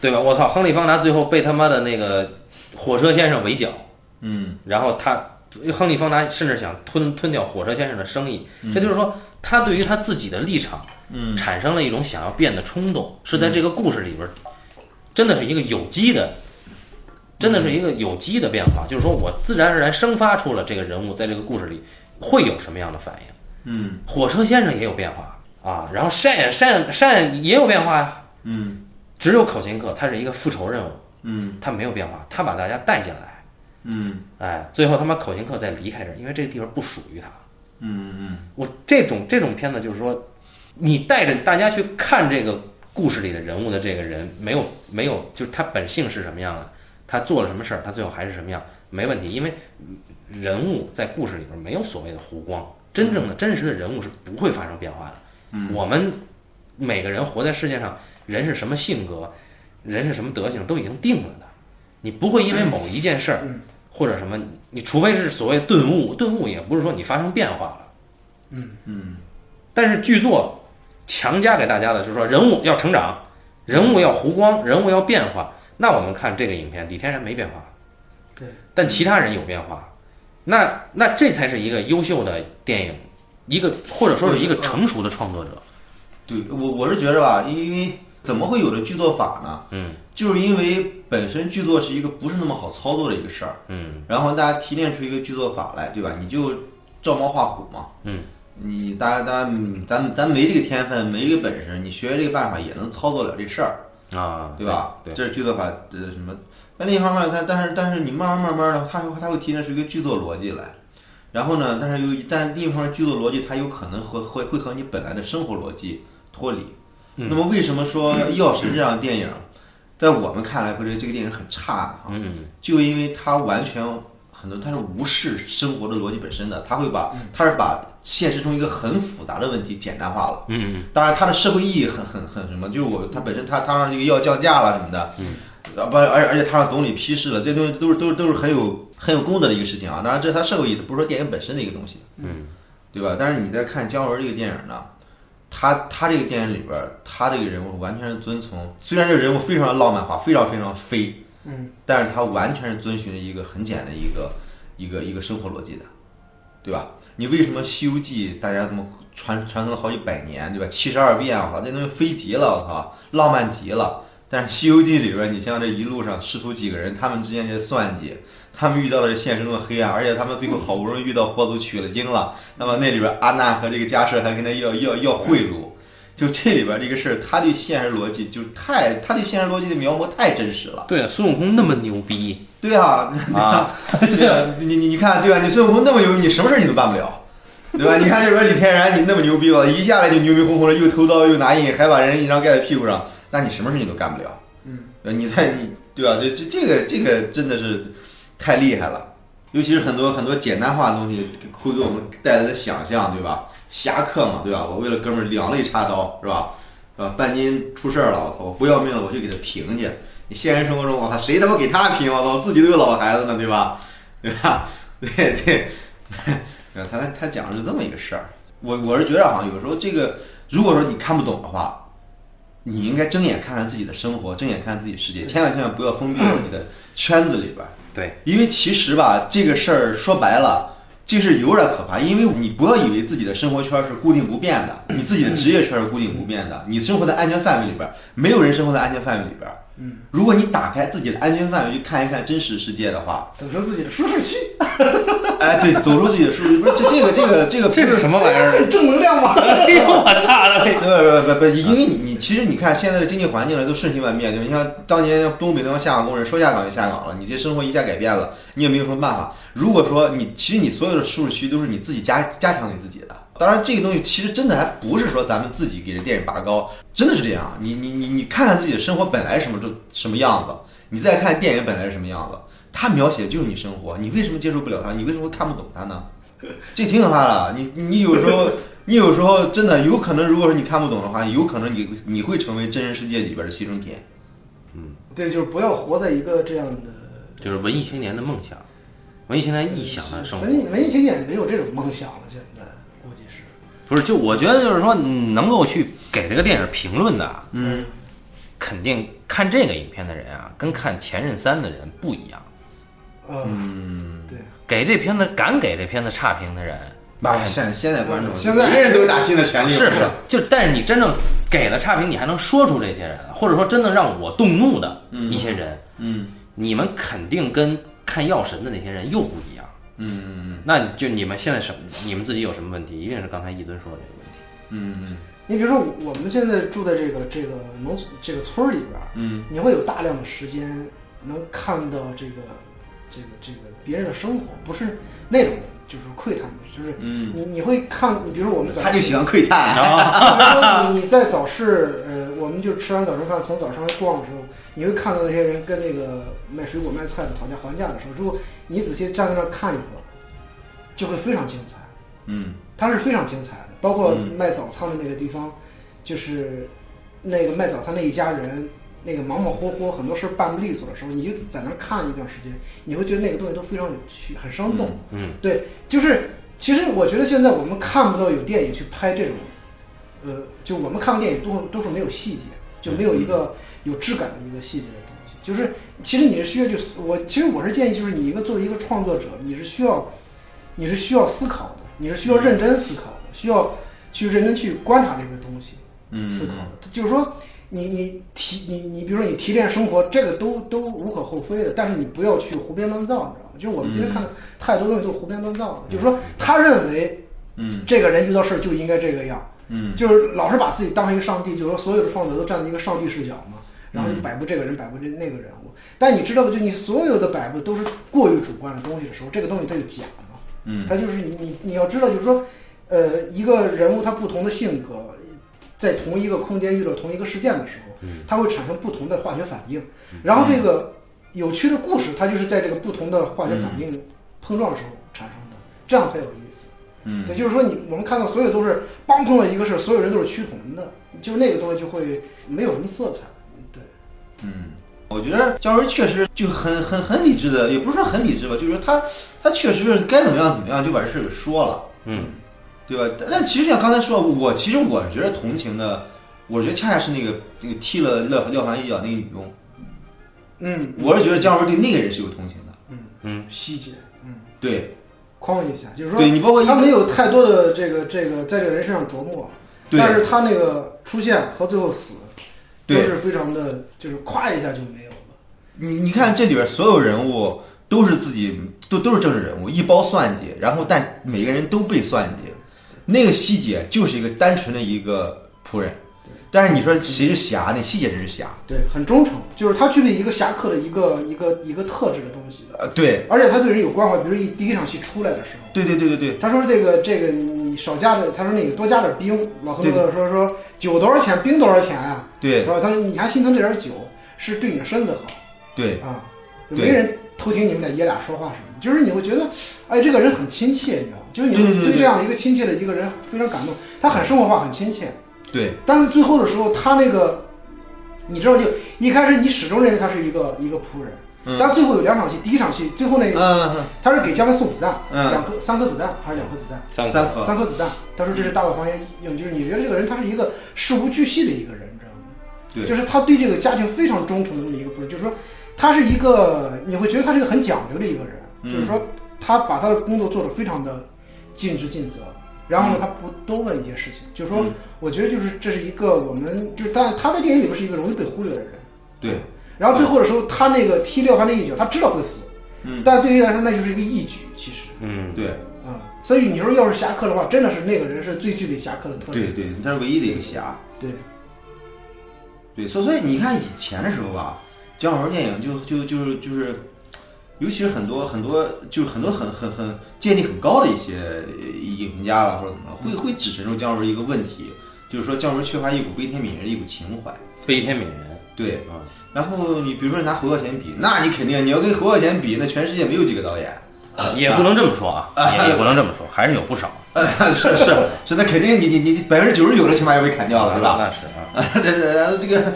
[SPEAKER 1] 对吧？我操，亨利·方达最后被他妈的那个火车先生围剿，
[SPEAKER 3] 嗯
[SPEAKER 1] 然后他亨利·方达甚至想吞吞掉火车先生的生意，这就是说他对于他自己的立场
[SPEAKER 3] 嗯
[SPEAKER 1] 产生了一种想要变的冲动，是在这个故事里边儿，真的是一个有机的，真的是一个有机的变化，就是说我自然而然生发出了这个人物在这个故事里会有什么样的反应。
[SPEAKER 3] 嗯
[SPEAKER 1] 火车先生也有变化啊，然后善善善也有变化呀，
[SPEAKER 3] 嗯
[SPEAKER 1] 只有口琴课它是一个复仇任务，
[SPEAKER 3] 嗯
[SPEAKER 1] 它没有变化，它把大家带进来，
[SPEAKER 3] 嗯
[SPEAKER 1] 哎，最后他妈口琴课再离开这儿，因为这个地方不属于他。
[SPEAKER 3] 嗯
[SPEAKER 1] 我这种这种片子就是说，你带着大家去看这个故事里的人物的这个人，没有没有，就是他本性是什么样的，他做了什么事儿，他最后还是什么样，没问题，因为嗯人物在故事里边没有所谓的弧光，真
[SPEAKER 3] 嗯
[SPEAKER 1] 正的真实的人物是不会发生变化的。我们每个人活在世界上，人是什么性格，人是什么德行，都已经定了的，你不会因为某一件事儿。
[SPEAKER 2] 嗯
[SPEAKER 1] 或者什么，你除非是所谓顿悟，顿悟也不是说你发生变化了，
[SPEAKER 2] 嗯
[SPEAKER 3] 嗯
[SPEAKER 1] 但是剧作强加给大家的就是说，人物要成长，人物要弧光，人物要变化。那我们看这个影片，李天然没变化，
[SPEAKER 2] 对，
[SPEAKER 1] 但其他人有变化，那那这才是一个优秀的电影，一个或者说是一个成熟的创作者。
[SPEAKER 3] 对我我是觉得吧，因为怎么会有的剧作法呢？
[SPEAKER 1] 嗯
[SPEAKER 3] 就是因为本身剧作是一个不是那么好操作的一个事儿，
[SPEAKER 1] 嗯
[SPEAKER 3] 然后大家提炼出一个剧作法来，对吧？你就照猫画虎嘛。
[SPEAKER 1] 嗯
[SPEAKER 3] 你大家大家嗯咱咱没这个天分，没这个本事，你学这个办法也能操作了这事儿，
[SPEAKER 1] 啊，
[SPEAKER 3] 对吧？
[SPEAKER 1] 对，
[SPEAKER 3] 这是剧作法呃什么？但另一方面，它但是但是你慢慢慢慢的，它会它会提炼出一个剧作逻辑来，然后呢，但是又但另一方面，剧作逻辑它有可能会会会和你本来的生活逻辑脱离。
[SPEAKER 1] 嗯
[SPEAKER 3] 那么为什么说《药神》这样的电影，在我们看来会觉得这个电影很差呢？哈，
[SPEAKER 1] 嗯
[SPEAKER 3] 就因为它完全很多，它是无视生活的逻辑本身的，它会把
[SPEAKER 1] 嗯
[SPEAKER 3] 它是把现实中一个很复杂的问题简单化了。
[SPEAKER 1] 嗯
[SPEAKER 3] 当然，它的社会意义很很很什么，就是我它本身它它让这个药降价了什么的，
[SPEAKER 1] 嗯
[SPEAKER 3] 呃不，而而且它让总理批示了，这东西都是都是都是很有很有功德的一个事情啊。当然，这是它社会意义，不是说电影本身的一个东西，
[SPEAKER 1] 嗯
[SPEAKER 3] 对吧？但是你在看姜文这个电影呢，他他这个电影里边儿，他这个人物完全是遵从，虽然这个人物非常浪漫化，非常非常飞，
[SPEAKER 2] 嗯，
[SPEAKER 3] 但是他完全是遵循了一个很简单的一个一个一个生活逻辑的，对吧？你为什么《西游记》大家这么传传承了好几百年，对吧？七十二变，我操，这东西飞极了，我操，浪漫极了。但是《西游记》里边，你像这一路上师徒几个人，他们之间这算计，他们遇到了现实中的黑暗，而且他们最后好不容易遇到佛祖取了经了，那么那里边阿难和这个迦叶还跟他要要要贿赂，就这里边这个事儿，他对现实逻辑就太，他对现实逻辑的描摹太真实了。
[SPEAKER 1] 对，啊孙悟空那么牛逼
[SPEAKER 3] 对啊，
[SPEAKER 1] 啊，
[SPEAKER 3] 对啊，你你你看，对吧？你孙悟空那么牛，你什么事儿你都办不了，对吧？你看这边李天然，你那么牛逼吧，一下来就牛逼哄哄的，又偷刀又拿印，还把人印章盖在屁股上，那你什么事儿你都干不了。
[SPEAKER 2] 嗯，
[SPEAKER 3] 呃，你在你对吧？这这这个这个真的是太厉害了，尤其是很多很多简单化的东西会给我们带来的想象，对吧？侠客嘛，对吧？我为了哥们儿两肋插刀，是吧？啊，半斤出事儿了，我操，我不要命了，我去给他平去。你现实生活中，我操，谁他妈给他平？我操，自己都有老婆孩子呢，对吧？ 对吧？对对， 呃他他讲的是这么一个事儿。我我是觉得啊哈，有时候这个，如果说你看不懂的话，你应该睁眼看看自己的生活，睁眼看看自己世界，千万千万不要封闭自己的圈子里边儿。
[SPEAKER 1] 对，
[SPEAKER 3] 因为其实吧，这个事儿说白了，这是有点可怕。因为你不要以为自己的生活圈是固定不变的，你自己的职业圈是固定不变的，你生活在安全范围里边儿，没有人生活在安全范围里边儿。
[SPEAKER 2] 嗯，
[SPEAKER 3] 如果你打开自己的安全范围去看一看真实世界的话，
[SPEAKER 2] 走出自己的舒适区，
[SPEAKER 3] 哎，对，走出自己的舒适不是这这个这个这个 不
[SPEAKER 1] 这是什么玩意儿？
[SPEAKER 2] 是正能量吗？
[SPEAKER 1] 哎呦我操的！
[SPEAKER 3] 呃不不不，因为你你其实你看现在的经济环境了，都瞬息万变。就你像当年东北那帮下岗工人，说下岗就下岗了，你这生活一下改变了，你也没有什么办法。如果说你其实你所有的舒适区都是你自己加加强你自己的，当然这个东西其实真的还不是说咱们自己给这电影拔高，真的是这样。你你你你看看自己的生活本来什么就什么样子，你再看电影本来是什么样子，它描写的就是你生活，你为什么接受不了它？你为什么会看不懂它呢？这挺可怕的。你你有时候， 你有时候真的有可能，如果说你看不懂的话，有可能你你会成为真人世界里边的牺牲品。
[SPEAKER 2] 对，就是不要活在一个这样的。
[SPEAKER 1] 就是文艺青年的梦想，文艺青年臆想的生活
[SPEAKER 2] 文。艺文艺青年没有这种梦想了，现在估计是。
[SPEAKER 1] 不是，就我觉得就是说，你能够去给这个电影评论的啊，
[SPEAKER 2] 嗯，
[SPEAKER 1] 肯定看这个影片的人啊，跟看《前任三》的人不一样。
[SPEAKER 2] 嗯，
[SPEAKER 3] 嗯，
[SPEAKER 2] 对，
[SPEAKER 1] 给这片子敢给这片子差评的人，
[SPEAKER 3] 那现现在观众
[SPEAKER 2] 现在
[SPEAKER 3] 每个人都有打新的
[SPEAKER 2] 哎
[SPEAKER 3] 权利，
[SPEAKER 1] 是是，就但是你真正给了差评，你还能说出这些人，或者说真的让我动怒的一些人，
[SPEAKER 3] 嗯
[SPEAKER 1] 你们肯定跟看《药神》的那些人又不一样。
[SPEAKER 3] 嗯
[SPEAKER 1] 那你就你们现在什么，你们自己有什么问题，一定是刚才一吨说的这个问题。
[SPEAKER 3] 嗯嗯
[SPEAKER 2] 你比如说我们现在住在这个这个农村这个村儿里边儿，
[SPEAKER 3] 嗯
[SPEAKER 2] 你会有大量的时间能看到这个这个这个别人的生活，不是那种就是窥探的，就是
[SPEAKER 3] 嗯
[SPEAKER 2] 你你会看，你比如说我们
[SPEAKER 3] 嗯，
[SPEAKER 2] 早
[SPEAKER 3] 他就喜欢窥 探。
[SPEAKER 1] 然后
[SPEAKER 2] 然后你在早市，呃，我们就吃完早晨饭，从早上逛的时候，你会看到那些人跟那个卖水果、卖菜的讨价还价的时候，如果你仔细站在那儿看一会儿，就会非常精彩。
[SPEAKER 3] 嗯
[SPEAKER 2] 它是非常精彩的，包括
[SPEAKER 3] 嗯
[SPEAKER 2] 卖早餐的那个地方，就是那个卖早餐那一家人，那个忙忙活活，很多事儿办不利索的时候，你就在那儿看一段时间，你会觉得那个东西都非常有趣，很生动。
[SPEAKER 1] 嗯，
[SPEAKER 2] 对，就是其实我觉得现在我们看不到有电影去拍这种，呃，就我们看的电影多多数没有细节，就没有一
[SPEAKER 1] 嗯
[SPEAKER 2] 个有质感的一个细节的东西。就是其实你是需要就是我其实我是建议就是你一个作为一个创作者，你是需要你是需要思考的，你是需要认真思考的，需要去认真去观察这个东西。
[SPEAKER 3] 嗯，
[SPEAKER 2] 思考的，就是说你你提你你比如说你提炼生活，这个都都无可厚非的，但是你不要去胡编乱造，你知道吗？就是我们
[SPEAKER 3] 嗯
[SPEAKER 2] 今天看的太多东西都是胡编乱造的，就是说他认为
[SPEAKER 3] 嗯
[SPEAKER 2] 这个人遇到事儿就应该这个样，
[SPEAKER 3] 嗯
[SPEAKER 2] 就是老是把自己当成一个上帝，就是说所有的创作都站在一个上帝视角嘛，然
[SPEAKER 3] 嗯
[SPEAKER 2] 后就摆布这个人，摆布这那个人物。但你知道吗？就你所有的摆布都是过于主观的东西的时候，这个东西它就假嘛。
[SPEAKER 3] 嗯
[SPEAKER 2] 它就是你你你要知道，就是说，呃，一个人物他不同的性格，在同一个空间遇到同一个事件的时候，
[SPEAKER 3] 嗯
[SPEAKER 2] 它会产生不同的化学反应。然后这个有趣的故事，它就是在这个不同的化学反应碰撞的时候产生的，这样才有意思。
[SPEAKER 3] 嗯
[SPEAKER 2] 对，就是说你我们看到所有都是帮碰到一个事，所有人都是趋同的，就那个东西就会没有什么色彩。对，
[SPEAKER 3] 嗯，我觉得姜文确实就很很很理智的，也不是说很理智吧，就是说他他确实是该怎么样怎么样就把这事给说了。
[SPEAKER 1] 嗯，
[SPEAKER 3] 对吧？但但其实像刚才说，我其实我觉得同情的，我觉得恰恰是那个那个踢了廖廖凡一脚那个女佣，
[SPEAKER 2] 嗯，
[SPEAKER 3] 我是觉得姜文对那个人是有同情的。
[SPEAKER 2] 细节，嗯，
[SPEAKER 3] 对，
[SPEAKER 2] 框一下，就是说
[SPEAKER 3] 对你包括一
[SPEAKER 2] 他
[SPEAKER 3] 个
[SPEAKER 2] 没有太多的这个这个在这个人身上琢磨，
[SPEAKER 3] 对
[SPEAKER 2] 但是他那个出现和最后死，都
[SPEAKER 3] 对
[SPEAKER 2] 是非常的，就是咵一下就没有了。
[SPEAKER 3] 你你看这里边所有人物都是自己都都是政治人物，一包算计，然后但每个人都被算计，那个细节就是一个单纯的一个仆人。但是你说谁是侠？那细节谁是侠？
[SPEAKER 2] 对，很忠诚，就是他具备一个侠客的一个一个一个特质的东西的，
[SPEAKER 3] 呃，对，
[SPEAKER 2] 而且他对人有关怀。比如一第一场戏出来的时候。
[SPEAKER 3] 对对对对对，
[SPEAKER 2] 他说这个这个你少加点，他说那个多加点冰。老何
[SPEAKER 3] 对
[SPEAKER 2] 乐说说酒多少钱，冰多少钱啊？
[SPEAKER 3] 对
[SPEAKER 2] 是吧？他说你还心疼这点酒是对你的身子
[SPEAKER 3] 对
[SPEAKER 2] 好啊，
[SPEAKER 3] 对
[SPEAKER 2] 没人偷听你们俩爷俩说话什么，就是你会觉得，哎，这个人很亲切，你知道吗？就是你
[SPEAKER 3] 对对对
[SPEAKER 2] 会
[SPEAKER 3] 对
[SPEAKER 2] 对这样的一个亲切的一个人非常感动，他很生活化，很亲切。
[SPEAKER 3] 对
[SPEAKER 2] 但是最后的时候，他那个，你知道，就一开始你始终认为他是一个一个仆人，
[SPEAKER 3] 嗯
[SPEAKER 2] 但最后有两场戏，第一场戏最后那个
[SPEAKER 3] 嗯，
[SPEAKER 2] 他是给加班送子弹，
[SPEAKER 3] 嗯
[SPEAKER 2] 两颗三颗子弹还是两颗子弹？
[SPEAKER 1] 三
[SPEAKER 3] 三
[SPEAKER 1] 个
[SPEAKER 3] 口
[SPEAKER 2] 三颗子弹。他说这是大道方向应，就是你觉得这个人他是一个事无巨细的一个人，你知道吗？
[SPEAKER 3] 对
[SPEAKER 2] 就是他对这个家庭非常忠诚的这么一个仆人，就是说他是一个你会觉得他是一个很讲究的一个人，
[SPEAKER 3] 嗯
[SPEAKER 2] 就是说他把他的工作做得非常的尽职尽责。然后呢，他不多问一些事情，就是说
[SPEAKER 3] 嗯，
[SPEAKER 2] 我觉得就是这是一个我们就是但他在电影里面是一个容易被忽略的人。
[SPEAKER 3] 对，
[SPEAKER 2] 然后最后的时候，他那个踢廖凡的一脚，他知道会死，
[SPEAKER 3] 嗯
[SPEAKER 2] 但对于他来说那就是一个义举，其实。
[SPEAKER 1] 嗯，
[SPEAKER 3] 对
[SPEAKER 2] 嗯，所以你说要是侠客的话，真的是那个人是最具备侠客的特
[SPEAKER 3] 对
[SPEAKER 2] 质。
[SPEAKER 3] 对，他是唯一的一个侠。
[SPEAKER 2] 对
[SPEAKER 3] 对，所以所以你看以前的时候啊，姜文电影就就就是就是，尤其是很多很多就是很多很很很见地很高的一些呃影评家了或者怎么，会会指陈出姜文一个问题，就是说姜文缺乏一股悲天悯人的一股情怀。
[SPEAKER 1] 悲天悯人，
[SPEAKER 3] 对，
[SPEAKER 1] 啊，
[SPEAKER 3] 然后你比如说拿侯孝贤比，那你肯定你要跟侯孝贤比，那全世界没有几个导演。
[SPEAKER 1] 也不能这么说啊，也也不能这么说，还是有不少，
[SPEAKER 3] 啊是是是，那肯定你你你百分之九十九的起码要被砍掉了，是吧？
[SPEAKER 1] 那是啊，
[SPEAKER 3] 对对对，然后这个，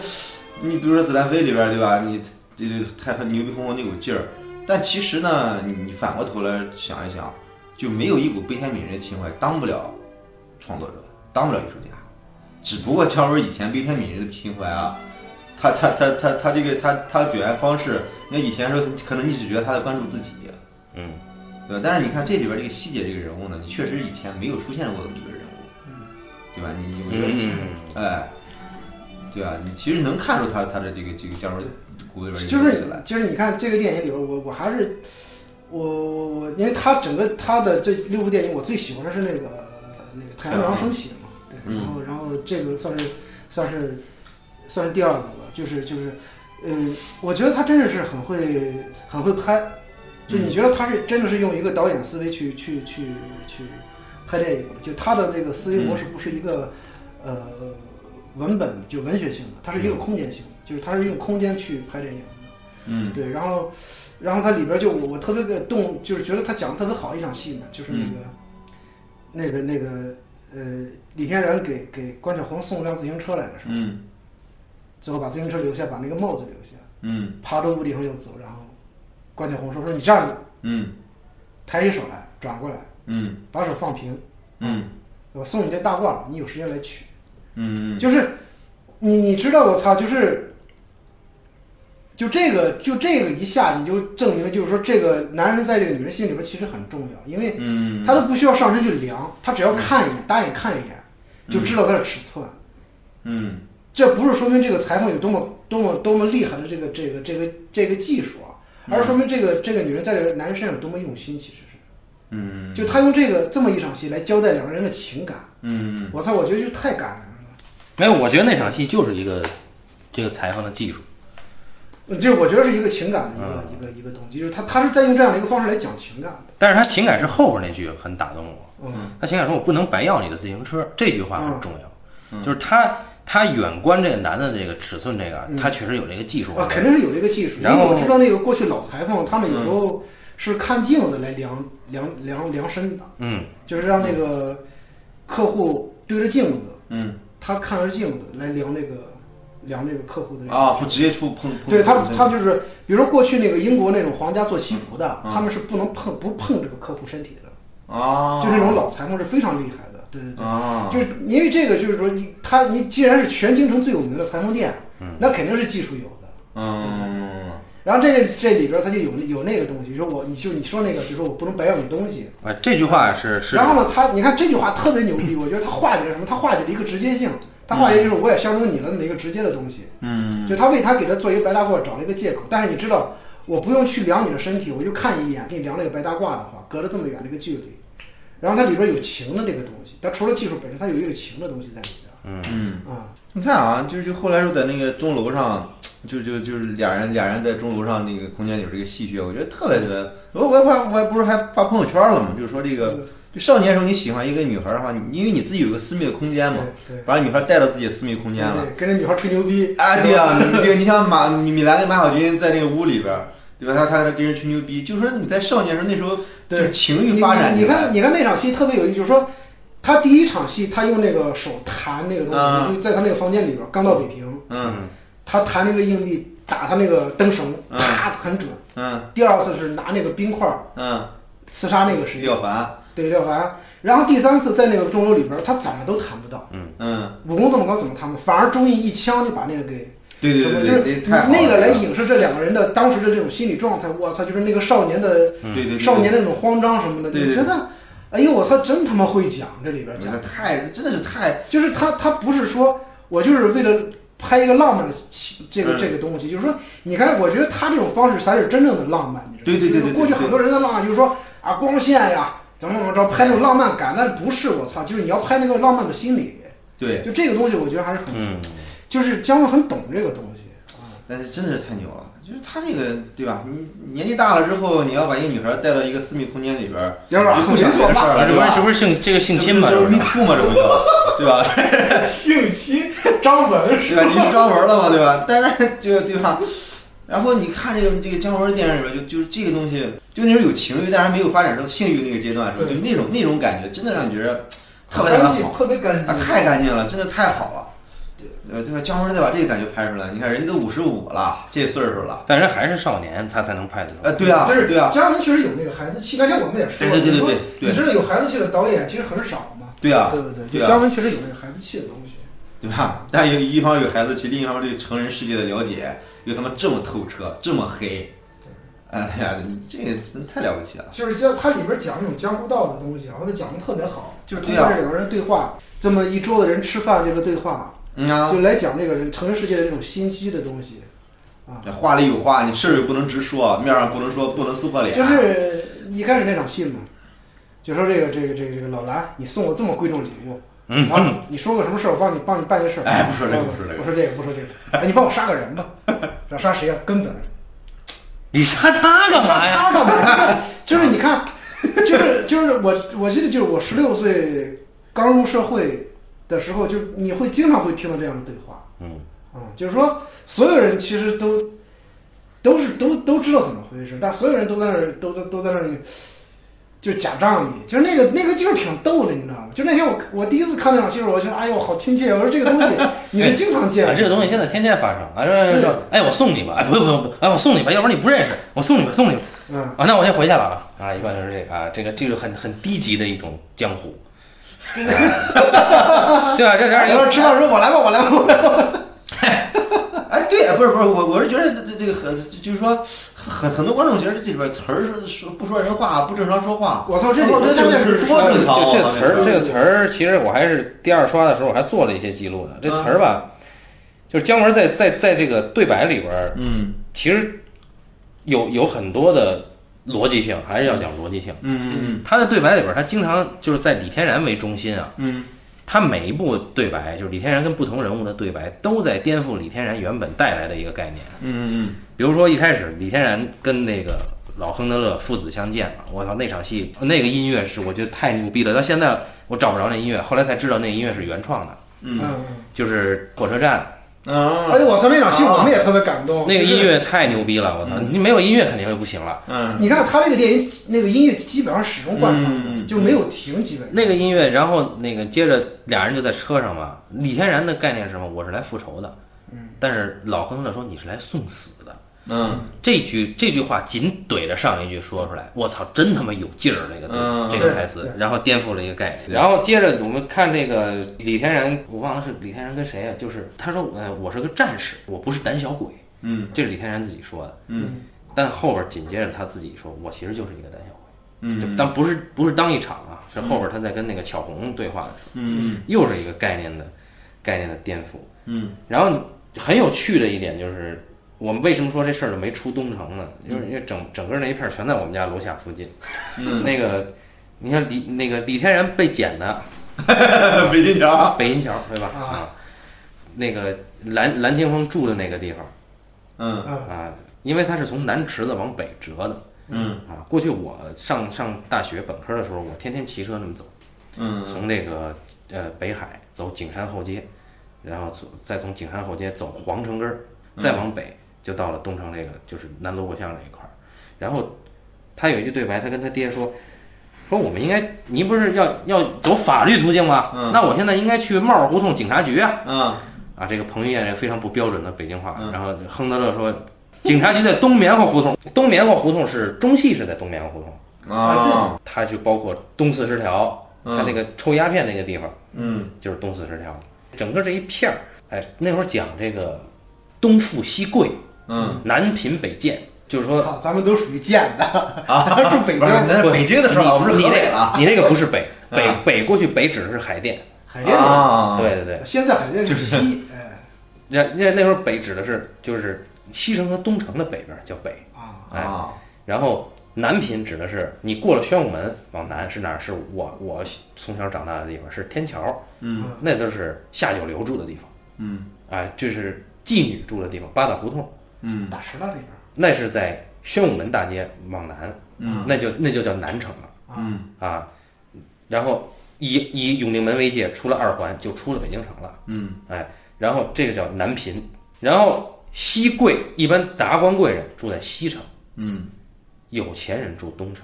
[SPEAKER 3] 你比如说《子弹飞》里边，对吧？你这个太牛逼哄哄那股劲儿，但其实呢，你你反过头来想一想，就没有一股悲天悯人的情怀，当不了创作者，当不了艺术家。只不过姜文以前悲天悯人的情怀啊，他他他他他这个他他的表现方式，那以前的时候可能你只觉得他在关注自己，
[SPEAKER 1] 嗯，
[SPEAKER 3] 对吧？但是你看这里边这个希姐这个人物呢，你确实以前没有出现过这么一个人物，对吧？你你我觉得
[SPEAKER 1] 嗯
[SPEAKER 3] 哎，对啊，你其实能看出他他的这个这个叫什么骨子里边
[SPEAKER 2] 就
[SPEAKER 3] 有东
[SPEAKER 2] 是
[SPEAKER 3] 西来，
[SPEAKER 2] 就是你看这个电影里边，我我还是我我我，因为他整个他的这六部电影，我最喜欢的是那个那个《太阳照常升起》嘛，对，
[SPEAKER 3] 嗯
[SPEAKER 2] 然后然后这个算是算是算是第二部了，就是就是，嗯，我觉得他真的是很会很会拍，就
[SPEAKER 3] 嗯
[SPEAKER 2] 你觉得他是真的是用一个导演思维去去去去拍电影的，就他的这个思维模
[SPEAKER 3] 嗯
[SPEAKER 2] 式不是一个、呃文本就文学性的，它是一个空间性的，就是他是用空间去拍电影的。
[SPEAKER 3] 嗯
[SPEAKER 2] 对，然后，然后它里边就我我特别的动，就是觉得他讲的特别好一场戏嘛，就是那
[SPEAKER 3] 嗯
[SPEAKER 2] 个，那个那个呃，李天然给给关晓红送辆自行车来的时候，
[SPEAKER 3] 嗯
[SPEAKER 2] 最后把自行车留下，把那个帽子留下，
[SPEAKER 3] 嗯
[SPEAKER 2] 爬到屋顶上要走，然后关晓红说说你站着，
[SPEAKER 3] 嗯
[SPEAKER 2] 抬起手来，转过来，
[SPEAKER 3] 嗯
[SPEAKER 2] 把手放平，
[SPEAKER 3] 嗯
[SPEAKER 2] 我送你这大褂儿，你有时间来取。
[SPEAKER 3] 嗯，
[SPEAKER 2] 就是你你知道我操，就是就这个就这个一下，你就证明了，就是说这个男人在这个女人心里边其实很重要，因为
[SPEAKER 3] 嗯
[SPEAKER 2] 他都不需要上身去量，他只要看一眼，单眼看一眼就知道他的尺寸。
[SPEAKER 3] 嗯
[SPEAKER 2] 这不是说明这个裁缝有多么多么多么厉害的这个这个这个这个技术啊，而是说明这个这个女人在这个男人身上有多么用心。其实是，
[SPEAKER 3] 嗯
[SPEAKER 2] 就他用这个这么一场戏来交代两个人的情感，
[SPEAKER 3] 嗯
[SPEAKER 2] 我操，我觉得就太感人了。
[SPEAKER 1] 没有，我觉得那场戏就是一个这个裁缝的技术，
[SPEAKER 2] 就是我觉得是一个情感的一个、一个一个东西，就是他他是在用这样的一个方式来讲情感的，
[SPEAKER 1] 但是他情感是后边那句很打动我，
[SPEAKER 2] 嗯，
[SPEAKER 1] 他情感说我不能白要你的自行车，这句话很重要，就是他他远观这个男的这个尺寸这个，他确实有这个技术
[SPEAKER 2] 啊，肯定是有这个技术，因
[SPEAKER 1] 然后
[SPEAKER 2] 为我知道那个过去老裁缝他们有时候是看镜子来量量量量身的，
[SPEAKER 1] 嗯，
[SPEAKER 2] 就是让那个客户对着镜子，
[SPEAKER 3] 嗯
[SPEAKER 2] 他看着镜子来量这个量这个客户的这个。
[SPEAKER 3] 啊，不直接触碰碰，
[SPEAKER 2] 对他，他就是，比如说过去那个英国那种皇家做西服的，
[SPEAKER 3] 嗯
[SPEAKER 2] 他们是不能碰不碰这个客户身体的，
[SPEAKER 3] 啊，
[SPEAKER 2] 就那种老裁缝是非常厉害的，对对对。
[SPEAKER 3] 啊，
[SPEAKER 2] 就是因为这个，就是说你他你既然是全京城最有名的裁缝店，那肯定是技术有的。
[SPEAKER 3] 嗯
[SPEAKER 2] 然后这个这里边他就有有那个东西，说我你就你说那个，比如说我不能白要你东西。
[SPEAKER 1] 啊，这句话是是
[SPEAKER 2] 然后呢，他你看这句话特别牛逼，我觉得他化解了什么？他化解了一个直接性，他化解就是我也相中你了那么一个直接的东西，
[SPEAKER 3] 嗯，
[SPEAKER 2] 就他为他给他做一个白大褂找了一个借口，但是你知道，我不用去量你的身体，我就看一眼，给你量这个白大褂的话，隔着这么远这个距离，然后它里边有情的这个东西，它除了技术本身，它有一个情的东西在里边
[SPEAKER 3] 嗯，
[SPEAKER 2] 啊、
[SPEAKER 3] 你看啊，就是就后来又在那个钟楼上，就就就是俩人俩人在钟楼上那个空间里有这个戏谑，我觉得特别的。我我还我还不是还发朋友圈了吗？就是说这个，就少年时候你喜欢一个女孩的话，你因为你自己有个私密的空间嘛，
[SPEAKER 2] 对对
[SPEAKER 3] 把女孩带到自己的私密空间了。
[SPEAKER 2] 对，跟这女孩吹牛逼
[SPEAKER 3] 啊，对啊，你对，你像马米兰跟马小军在那个屋里边儿，对吧？他他跟人吹牛逼，就说你在少年时候那时候就是
[SPEAKER 2] 对
[SPEAKER 3] 情欲发展
[SPEAKER 2] 你你
[SPEAKER 3] 起来
[SPEAKER 2] 看，你看那场戏特别有意思，就是说，他第一场戏，他用那个手弹那个东
[SPEAKER 3] 啊
[SPEAKER 2] 西，就是在他那个房间里边，刚到北平，
[SPEAKER 3] 嗯
[SPEAKER 2] 他弹那个硬币打他那个灯绳，
[SPEAKER 3] 嗯
[SPEAKER 2] 啪很准。
[SPEAKER 3] 嗯
[SPEAKER 2] 第二次是拿那个冰块儿
[SPEAKER 3] 嗯，
[SPEAKER 2] 刺杀那个谁，
[SPEAKER 3] 廖凡，
[SPEAKER 2] 对廖凡。然后第三次在那个钟楼里边，他怎么都弹不到，
[SPEAKER 3] 嗯，
[SPEAKER 2] 武功这么高怎么弹不到？反而钟意一枪就把那个给
[SPEAKER 3] 对对对
[SPEAKER 2] 就
[SPEAKER 3] 对，
[SPEAKER 2] 是
[SPEAKER 3] 那太好
[SPEAKER 2] 那个
[SPEAKER 3] 了
[SPEAKER 2] 来影视这两个人的当时的这种心理状态，我操，就是那个少年的
[SPEAKER 3] 嗯对对对
[SPEAKER 2] 少年那种慌张什么的，
[SPEAKER 3] 对对嗯
[SPEAKER 2] 你觉得，哎呦我操，真他妈会讲这里边
[SPEAKER 3] 我觉
[SPEAKER 2] 讲
[SPEAKER 3] 得，太真的是太
[SPEAKER 2] 就是他他不是说我就是为了拍一个浪漫的起这个
[SPEAKER 3] 嗯
[SPEAKER 2] 这个东西，就是说你看，我觉得他这种方式才是真正的浪漫，你知道吗？
[SPEAKER 3] 对对对对
[SPEAKER 2] 就是过去
[SPEAKER 3] 对对
[SPEAKER 2] 很多人的浪漫就是说啊光线呀怎么怎么着拍那种浪漫感，但是不是我操，就是你要拍那个浪漫的心理，
[SPEAKER 3] 对，
[SPEAKER 2] 就这个东西我觉得还是很，
[SPEAKER 1] 嗯，
[SPEAKER 2] 就是姜文很懂这个东西。啊。
[SPEAKER 3] 但是真的是太牛了，就是他这个对吧？你年纪大了之后，你要把一个女孩带到一个私密空间里边儿，
[SPEAKER 2] 要不然
[SPEAKER 3] 你不想
[SPEAKER 2] 我
[SPEAKER 3] 这事儿
[SPEAKER 1] 啊，
[SPEAKER 3] 了，
[SPEAKER 1] 这
[SPEAKER 3] 对
[SPEAKER 1] 不
[SPEAKER 3] 吧
[SPEAKER 1] 是这？不是性这个性侵吗？
[SPEAKER 3] 这
[SPEAKER 1] 这
[SPEAKER 3] 不
[SPEAKER 1] 不
[SPEAKER 3] 是
[SPEAKER 1] 是
[SPEAKER 3] me too 吗？这不叫对吧？
[SPEAKER 2] 性侵张文
[SPEAKER 3] 对吧？你是张文了嘛，对吧？但是就对吧？然后你看这个这个姜文电影里边，就就是这个东西，就那时候有情欲，但是没有发展到性欲那个阶段，是吧？
[SPEAKER 2] 对
[SPEAKER 3] 就那种那种感觉，真的让你觉得特别特
[SPEAKER 2] 干
[SPEAKER 3] 别
[SPEAKER 2] 净，
[SPEAKER 3] 好，
[SPEAKER 2] 特别干净
[SPEAKER 3] 啊，，太干净了，真的太好了。对，对吧？姜文再把这个感觉拍出来，你看人家都五十五了，这岁数了，
[SPEAKER 1] 但人还是少年，他才能拍得出
[SPEAKER 3] 啊，
[SPEAKER 1] 来。
[SPEAKER 3] 对啊，
[SPEAKER 2] 就是
[SPEAKER 3] 对啊，
[SPEAKER 2] 姜文确实有那个孩子气，刚才我们也说了，
[SPEAKER 3] 对对对对对
[SPEAKER 2] 你说
[SPEAKER 3] 对
[SPEAKER 2] 你知道有孩子气的导演其实很少嘛，
[SPEAKER 3] 对啊，
[SPEAKER 2] 对不对？
[SPEAKER 3] 对
[SPEAKER 2] 就
[SPEAKER 3] 啊
[SPEAKER 2] 姜文确实有那个孩子气的东西，
[SPEAKER 3] 对吧？但有一方有孩子气，另一方对成人世界的了解又他妈这么透彻，这么黑，哎呀，你这个真太了不起了。
[SPEAKER 2] 就是像它里边讲那种江湖道的东西啊，我觉得讲的特别好，就是通
[SPEAKER 3] 对
[SPEAKER 2] 过
[SPEAKER 3] 啊
[SPEAKER 2] 这两个人对话，这么一桌子人吃饭这个对话，
[SPEAKER 3] 嗯啊，
[SPEAKER 2] 就来讲这个人成人世界的这种心机的东西，啊，
[SPEAKER 3] 这话里有话，你事儿又不能直说，面儿上不能说，不能撕破脸。
[SPEAKER 2] 就是一开始那场戏嘛，就说这个这个这个这个老蓝，你送我这么贵重礼物，
[SPEAKER 1] 嗯
[SPEAKER 2] 然
[SPEAKER 3] 嗯
[SPEAKER 2] 后你说个什么事儿，我帮你帮你办个事儿。
[SPEAKER 3] 哎不说这个
[SPEAKER 2] 然后
[SPEAKER 3] 不说这个
[SPEAKER 2] 我说这个，不说这个。哎，你帮我杀个人 吧，然后杀谁呀、啊根本
[SPEAKER 1] 你杀他干嘛呀？
[SPEAKER 2] 杀他干嘛？就是你看，就是就是我我记得就是我十六岁刚入社会的时候，就是你会经常会听到这样的对话。
[SPEAKER 1] 嗯
[SPEAKER 2] 嗯，就是说所有人其实都都是都都知道怎么回事，但所有人都在那儿都都都在那儿就假仗义，就是那个那个劲儿挺逗的，你知道吗？就那天我我第一次看那场戏的时候，我觉得哎呦好亲切， 我说这个东西你是经常见
[SPEAKER 1] 啊，
[SPEAKER 2] 的，
[SPEAKER 1] 这个东西现在天天发生。啊，说说，哎，我送你吧。哎，不用不用，不用哎，我送你吧，要不然你不认识。我送你吧，送你吧。
[SPEAKER 2] 嗯，
[SPEAKER 1] 啊，那我先回去了啊。啊，一般就是这个啊，这个这个很很低级的一种江湖。啊 对吧？这这样
[SPEAKER 2] 然后
[SPEAKER 1] 有
[SPEAKER 2] 吃饭的时候我来吧，我来吧，我来吧，
[SPEAKER 3] 哎，对，不是不是，我我是觉得这这这个很，就是说很很多观众觉得这里边词儿是说不说人话，不正常说话。
[SPEAKER 2] 我操，这
[SPEAKER 3] 哎我觉得
[SPEAKER 2] 这
[SPEAKER 3] 这啊个
[SPEAKER 2] 是
[SPEAKER 3] 是说正常
[SPEAKER 1] 这这词儿，
[SPEAKER 2] 对
[SPEAKER 1] 这个词儿，其实我还是第二刷的时候，我还做了一些记录的。这词儿吧，就是姜文在在在这个对白里边儿，
[SPEAKER 3] 嗯
[SPEAKER 1] 其实有有很多的逻辑性，还是要讲逻辑性。
[SPEAKER 3] 嗯
[SPEAKER 1] 他的对白里边儿，他经常就是在李天然为中心啊，
[SPEAKER 3] 嗯嗯
[SPEAKER 1] 他每一部对白，就是李天然跟不同人物的对白，都在颠覆李天然原本带来的一个概念。
[SPEAKER 3] 嗯
[SPEAKER 1] 比如说一开始李天然跟那个老亨德勒父子相见了，我操那场戏那个音乐是我觉得太牛逼了，到现在我找不着那音乐，后来才知道那音乐是原创的，
[SPEAKER 3] 嗯
[SPEAKER 2] 嗯。
[SPEAKER 3] 嗯
[SPEAKER 2] 嗯
[SPEAKER 1] 就是火车站
[SPEAKER 3] 嗯
[SPEAKER 2] 哎呦，我操！那场戏我们也特别感动。
[SPEAKER 1] 啊那个音，乐太牛逼了，我操你没有音乐肯定就不行了。
[SPEAKER 3] 嗯
[SPEAKER 2] 你看他这个电影，那个音乐基本上始终贯穿，
[SPEAKER 3] 嗯
[SPEAKER 2] 就没有停，基本上。
[SPEAKER 1] 那个音乐，然后那个接着俩人就在车上嘛。李天然的概念是什么？我是来复仇的，但是老亨德勒说你是来送死的，
[SPEAKER 3] 嗯
[SPEAKER 1] 这句这句话紧怼着上一句说出来，我操，真他妈有劲儿！这个东西、
[SPEAKER 3] 嗯
[SPEAKER 1] 这个
[SPEAKER 2] 对
[SPEAKER 1] 台词
[SPEAKER 2] 对，
[SPEAKER 1] 然后颠覆了一个概念。
[SPEAKER 3] 对
[SPEAKER 1] 然后接着我们看那个李天然，我忘了是李天然跟谁啊？就是他说，呃，我是个战士，我不是胆小鬼，
[SPEAKER 3] 嗯
[SPEAKER 1] 这是李天然自己说的。
[SPEAKER 3] 嗯
[SPEAKER 1] 但后边紧接着他自己说，我其实就是一个胆小鬼，就
[SPEAKER 3] 嗯
[SPEAKER 1] 但不是不是当一场啊，是后边他在跟那个巧红对话的时候，
[SPEAKER 3] 嗯
[SPEAKER 1] 又是一个概念的概念的颠覆。
[SPEAKER 3] 嗯
[SPEAKER 1] 然后很有趣的一点就是，我们为什么说这事儿就没出东城呢？就是因为整整个那一片儿全在我们家楼下附近。
[SPEAKER 3] 嗯，
[SPEAKER 1] 那个，你看李那个李天然被剪的
[SPEAKER 3] 北京桥，
[SPEAKER 1] 北银桥对吧？
[SPEAKER 2] 啊
[SPEAKER 1] 啊，那个蓝蓝清风住的那个地方
[SPEAKER 3] 嗯
[SPEAKER 2] 啊，
[SPEAKER 1] 啊，因为他是从南池子往北折的
[SPEAKER 3] 嗯
[SPEAKER 1] 啊。过去我上上大学本科的时候，我天天骑车那么走，
[SPEAKER 3] 嗯
[SPEAKER 1] 从那个呃北海走景山后街，然后从再从景山后街走皇城根儿，
[SPEAKER 3] 嗯
[SPEAKER 1] 再往北就到了东城这个就是南锣鼓巷这一块儿。然后他有一句对白，他跟他爹说：“说我们应该，您不是要要走法律途径吗？
[SPEAKER 3] 嗯
[SPEAKER 1] 那我现在应该去帽儿胡同警察局啊！”
[SPEAKER 3] 嗯，
[SPEAKER 1] 啊，这个彭于晏这个非常不标准的北京话。
[SPEAKER 3] 嗯
[SPEAKER 1] 然后亨德勒说：“警察局在东棉花胡同，东棉花胡同是中戏是在东棉花胡同，
[SPEAKER 3] 啊，
[SPEAKER 1] 它就包括东四十条，它那个抽鸦片那个地方。”
[SPEAKER 3] 嗯
[SPEAKER 1] 就是东四十条，整个这一片儿，哎，那会儿讲这个东富西贵，
[SPEAKER 3] 嗯，
[SPEAKER 1] 南贫北贱，就是说
[SPEAKER 2] 操，咱们都属于贱的 啊，住北
[SPEAKER 3] 不是，
[SPEAKER 2] 边
[SPEAKER 3] 那是北京的事儿了，我们是
[SPEAKER 1] 你
[SPEAKER 3] 河北啊
[SPEAKER 1] 这
[SPEAKER 3] 了。
[SPEAKER 1] 你这个不是北，北
[SPEAKER 3] 啊
[SPEAKER 1] 北过去北指的是海淀，
[SPEAKER 2] 海淀人，
[SPEAKER 3] 啊，
[SPEAKER 1] 对对对，
[SPEAKER 2] 现在海淀是西，哎
[SPEAKER 1] 那那那会儿北指的是就是西城和东城的北边儿叫北，
[SPEAKER 2] 啊，
[SPEAKER 1] 哎
[SPEAKER 3] 啊，
[SPEAKER 1] 然后南贫指的是你过了宣武门往南是哪儿？是我我从小长大的地方是天桥，
[SPEAKER 3] 嗯
[SPEAKER 1] 那都是下九流住的地方，
[SPEAKER 3] 嗯
[SPEAKER 1] 哎，这是妓女住的地方，八大胡同。
[SPEAKER 3] 嗯
[SPEAKER 2] 大石头那边
[SPEAKER 1] 那是在宣武门大街往南，
[SPEAKER 3] 嗯
[SPEAKER 1] 那就那就叫南城了
[SPEAKER 2] 啊，
[SPEAKER 3] 嗯
[SPEAKER 1] 啊。然后以以永定门为界，出了二环就出了北京城了，
[SPEAKER 3] 嗯
[SPEAKER 1] 哎，然后这个叫南贫，然后西贵一般达官贵人住在西城，
[SPEAKER 3] 嗯
[SPEAKER 1] 有钱人住东城，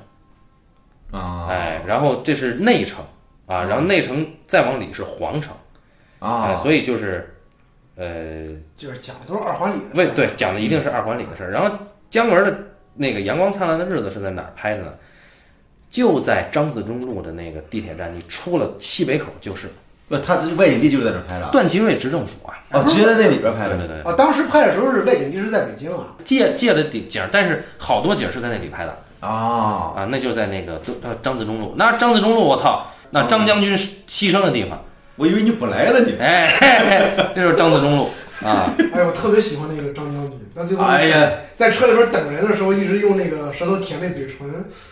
[SPEAKER 3] 啊
[SPEAKER 1] 哎，然后这是内城啊，然后内城再往里是皇城，哎，
[SPEAKER 3] 啊，
[SPEAKER 1] 所以就是，呃，
[SPEAKER 2] 就是讲的都是二环里的，
[SPEAKER 1] 为对讲的一定是二环里的事儿。然后姜文的那个《阳光灿烂的日子》是在哪儿拍的呢？就在张自忠路的那个地铁站，你出了西北口就是
[SPEAKER 3] 不，他这外景地就是在那儿拍的，
[SPEAKER 1] 段祺瑞执政府啊。
[SPEAKER 3] 哦，直接在那里边拍
[SPEAKER 1] 对对
[SPEAKER 3] 的，
[SPEAKER 1] 对，
[SPEAKER 2] 啊，当时拍的时候是外景地是在北京啊，
[SPEAKER 1] 借借了景景儿，但是好多景儿是在那里拍的
[SPEAKER 3] 啊，
[SPEAKER 1] 啊，那就在那个都呃张自忠路。那张自忠路，我操，那张将军牺牲的地方，
[SPEAKER 3] 我以为你不来了呢，
[SPEAKER 1] 哎，嘿嘿这就是张自忠路啊。
[SPEAKER 2] 哎，我特别喜欢那个张将军，但最后
[SPEAKER 3] 哎呀，
[SPEAKER 2] 在车里边等人的时候，一直用那个舌头舔那嘴唇。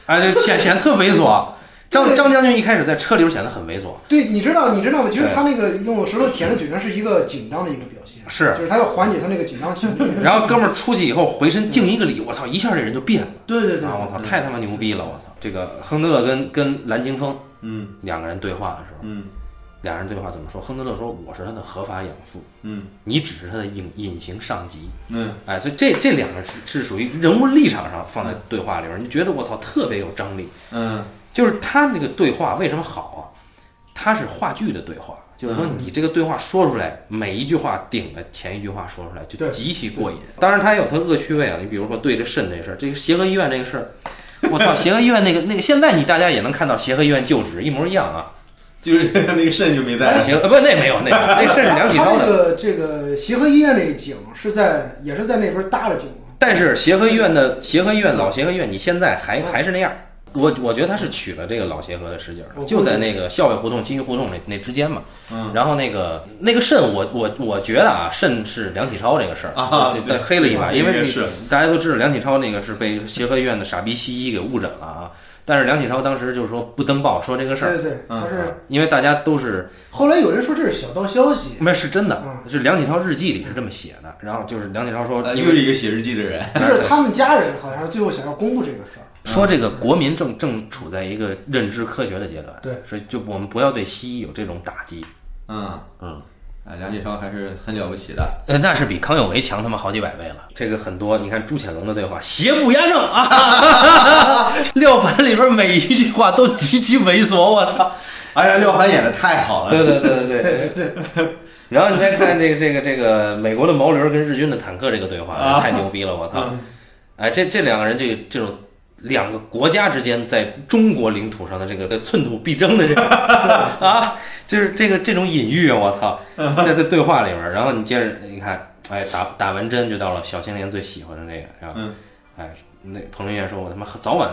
[SPEAKER 1] 哎，就显显得特猥琐。张张将军一开始在车里边显得很猥琐，
[SPEAKER 2] 对，你知道，你知道吗？其实
[SPEAKER 1] 对
[SPEAKER 2] 他那个用舌头舔的嘴唇是一个紧张的一个表现，
[SPEAKER 1] 是
[SPEAKER 2] 就是他要缓解他那个紧张情绪。
[SPEAKER 1] 然后哥们儿出去以后回身敬一个礼，我操，一下这人就变了。
[SPEAKER 3] 对对
[SPEAKER 1] 啊！我操，太他妈牛逼了！我操，这个亨德勒跟跟蓝清风
[SPEAKER 3] 嗯
[SPEAKER 1] 两个人对话的时候，
[SPEAKER 3] 嗯
[SPEAKER 1] 两人对话怎么说？亨德勒说：“我是他的合法养父，
[SPEAKER 3] 嗯
[SPEAKER 1] 你只是他的隐隐形上级。
[SPEAKER 3] 嗯”
[SPEAKER 1] 哎，所以这这两个是是属于人物立场上放在对话里边，你觉得我操特别有张力。
[SPEAKER 3] 嗯
[SPEAKER 1] 就是他这个对话为什么好啊？他是话剧的对话，就是说你这个对话说出来，每一句话顶着前一句话说出来，就
[SPEAKER 2] 对
[SPEAKER 1] 极其过瘾。当然，他也有他恶趣味啊。你比如说对这肾这事儿，这个协和医院这个事儿，我操，协和医院那个那个，现在你大家也能看到协和医院旧址一模一样啊。
[SPEAKER 3] 就是那个肾就没在，
[SPEAKER 1] 协和呃不，那没有，那那肾是梁启超
[SPEAKER 2] 他这
[SPEAKER 1] 的。
[SPEAKER 2] 个这个协和医院那景是在也是在那边搭的景吗？
[SPEAKER 1] 但是协和医院的协和医院老协和医院，你现在还还是那样。我我觉得他是取了这个老协和的实景
[SPEAKER 2] 我
[SPEAKER 1] 了，就在那个校尉胡同、金鱼胡同那那之间嘛。
[SPEAKER 3] 嗯
[SPEAKER 1] 然后那个那个肾，我我我觉得啊，肾是梁启超这个事儿
[SPEAKER 3] 啊
[SPEAKER 1] 这
[SPEAKER 3] 对
[SPEAKER 1] 但黑了一把，
[SPEAKER 3] 对
[SPEAKER 1] 因为
[SPEAKER 3] 应该
[SPEAKER 1] 你
[SPEAKER 3] 是
[SPEAKER 1] 大家都知道梁启超那个是被协和医院的傻逼西医给误诊了啊。但是梁启超当时就是说不登报说这个事儿，
[SPEAKER 2] 对对，
[SPEAKER 3] 嗯
[SPEAKER 2] 他是
[SPEAKER 1] 因为大家都是
[SPEAKER 2] 后来有人说这是小道消息，
[SPEAKER 1] 那是真的
[SPEAKER 2] 嗯，
[SPEAKER 1] 是梁启超日记里是这么写的。然后就是梁启超说，
[SPEAKER 3] 呃
[SPEAKER 1] 因
[SPEAKER 3] 又是
[SPEAKER 1] 为
[SPEAKER 3] 一个写日记的人，
[SPEAKER 2] 就是他们家人好像是最后想要公布这个事儿。
[SPEAKER 1] 说这个国民正正处在一个认知科学的阶段，
[SPEAKER 2] 对，
[SPEAKER 1] 所以就我们不要对西医有这种打击，
[SPEAKER 3] 嗯。
[SPEAKER 1] 嗯。
[SPEAKER 3] 啊，梁启超还是很了不起的，
[SPEAKER 1] 呃，那是比康有为强他妈好几百倍了。这个很多，你看朱潜龙的对话，邪不压正啊， 廖凡里边每一句话都极其猥琐，我操！
[SPEAKER 3] 哎呀，廖凡演的太好了，
[SPEAKER 1] 对对对对对对。 然后你再看这个这个这个美国的毛驴儿跟日军的坦克这个对话，
[SPEAKER 3] 啊
[SPEAKER 1] 太牛逼了，我操！哎，这这两个人这个这种两个国家之间在中国领土上的这个寸土必争的这个 啊，就是这个这种隐喻啊，我操，
[SPEAKER 3] 嗯
[SPEAKER 1] 在这对话里边儿，然后你接着你看，哎，打打完针就到了小青年最喜欢的那个，是吧？
[SPEAKER 3] 嗯
[SPEAKER 1] 哎，那彭于晏说：“我他妈早晚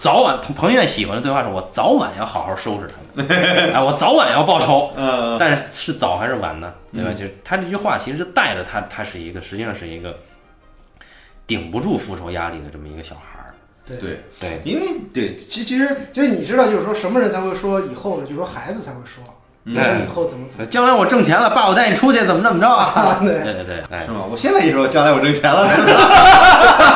[SPEAKER 1] 早晚彭彭于晏喜欢的对话是我早晚要好好收拾他们， 哎，我早晚要报仇，
[SPEAKER 3] 嗯
[SPEAKER 1] 但是是早还是晚呢？对吧？就是他这句话其实就带着他，他是一个实际上是一个顶不住复仇压力的这么一个小孩儿，
[SPEAKER 2] 对
[SPEAKER 3] 对，
[SPEAKER 1] 对，
[SPEAKER 3] 因为对，其其实
[SPEAKER 2] 就是你知道，就是说什么人才会说以后呢？就是说孩子才会说，
[SPEAKER 1] 嗯
[SPEAKER 2] 说以后怎么怎么
[SPEAKER 1] 将来我挣钱了，爸，我带你出去，怎么怎么着 啊？
[SPEAKER 2] 啊？对，
[SPEAKER 1] 对对对，哎
[SPEAKER 3] 是，吗？我现在也说，将来我挣钱了，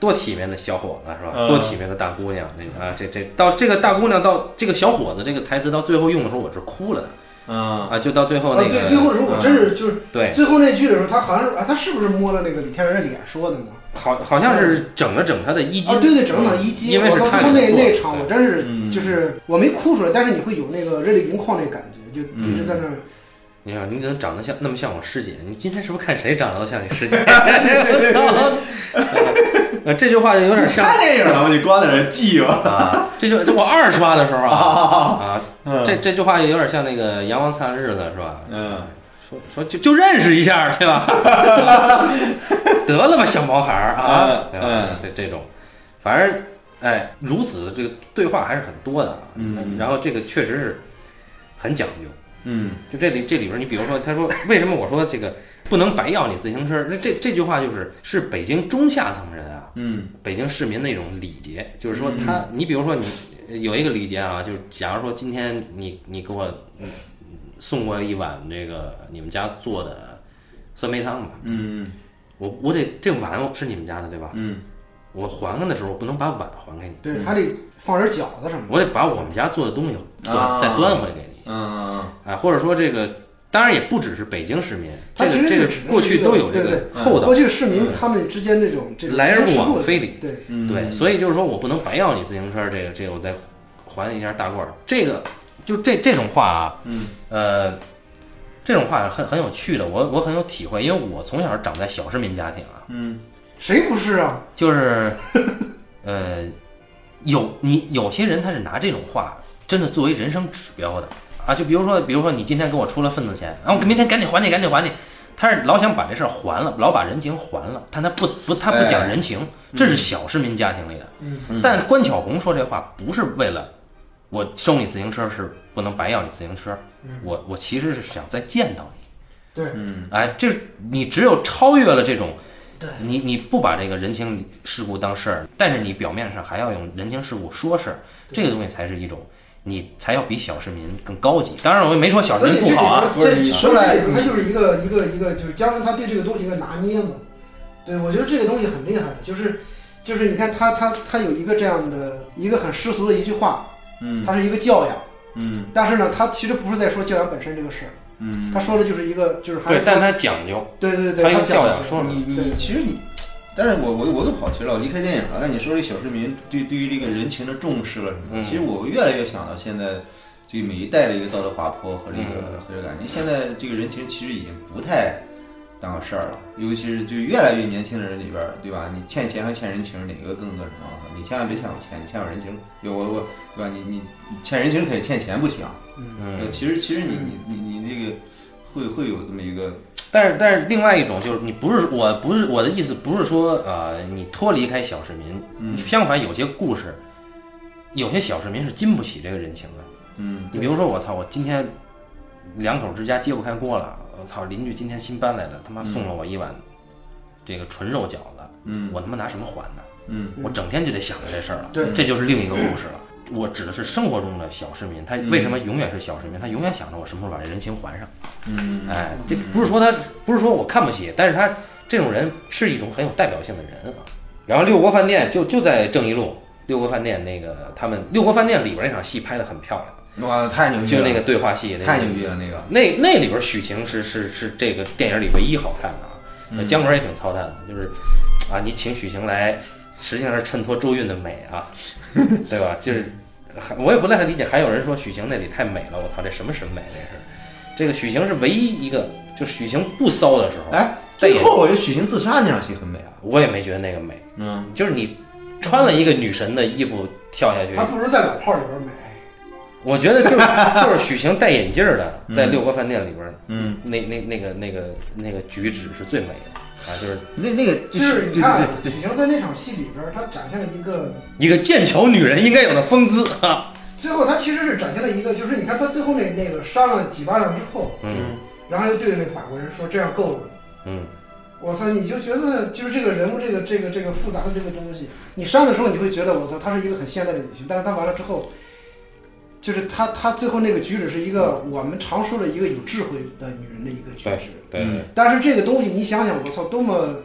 [SPEAKER 1] 多体面的小伙子是吧？
[SPEAKER 3] 嗯
[SPEAKER 1] 多体面的大姑娘，那啊，这这到这个大姑娘到这个小伙子这个台词到最后用的时候，我是哭了的
[SPEAKER 3] 嗯，
[SPEAKER 1] 啊，就到最后那
[SPEAKER 2] 啊，
[SPEAKER 1] 个
[SPEAKER 2] 对，最后的时候我真是就是
[SPEAKER 1] 对，
[SPEAKER 2] 最后那句的时候，他好像是啊，他是不是摸了那个李天然的脸说的呢？
[SPEAKER 1] 好好像是整了整他的衣
[SPEAKER 2] 啊，
[SPEAKER 1] 襟，
[SPEAKER 2] 对对，整场一击，
[SPEAKER 1] 因为
[SPEAKER 2] 我
[SPEAKER 1] 是
[SPEAKER 2] 操，
[SPEAKER 1] 他
[SPEAKER 2] 最后那
[SPEAKER 1] 给做的
[SPEAKER 2] 那场我真
[SPEAKER 3] 嗯
[SPEAKER 2] 是就是我没哭出来，但是你会有那个热泪盈眶那感觉，就
[SPEAKER 1] 嗯
[SPEAKER 2] 一直在那儿。
[SPEAKER 1] 你看，你怎么长得像那么像我师姐？你今天是不是看谁长得都像你师姐？ 我操！呃，这句话就有点像
[SPEAKER 3] 看电影了嘛，你光在那儿记吧，
[SPEAKER 1] 啊，这就我二刷的时候啊啊，这这句话也有点像那个《阳光灿烂的日子》是吧？
[SPEAKER 3] 嗯，
[SPEAKER 1] 说说就就认识一下对吧？ 得了吧，小毛孩儿啊，
[SPEAKER 3] 嗯
[SPEAKER 1] 对吧？这这种，反正哎，如此这个对话还是很多的啊。
[SPEAKER 3] 嗯
[SPEAKER 1] 然后这个确实是很讲究。
[SPEAKER 3] 嗯
[SPEAKER 1] 就这里这里边儿，你比如说，他说为什么我说这个不能白要你自行车？那这这句话就是是北京中下层人啊，
[SPEAKER 3] 嗯
[SPEAKER 1] 北京市民的一种礼节，就是说他，你比如说你呃有一个礼节啊，就是假如说今天你你给我嗯送过一碗这个你们家做的酸梅汤吧，
[SPEAKER 3] 嗯
[SPEAKER 1] 我我得这碗我是你们家的对吧？
[SPEAKER 3] 嗯
[SPEAKER 1] 我还给的时候，我不能把碗还给你，
[SPEAKER 2] 对，还得放点饺子什么的。
[SPEAKER 1] 我得把我们家做的东西
[SPEAKER 3] 啊
[SPEAKER 1] 端再端回给你。
[SPEAKER 3] 嗯
[SPEAKER 1] 啊，或者说这个，当然也不只是北京市民，这
[SPEAKER 2] 它其
[SPEAKER 1] 个
[SPEAKER 2] 实
[SPEAKER 1] 这
[SPEAKER 2] 只
[SPEAKER 1] 个
[SPEAKER 2] 是
[SPEAKER 1] 过去
[SPEAKER 2] 一个
[SPEAKER 1] 都有这
[SPEAKER 2] 对
[SPEAKER 1] 个
[SPEAKER 2] 对
[SPEAKER 1] 厚道
[SPEAKER 2] 过，去市民他们之间这种这
[SPEAKER 1] 嗯
[SPEAKER 2] 种
[SPEAKER 1] 来而
[SPEAKER 2] 真
[SPEAKER 1] 不
[SPEAKER 2] 实
[SPEAKER 1] 往
[SPEAKER 2] 的
[SPEAKER 1] 非礼，
[SPEAKER 2] 对，
[SPEAKER 3] 嗯，
[SPEAKER 1] 对，所以就是说我不能白要你自行车，这个这个我再还一下大褂儿，这个就这这种话啊，
[SPEAKER 3] 嗯
[SPEAKER 1] 呃，这种话很很有趣的，我我很有体会，因为我从小长在小市民家庭啊，
[SPEAKER 3] 嗯
[SPEAKER 2] 谁不是啊？
[SPEAKER 1] 就是 呃，有你有些人他是拿这种话真的作为人生指标的啊，就比如说，比如说你今天给我出了份子钱，然后明天赶紧还你，赶紧还你。他是老想把这事儿还了，老把人情还了，但他不不他不讲人情，这是小市民家庭里的。
[SPEAKER 3] 哎嗯
[SPEAKER 1] 但关巧红说这话不是为了我收你自行车是不能白要你自行车，
[SPEAKER 3] 嗯
[SPEAKER 1] 我我其实是想再见到你。
[SPEAKER 2] 对，
[SPEAKER 1] 哎，就是你只有超越了这种，
[SPEAKER 2] 对
[SPEAKER 1] 你你不把这个人情世故当事儿，但是你表面上还要用人情世故说事儿，这个东西才是一种，你才要比小市民更高级。当然，我也没说小市
[SPEAKER 2] 所以
[SPEAKER 1] 民不好啊，
[SPEAKER 3] 不是
[SPEAKER 2] 这
[SPEAKER 3] 你
[SPEAKER 2] 里边这
[SPEAKER 3] 说来
[SPEAKER 2] 这里边它就是一个一个一个，就是姜文他对这个东西一个拿捏嘛。对，我觉得这个东西很厉害，就是就是你看他他他有一个这样的一个很世俗的一句话，
[SPEAKER 3] 嗯
[SPEAKER 2] 它是一个教养，
[SPEAKER 3] 嗯
[SPEAKER 2] 但是呢，他其实不是在说教养本身这个事儿，
[SPEAKER 3] 嗯，
[SPEAKER 2] 他说的就是一个就是还
[SPEAKER 1] 对
[SPEAKER 2] 是，
[SPEAKER 1] 但他讲究，
[SPEAKER 2] 对对对，
[SPEAKER 1] 他用
[SPEAKER 2] 他讲
[SPEAKER 1] 教
[SPEAKER 2] 的
[SPEAKER 1] 养
[SPEAKER 2] 是
[SPEAKER 1] 说
[SPEAKER 3] 你
[SPEAKER 2] 对
[SPEAKER 3] 你其实你，但是我我我又跑题了，我离开电影了。那你说这小市民对对于这个人情的重视了什么的？
[SPEAKER 1] 嗯
[SPEAKER 3] 其实我越来越想到现在这个每一代的一个道德滑坡和这个、
[SPEAKER 1] 嗯
[SPEAKER 3] 和这个感觉，现在这个人情其实已经不太当个事儿了，尤其是就越来越年轻的人里边儿，对吧？你欠钱和欠人情哪个更那什么？你千万别欠我钱，你欠我人情，有我我对吧？你你你欠人情可以，欠钱不行。
[SPEAKER 2] 嗯，
[SPEAKER 1] 嗯
[SPEAKER 3] 呃，其实其实你你你你这个会会有这么一个
[SPEAKER 1] 但是但是另外一种就是你不是我不是我的意思不是说呃你脱离开小市民，
[SPEAKER 3] 嗯
[SPEAKER 1] 相反有些故事，有些小市民是经不起这个人情的。
[SPEAKER 3] 嗯
[SPEAKER 1] 你比如说我操，我今天两口之家揭不开锅了，我操邻居今天新搬来了，他妈送了我一碗这个纯肉饺子，
[SPEAKER 3] 嗯
[SPEAKER 1] 我他妈拿什么还呢？
[SPEAKER 3] 嗯
[SPEAKER 1] 我整天就得想着这事儿了。
[SPEAKER 2] 对
[SPEAKER 1] 这就是另一个故事了。我指的是生活中的小市民，他为什么永远是小市民？他永远想着我什么时候把这人情还上。
[SPEAKER 3] 嗯
[SPEAKER 1] 哎，这不是说他不是说我看不起，但是他这种人是一种很有代表性的人啊。然后六国饭店就就在正义路，六国饭店那个他们六国饭店里边那场戏拍得很漂亮，
[SPEAKER 3] 哇，太牛逼
[SPEAKER 1] 就
[SPEAKER 3] 了！
[SPEAKER 1] 那个对话戏，那个
[SPEAKER 3] 太牛逼了，那个
[SPEAKER 1] 那那里边许晴是是是这个电影里唯一好看的啊，
[SPEAKER 3] 嗯
[SPEAKER 1] 那姜文也挺操蛋的，就是啊，你请许晴来，实际上是衬托周韵的美啊， 对吧？就是还我也不太理解，还有人说许晴那里太美了，我操，这什么审美这是？这个许晴是唯一一个，就许晴不骚的时候，
[SPEAKER 3] 哎，
[SPEAKER 1] 这也
[SPEAKER 3] 最后我觉得许晴自杀那场戏很美啊。
[SPEAKER 1] 我也没觉得那个美，
[SPEAKER 3] 嗯，
[SPEAKER 1] 就是你穿了一个女神的衣服跳下去，
[SPEAKER 2] 他不如在老炮儿里边美。
[SPEAKER 1] 我觉得就是就是许晴戴眼镜儿的，在六国饭店里边，
[SPEAKER 3] 嗯，
[SPEAKER 1] 那那那个那个那个举止是最美的。啊，就是
[SPEAKER 3] 那那个
[SPEAKER 2] 就是你
[SPEAKER 3] 对
[SPEAKER 2] 看
[SPEAKER 3] 对对，
[SPEAKER 2] 许晴在那场戏里边儿，她展现了一个，
[SPEAKER 1] 一个剑桥女人应该有的风姿啊。
[SPEAKER 2] 最后她其实是展现了一个，就是你看她最后那那个扇了几巴掌之后，
[SPEAKER 1] 嗯
[SPEAKER 2] 然后又对着那法国人说这样够了。
[SPEAKER 1] 嗯，
[SPEAKER 2] 我操！你就觉得就是这个人物，这个这个这个复杂的这个东西，你删的时候你会觉得我操，她是一个很现代的女性，但是她完了之后，就是她她最后那个举止是一个我们常说的一个有智慧的女人的一个举止，
[SPEAKER 1] 对，
[SPEAKER 3] 嗯
[SPEAKER 2] 但是这个东西你想想，我操，多么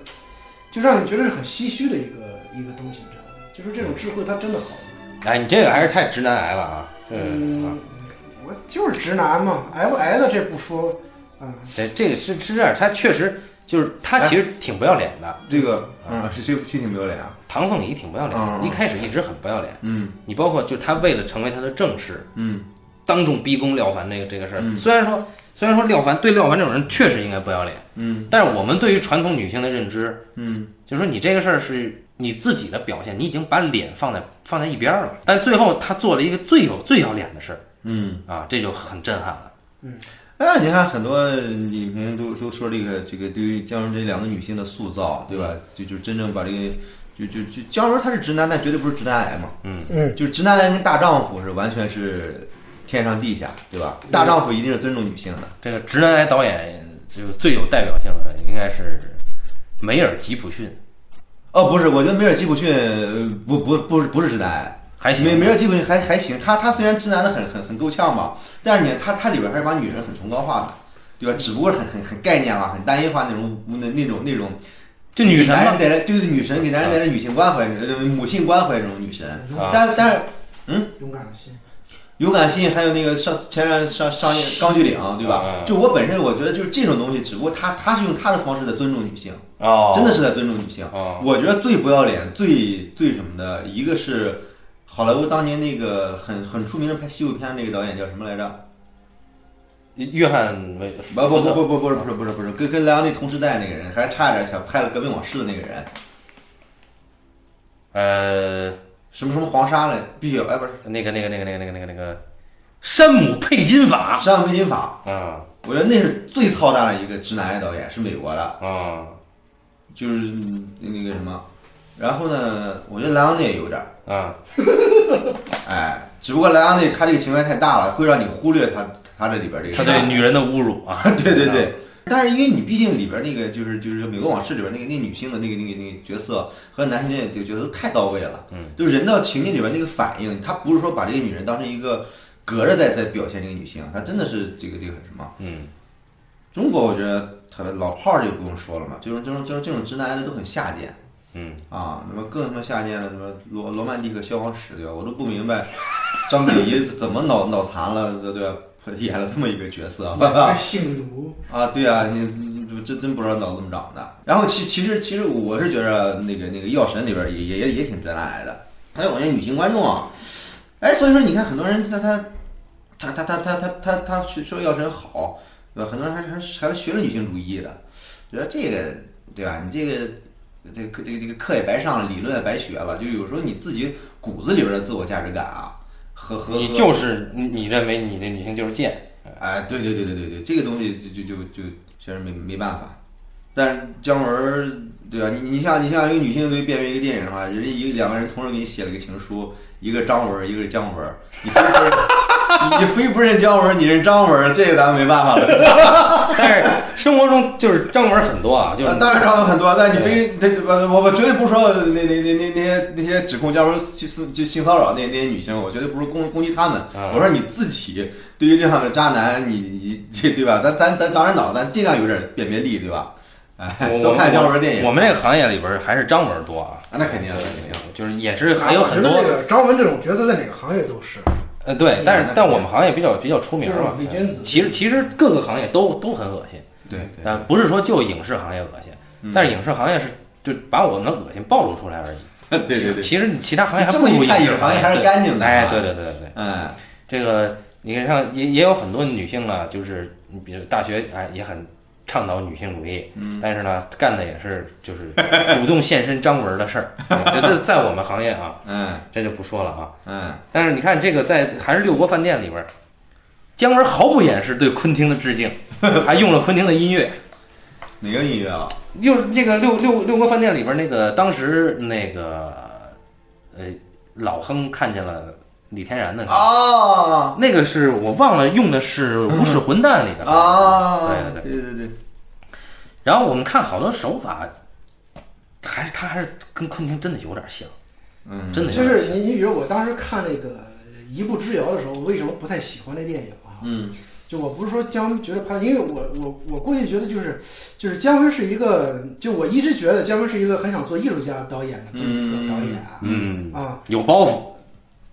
[SPEAKER 2] 就让你觉得是很唏嘘的一个一个东西，你知道吗？就是这种智慧它真的好，
[SPEAKER 1] 哎，你这个还是太直男癌了啊。嗯，啊
[SPEAKER 2] 嗯，我就是直男嘛，挨不挨的这不说，啊，
[SPEAKER 1] 对，哎这个是是这样，他确实就是他
[SPEAKER 3] 哎
[SPEAKER 1] 其实挺不要脸的，
[SPEAKER 3] 这个嗯是这这挺不要脸啊，
[SPEAKER 1] 唐凤仪挺不要脸
[SPEAKER 3] 嗯
[SPEAKER 1] 的，
[SPEAKER 3] 嗯
[SPEAKER 1] 一开始一直很不要脸。
[SPEAKER 3] 嗯
[SPEAKER 1] 你包括就他为了成为他的正室，
[SPEAKER 3] 嗯
[SPEAKER 1] 当众逼宫廖凡这个这个事儿，
[SPEAKER 3] 嗯
[SPEAKER 1] 虽然说虽然说廖凡对廖凡这种人确实应该不要脸，
[SPEAKER 3] 嗯
[SPEAKER 1] 但是我们对于传统女性的认知，
[SPEAKER 3] 嗯
[SPEAKER 1] 就是说你这个事儿是你自己的表现，你已经把脸放在放在一边儿了。但最后他做了一个最有最要脸的事儿
[SPEAKER 3] 嗯，
[SPEAKER 1] 啊，这就很震撼了。
[SPEAKER 3] 哎，你看很多影评都都说这个这个对于姜文这两个女性的塑造，对吧？就就真正把这个就就就姜文他是直男，但绝对不是直男癌嘛。
[SPEAKER 2] 嗯，
[SPEAKER 3] 就是直男癌跟大丈夫是完全是天上地下，对吧？大丈夫一定是尊重女性的。
[SPEAKER 1] 这个直男癌导演就最有代表性的应该是梅尔吉普逊，
[SPEAKER 3] 哦，不是，我觉得梅尔吉普逊呃不不不是不是直男癌，
[SPEAKER 1] 还行
[SPEAKER 3] 梅梅尔吉普逊还还行，他他虽然直男的很很很够呛吧，但是你看他他里边还是把女人很崇高化的，对吧？只不过是很很很概念化、很单一化那种那那种那种
[SPEAKER 1] 就女神
[SPEAKER 3] 给男
[SPEAKER 1] 嘛
[SPEAKER 3] 人，带来对对女神给男人带来女性关怀，呃母性关怀这种女神。
[SPEAKER 1] 啊
[SPEAKER 3] 但但是
[SPEAKER 2] 勇敢的心，
[SPEAKER 3] 勇敢心，还有那个上前两上上映钢锯岭，对吧
[SPEAKER 1] 嗯？
[SPEAKER 3] 就我本身我觉得就是这种东西，只不过他他是用他的方式在尊重女性，
[SPEAKER 1] 哦，
[SPEAKER 3] 真的是在尊重女性。
[SPEAKER 1] 哦，
[SPEAKER 3] 我觉得最不要脸、最最什么的，一个是好莱坞当年那个很很出名的拍西部片的那个导演叫什么来着？
[SPEAKER 1] 约翰维
[SPEAKER 3] 不不不不不不是不是不是不是跟跟莱昂内同时代那个人，还差点想拍了《革命往事》的那个人，
[SPEAKER 1] 呃。
[SPEAKER 3] 什么什么黄沙嘞，必须哎不是
[SPEAKER 1] 那个、那个、那个、那个、那个、那个、那个山姆配金法
[SPEAKER 3] 《山姆配金法》，
[SPEAKER 1] 啊
[SPEAKER 3] 我觉得那是最操蛋的一个直男癌导演，是美国的，
[SPEAKER 1] 啊
[SPEAKER 3] 就是嗯那个什么。然后呢，我觉得莱昂内也有点儿，
[SPEAKER 1] 啊！
[SPEAKER 3] 哎，只不过莱昂内他这个情怀太大了，会让你忽略他他这里边这个事
[SPEAKER 1] 他
[SPEAKER 3] 儿。
[SPEAKER 1] 对女人的侮辱啊！
[SPEAKER 3] 对对对。但是因为你毕竟里边那个就是就是《美国往事》里边那个那女性的那个那个那个角色和男性恋这个角色都太到位了，
[SPEAKER 1] 嗯，
[SPEAKER 3] 就人到情境里边那个反应，他不是说把这个女人当成一个隔着在在表现这个女性，他真的是这个这个很什么。
[SPEAKER 1] 嗯，
[SPEAKER 3] 中国我觉得他老炮儿就不用说了嘛，这种这种这种这种直男癌的都很下贱，
[SPEAKER 1] 嗯
[SPEAKER 3] 啊，那么更他妈下贱的什么罗罗曼蒂克消防史对吧？我都不明白张铁一怎么脑脑残了对吧？演了这么一个角色，
[SPEAKER 2] 性奴，
[SPEAKER 3] 啊，对啊，你你这真真不知道脑子怎么长的。然后其其实其实我是觉着那个那个《药神》里边也也也也挺直男癌的，还有我觉得女性观众啊，哎，所以说你看很多人他他他他他他他他他学说《药神》好，对吧？很多人还还还学了女性主义的，觉得这个对吧？你这个。这个课这个这个课也白上了，理论也白学了，就有时候你自己骨子里边的自我价值感啊，和和
[SPEAKER 1] 你
[SPEAKER 3] 和
[SPEAKER 1] 就是你，你认为你的女性就是贱，
[SPEAKER 3] 哎，对对对对对对，这个东西就就就就确实没没办法。但是姜文儿，对吧？你你像你像一个女性对变为一个电影的话，人家一个两个人同时给你写了个情书，一个张文儿，一个是姜文儿，你非不认你你非不认 姜文儿，你认张文儿，这个咱们没办法了。
[SPEAKER 1] 但是生活中就是张文很多啊，就是
[SPEAKER 3] 当然张文很多，但你非这呃我我我绝对不说那那那那那些那些指控姜文儿性就性骚扰那那些女性，我绝对不是攻攻击他们，
[SPEAKER 1] 嗯
[SPEAKER 3] 我说你自己对于这样的渣男，你你这对吧？咱咱咱长点脑子，咱尽量有点辨别力，对吧？哎，
[SPEAKER 1] 我
[SPEAKER 3] 多看姜文
[SPEAKER 1] 我
[SPEAKER 3] 儿电影。
[SPEAKER 1] 我们这个行业里边还是张文多啊，
[SPEAKER 3] 啊，那肯定的，肯定的。
[SPEAKER 1] 就是也是还有很
[SPEAKER 2] 啊
[SPEAKER 1] 多
[SPEAKER 2] 我觉得这个张文这种角色在哪个行业都是，
[SPEAKER 1] 呃对，但是但我们行业比较比较出名
[SPEAKER 2] 就是
[SPEAKER 1] 嘛
[SPEAKER 2] 伪。君子
[SPEAKER 1] 其实其实各个行业都都很恶心，
[SPEAKER 3] 对嗯
[SPEAKER 1] 呃，不是说就影视行业恶心，但是影视行业是就把我们的恶心暴露出来而已。
[SPEAKER 3] 对 对对 对，
[SPEAKER 1] 其实你其他行业还
[SPEAKER 3] 这
[SPEAKER 1] 不
[SPEAKER 3] 么
[SPEAKER 1] 如
[SPEAKER 3] 一看
[SPEAKER 1] 影视
[SPEAKER 3] 影行业还是
[SPEAKER 1] 对
[SPEAKER 3] 干净的
[SPEAKER 1] 哎，
[SPEAKER 3] 啊
[SPEAKER 1] 对对对对对，
[SPEAKER 3] 嗯
[SPEAKER 1] 这个你看像也也有很多女性啊，就是你比如大学哎也很倡导女性主义，
[SPEAKER 3] 嗯
[SPEAKER 1] 但是呢干的也是就是 主动献身张文的事儿，这这在我们行业啊，
[SPEAKER 3] 嗯
[SPEAKER 1] 这就不说了啊。
[SPEAKER 3] 嗯，
[SPEAKER 1] 但是你看这个在还是六国饭店里边儿，姜文毫不掩饰对昆汀的致敬，还用了昆汀的音乐。
[SPEAKER 3] 哪个音乐啊？
[SPEAKER 1] 六那个六六六国饭店里边那个，当时那个呃老亨看见了李天然的那个，
[SPEAKER 3] 啊
[SPEAKER 1] 那个是我忘了用的是《无耻混蛋》里的
[SPEAKER 3] 嗯啊！
[SPEAKER 1] 对对对。
[SPEAKER 3] 对对对，
[SPEAKER 1] 然后我们看好多手法，还是他还是跟昆汀真的有点像，
[SPEAKER 3] 嗯，
[SPEAKER 1] 真的有
[SPEAKER 2] 就
[SPEAKER 1] 点像
[SPEAKER 2] 是你你比如我当时看那个《一步之遥》的时候，我为什么不太喜欢那电影啊？
[SPEAKER 3] 嗯
[SPEAKER 2] 就我不是说姜文觉得拍，因为我我我过去觉得就是就是姜文是一个，就我一直觉得姜文是一个很想做艺术家导演的这么一个导演啊，
[SPEAKER 1] 嗯
[SPEAKER 2] 啊，
[SPEAKER 1] 有包袱，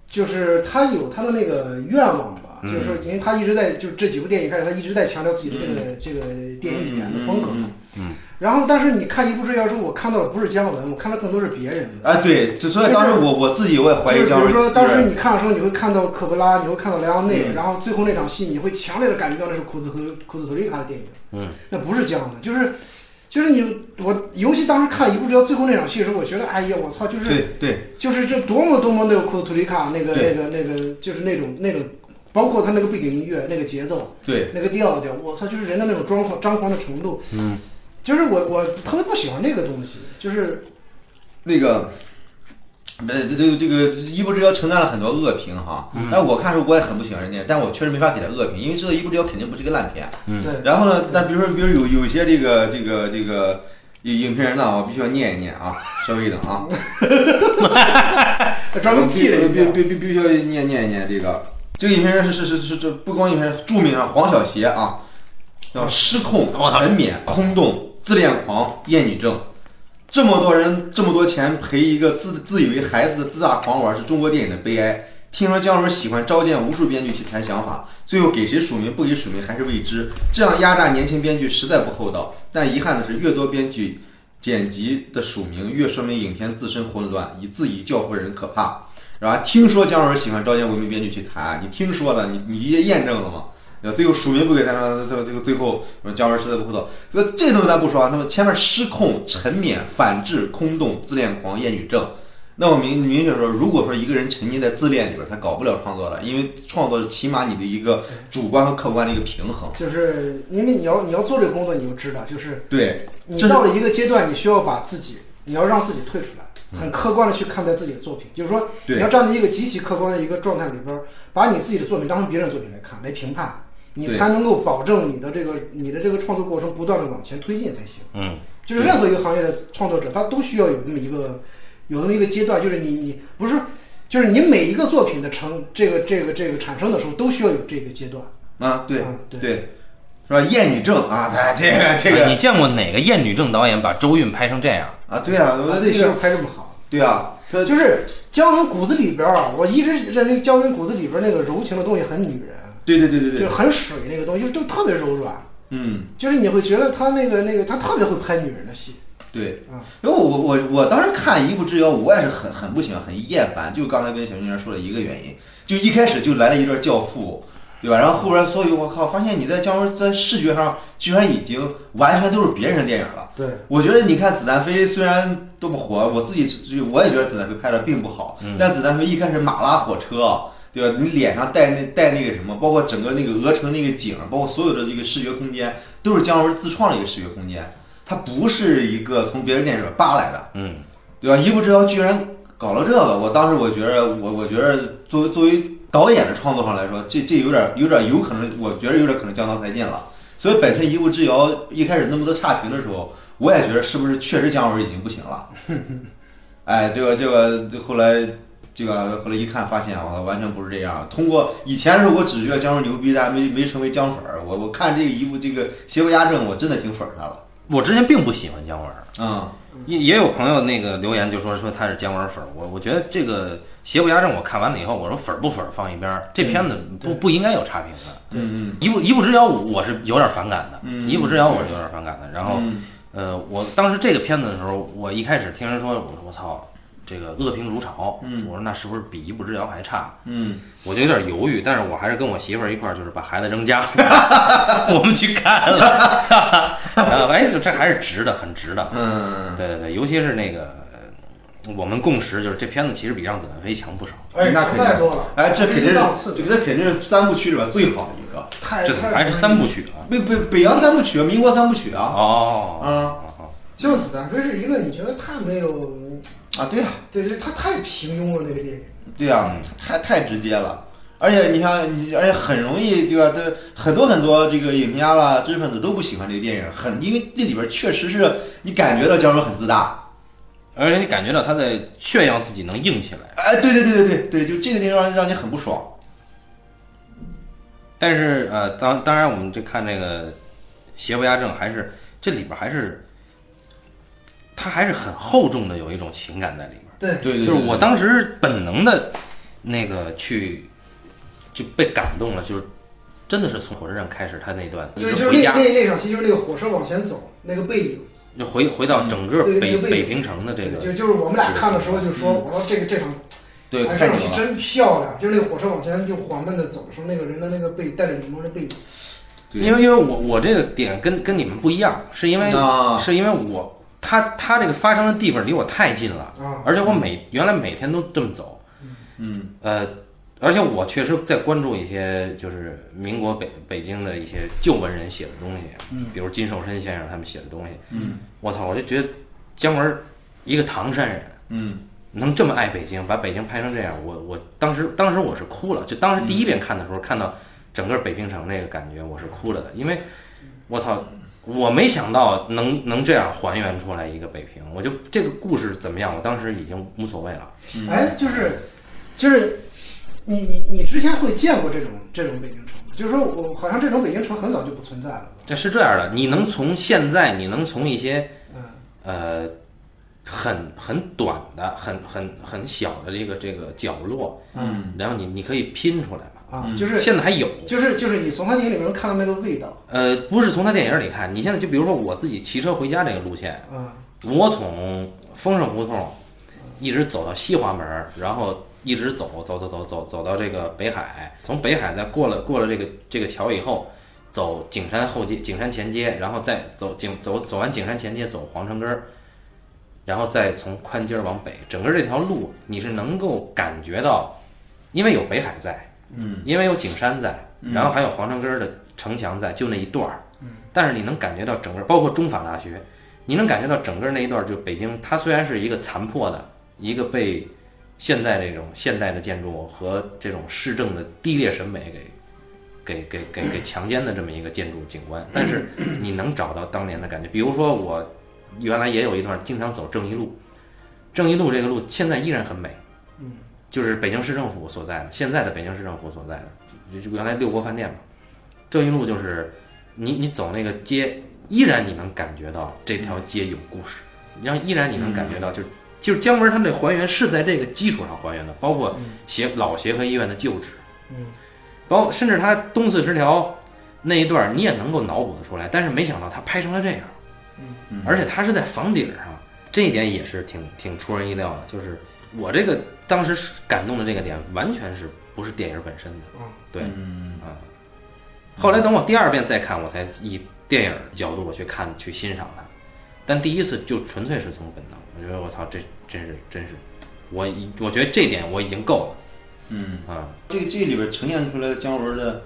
[SPEAKER 2] 就是他有他的那个愿望吧，
[SPEAKER 1] 嗯
[SPEAKER 2] 就是说，因为他一直在就这几部电影开始，他一直在强调自己的这个、这个电影语言的风格。
[SPEAKER 3] 嗯
[SPEAKER 2] 然后，但是你看《一步之遥》之后，我看到的不是姜文，我看到更多是别人的。
[SPEAKER 3] 哎，对，就所以当时我我自己我也怀
[SPEAKER 2] 就
[SPEAKER 3] 疑
[SPEAKER 2] 是比
[SPEAKER 3] 姜
[SPEAKER 2] 如
[SPEAKER 3] 文，
[SPEAKER 2] 说，当时你看的时候，你会看到科布拉，你会看到莱昂内，
[SPEAKER 3] 嗯
[SPEAKER 2] 然后最后那场戏，你会强烈的感觉到那是库兹和库兹图利卡的电影。
[SPEAKER 1] 嗯，
[SPEAKER 2] 那不是姜文，就是就是你我，尤其当时看《一步之遥》最后那场戏的时候，我觉得，哎呀，我操，就是
[SPEAKER 3] 对对，
[SPEAKER 2] 就是这多么多么那个库斯图里卡那个
[SPEAKER 3] 对
[SPEAKER 2] 那个那个，就是那种那种，包括他那个背景音乐、那个节奏、
[SPEAKER 3] 对，
[SPEAKER 2] 那个调调，我操，就是人的那种张狂张狂的程度。嗯，就是我我特别不喜欢这个东西，就是
[SPEAKER 3] 那个。呃，这这这个一步之遥承担了很多恶评哈，
[SPEAKER 2] 嗯
[SPEAKER 3] 但我看的时候我也很不喜欢人家，但我确实没法给他恶评，因为知道一步之遥肯定不是个烂片，
[SPEAKER 2] 对
[SPEAKER 3] 然后呢，那比如说，比如有有一些这个这个这个影影评人呢，我必须要念一念啊，稍微等啊，
[SPEAKER 2] 呃专门记了一
[SPEAKER 3] 必
[SPEAKER 2] 遍。
[SPEAKER 3] 必必必须要念念一念这个这个影评人是是是是这不光影评人，著名啊黄小邪啊，叫失控、
[SPEAKER 2] 哦
[SPEAKER 3] 沉湎、空洞、自恋狂、厌女症。这么多人，这么多钱赔一个自自以为孩子的自大狂玩，是中国电影的悲哀。听说姜文喜欢召见无数编剧去谈想法，最后给谁署名不给署名还是未知。这样压榨年轻编剧实在不厚道。但遗憾的是，越多编剧剪辑的署名，越说明影片自身混乱，以自以教诲人可怕。然后听说姜文喜欢召见文明编剧去谈，你听说了，你你也验证了吗？然后最后署名不给他，最后最后最后呃姜文实在不厚道，所以这东西咱不说啊，那么前面失控、沉湎、反智、空洞、自恋狂、厌女症，那我明明确说，如果说一个人沉浸在自恋里边，他搞不了创作了，因为创作是起码你的一个主观和客观的一个平衡。
[SPEAKER 2] 就是因为你要你要做这个工作，你就知道，就是
[SPEAKER 3] 对，
[SPEAKER 2] 你
[SPEAKER 3] 这是
[SPEAKER 2] 到了一个阶段，你需要把自己，你要让自己退出来。很客观的去看待自己的作品，就是说，
[SPEAKER 3] 嗯对
[SPEAKER 2] 你要站在一个极其客观的一个状态里边儿，把你自己的作品当成别人的作品来看，来评判，你
[SPEAKER 3] 对
[SPEAKER 2] 才能够保证你的这个你的这个创作过程不断的往前推进才行。
[SPEAKER 1] 嗯，
[SPEAKER 2] 就是
[SPEAKER 3] 对
[SPEAKER 2] 任何一个行业的创作者，他都需要有那么一个有那么一个阶段，就是你你不是，就是你每一个作品的成这个这个这个产生的时候，都需要有这个阶段。
[SPEAKER 3] 啊，对
[SPEAKER 2] 嗯对
[SPEAKER 3] 是吧？厌女症啊，咱这个这
[SPEAKER 1] 哎你
[SPEAKER 3] 个
[SPEAKER 1] 见过哪个艳女正导演把周韵拍成这样？
[SPEAKER 3] 啊，对啊，我
[SPEAKER 2] 我自
[SPEAKER 3] 这
[SPEAKER 2] 己媳
[SPEAKER 3] 个
[SPEAKER 2] 妇拍这么好，
[SPEAKER 3] 对啊，这
[SPEAKER 2] 呃就是姜文骨子里边儿啊，我一直认为姜文骨子里边儿那个柔情的东西很女人，
[SPEAKER 3] 对对对对
[SPEAKER 2] 就是
[SPEAKER 3] 对，
[SPEAKER 2] 很水那个东西，就是就特别柔软，
[SPEAKER 3] 嗯，
[SPEAKER 2] 就是你会觉得他那个那个他特别会拍女人的戏。
[SPEAKER 3] 对
[SPEAKER 2] 啊。
[SPEAKER 3] 因为我我我当时看《一步之遥》，我也是很很不喜欢，很厌烦，就刚才跟小明说的一个原因，就一开始就来了一段《教父》。对吧？然后后边所以我靠，发现你在姜文在视觉上居然已经完全都是别人的电影了。
[SPEAKER 2] 对，
[SPEAKER 3] 我觉得你看子弹飞虽然多么火，我自己是我也觉得子弹飞拍的并不好，
[SPEAKER 2] 嗯
[SPEAKER 3] 但子弹飞一开始马拉火车，对吧？你脸上带那带那个什么，包括整个那个鹅城那个景，包括所有的这个视觉空间，都是姜文自创的一个视觉空间，它不是一个从别人电影里边扒来的，
[SPEAKER 1] 嗯，
[SPEAKER 3] 对吧？一步之遥居然搞了这个，我当时我觉得我我觉得作为作为导演的创作上来说，这这有点有点有可能，我觉得有点可能江郎才尽了。所以本身《一步之遥》一开始那么多差评的时候，我也觉得是不是确实姜文已经不行了？ 哎，这个这个后来这个后来一看发现，我操，完全不是这样。通过以前的时候，我只觉得姜文牛逼，但没没成为姜粉儿。我我看这个一部这个《邪不压正》，我真的挺粉儿他了。
[SPEAKER 1] 我之前并不喜欢姜文儿，
[SPEAKER 3] 嗯
[SPEAKER 1] 也也有朋友那个留言就说说他是姜文粉儿，我我觉得这个《邪不压正》我看完了以后，我说粉儿不粉儿放一边儿，这片子不、不应该有差评的。
[SPEAKER 3] 嗯
[SPEAKER 1] 一步一步之遥，我是有点反感的，
[SPEAKER 3] 嗯
[SPEAKER 1] 一步之遥我是有点反感的。然后、
[SPEAKER 3] 嗯
[SPEAKER 1] 呃，我当时这个片子的时候，我一开始听人说，我说我操，这个恶评如潮，
[SPEAKER 3] 嗯
[SPEAKER 1] 我说那是不是比一步之遥还差？
[SPEAKER 3] 嗯
[SPEAKER 1] 我就有点犹豫，但是我还是跟我媳妇儿一块儿，就是把孩子扔家， 我们去看了，然后哎，这这还是值的，很值的。
[SPEAKER 3] 嗯，
[SPEAKER 1] 对对对，尤其是那个呃我们共识就是这片子其实比《让子弹飞》强不少。
[SPEAKER 3] 那肯定
[SPEAKER 2] 太多了，
[SPEAKER 3] 哎，这肯定
[SPEAKER 2] 这个档次
[SPEAKER 3] 是这这肯定是三部曲里边最好的一个。个，
[SPEAKER 2] 太
[SPEAKER 1] 这
[SPEAKER 2] 太
[SPEAKER 1] 还是三部曲啊？
[SPEAKER 3] 北北北洋三部曲，民国三部曲啊，
[SPEAKER 1] 哦，
[SPEAKER 3] 啊
[SPEAKER 2] 就子弹飞是一个你觉得太没有，
[SPEAKER 3] 啊，对呀、
[SPEAKER 2] 对对，它太平庸了那个电影。
[SPEAKER 3] 对呀、太太直接了。而且你像，你而且很容易，对吧？对，很多很多这个影评家啦、知识分子都不喜欢这个电影，很因为这里边确实是你感觉到姜文很自大。
[SPEAKER 1] 而且你感觉到他在炫耀自己能硬起来，
[SPEAKER 3] 哎，对对对对对对，就这个地方让让你很不爽。
[SPEAKER 1] 但是呃，当当然我们这看这个邪不压正，还是这里边还是他还是很厚重的，有一种情感在里边。
[SPEAKER 2] 对，
[SPEAKER 3] 对对对，
[SPEAKER 1] 就是我
[SPEAKER 3] 对
[SPEAKER 1] 当时本能的那个去就被感动了，就是真的是从火车站开始，他那段
[SPEAKER 2] 对，
[SPEAKER 1] 一直
[SPEAKER 2] 就是
[SPEAKER 1] 回
[SPEAKER 2] 那
[SPEAKER 1] 家
[SPEAKER 2] 那那场戏，就是那个火车往前走那个背影。
[SPEAKER 1] 就回回到整个
[SPEAKER 2] 对
[SPEAKER 1] 北
[SPEAKER 2] 那个背
[SPEAKER 1] 北
[SPEAKER 2] 影
[SPEAKER 1] 平城的这个
[SPEAKER 2] 就就是我们俩看的时候就说，
[SPEAKER 3] 嗯
[SPEAKER 2] 我说这个这场，
[SPEAKER 3] 对
[SPEAKER 2] 哎，
[SPEAKER 3] 太
[SPEAKER 2] 这场
[SPEAKER 3] 牛
[SPEAKER 2] 戏
[SPEAKER 3] 了。
[SPEAKER 2] 真漂亮，就是那个火车往前就缓慢的走的时候，那个人的那个背带着柠檬的背影，
[SPEAKER 3] 对
[SPEAKER 1] 因为因为我我这个点跟跟你们不一样，是因为
[SPEAKER 3] 啊
[SPEAKER 1] 是因为我他他这个发生的地方离我太近了
[SPEAKER 2] 啊，
[SPEAKER 1] 而且我每原来每天都这么走，
[SPEAKER 3] 嗯，
[SPEAKER 1] 呃，而且我确实在关注一些就是民国北北京的一些旧文人写的东西，嗯，比如金寿申先生他们写的东西，
[SPEAKER 3] 嗯，
[SPEAKER 1] 我操，我就觉得姜文儿一个唐山人。
[SPEAKER 3] 嗯
[SPEAKER 1] 能这么爱北京，把北京拍成这样，我我当时当时我是哭了，就当时第一遍看的时候，看到整个北平城那个感觉，我是哭了的，因为我操，我没想到能能这样还原出来一个北平，我就这个故事怎么样，我当时已经无所谓了。
[SPEAKER 2] 哎，就是就是你你你之前会见过这种这种北京城吗，就是说我好像这种北京城很早就不存在了吧？
[SPEAKER 1] 这是这样的，你能从现在，你能从一些
[SPEAKER 2] 嗯，
[SPEAKER 1] 呃很很短的、很很很小的这个这个角落，
[SPEAKER 3] 嗯，
[SPEAKER 1] 然后你你可以拼出来嘛。
[SPEAKER 2] 啊，就是
[SPEAKER 1] 现在还有，
[SPEAKER 2] 就是就是你从他电影里面能看到那个味道，
[SPEAKER 1] 呃，不是从他电影里看，你现在就比如说我自己骑车回家这个路线，
[SPEAKER 2] 啊，
[SPEAKER 1] 我从丰盛胡同一直走到西华门，然后一直走走走走走走到这个北海，从北海再过了过了这个这个桥以后，走景山后街、景山前街，然后再走景走走完景山前街走皇城根儿，然后再从宽街儿往北，整个这条路你是能够感觉到，因为有北海在，
[SPEAKER 3] 嗯，
[SPEAKER 1] 因为有景山在，然后还有皇城根儿的城墙在，就那一段儿。但是你能感觉到整个，包括中法大学，你能感觉到整个那一段儿，就北京，它虽然是一个残破的，一个被现代这种现代的建筑和这种市政的低劣审美给给给给给强奸的这么一个建筑景观，但是你能找到当年的感觉。比如说我原来也有一段经常走正义路，正义路这个路现在依然很美，
[SPEAKER 2] 嗯，
[SPEAKER 1] 就是北京市政府所在的现在的北京市政府所在的，就就原来六国饭店嘛，正义路就是你你走那个街，依然你能感觉到这条街有故事，然后依然你能感觉到
[SPEAKER 2] 嗯
[SPEAKER 1] 就。就是姜文他们这还原是在这个基础上还原的，包括协老协和医院的旧址，
[SPEAKER 2] 嗯，
[SPEAKER 1] 包括甚至他东四十条那一段儿你也能够脑补得出来，但是没想到他拍成了这样，
[SPEAKER 3] 嗯
[SPEAKER 1] 而且他是在房顶上，这一点也是挺挺出人意料的。就是我这个当时感动的这个点，完全是不是电影本身的，
[SPEAKER 2] 啊，
[SPEAKER 1] 对
[SPEAKER 3] 嗯
[SPEAKER 1] 啊。后来等我第二遍再看，我才以电影角度我去看去欣赏它，但第一次就纯粹是从本能，我觉得我操，这真是真是，我已我觉得这点我已经够
[SPEAKER 3] 嗯，
[SPEAKER 1] 了啊。
[SPEAKER 3] 这个这里边呈现出来姜文的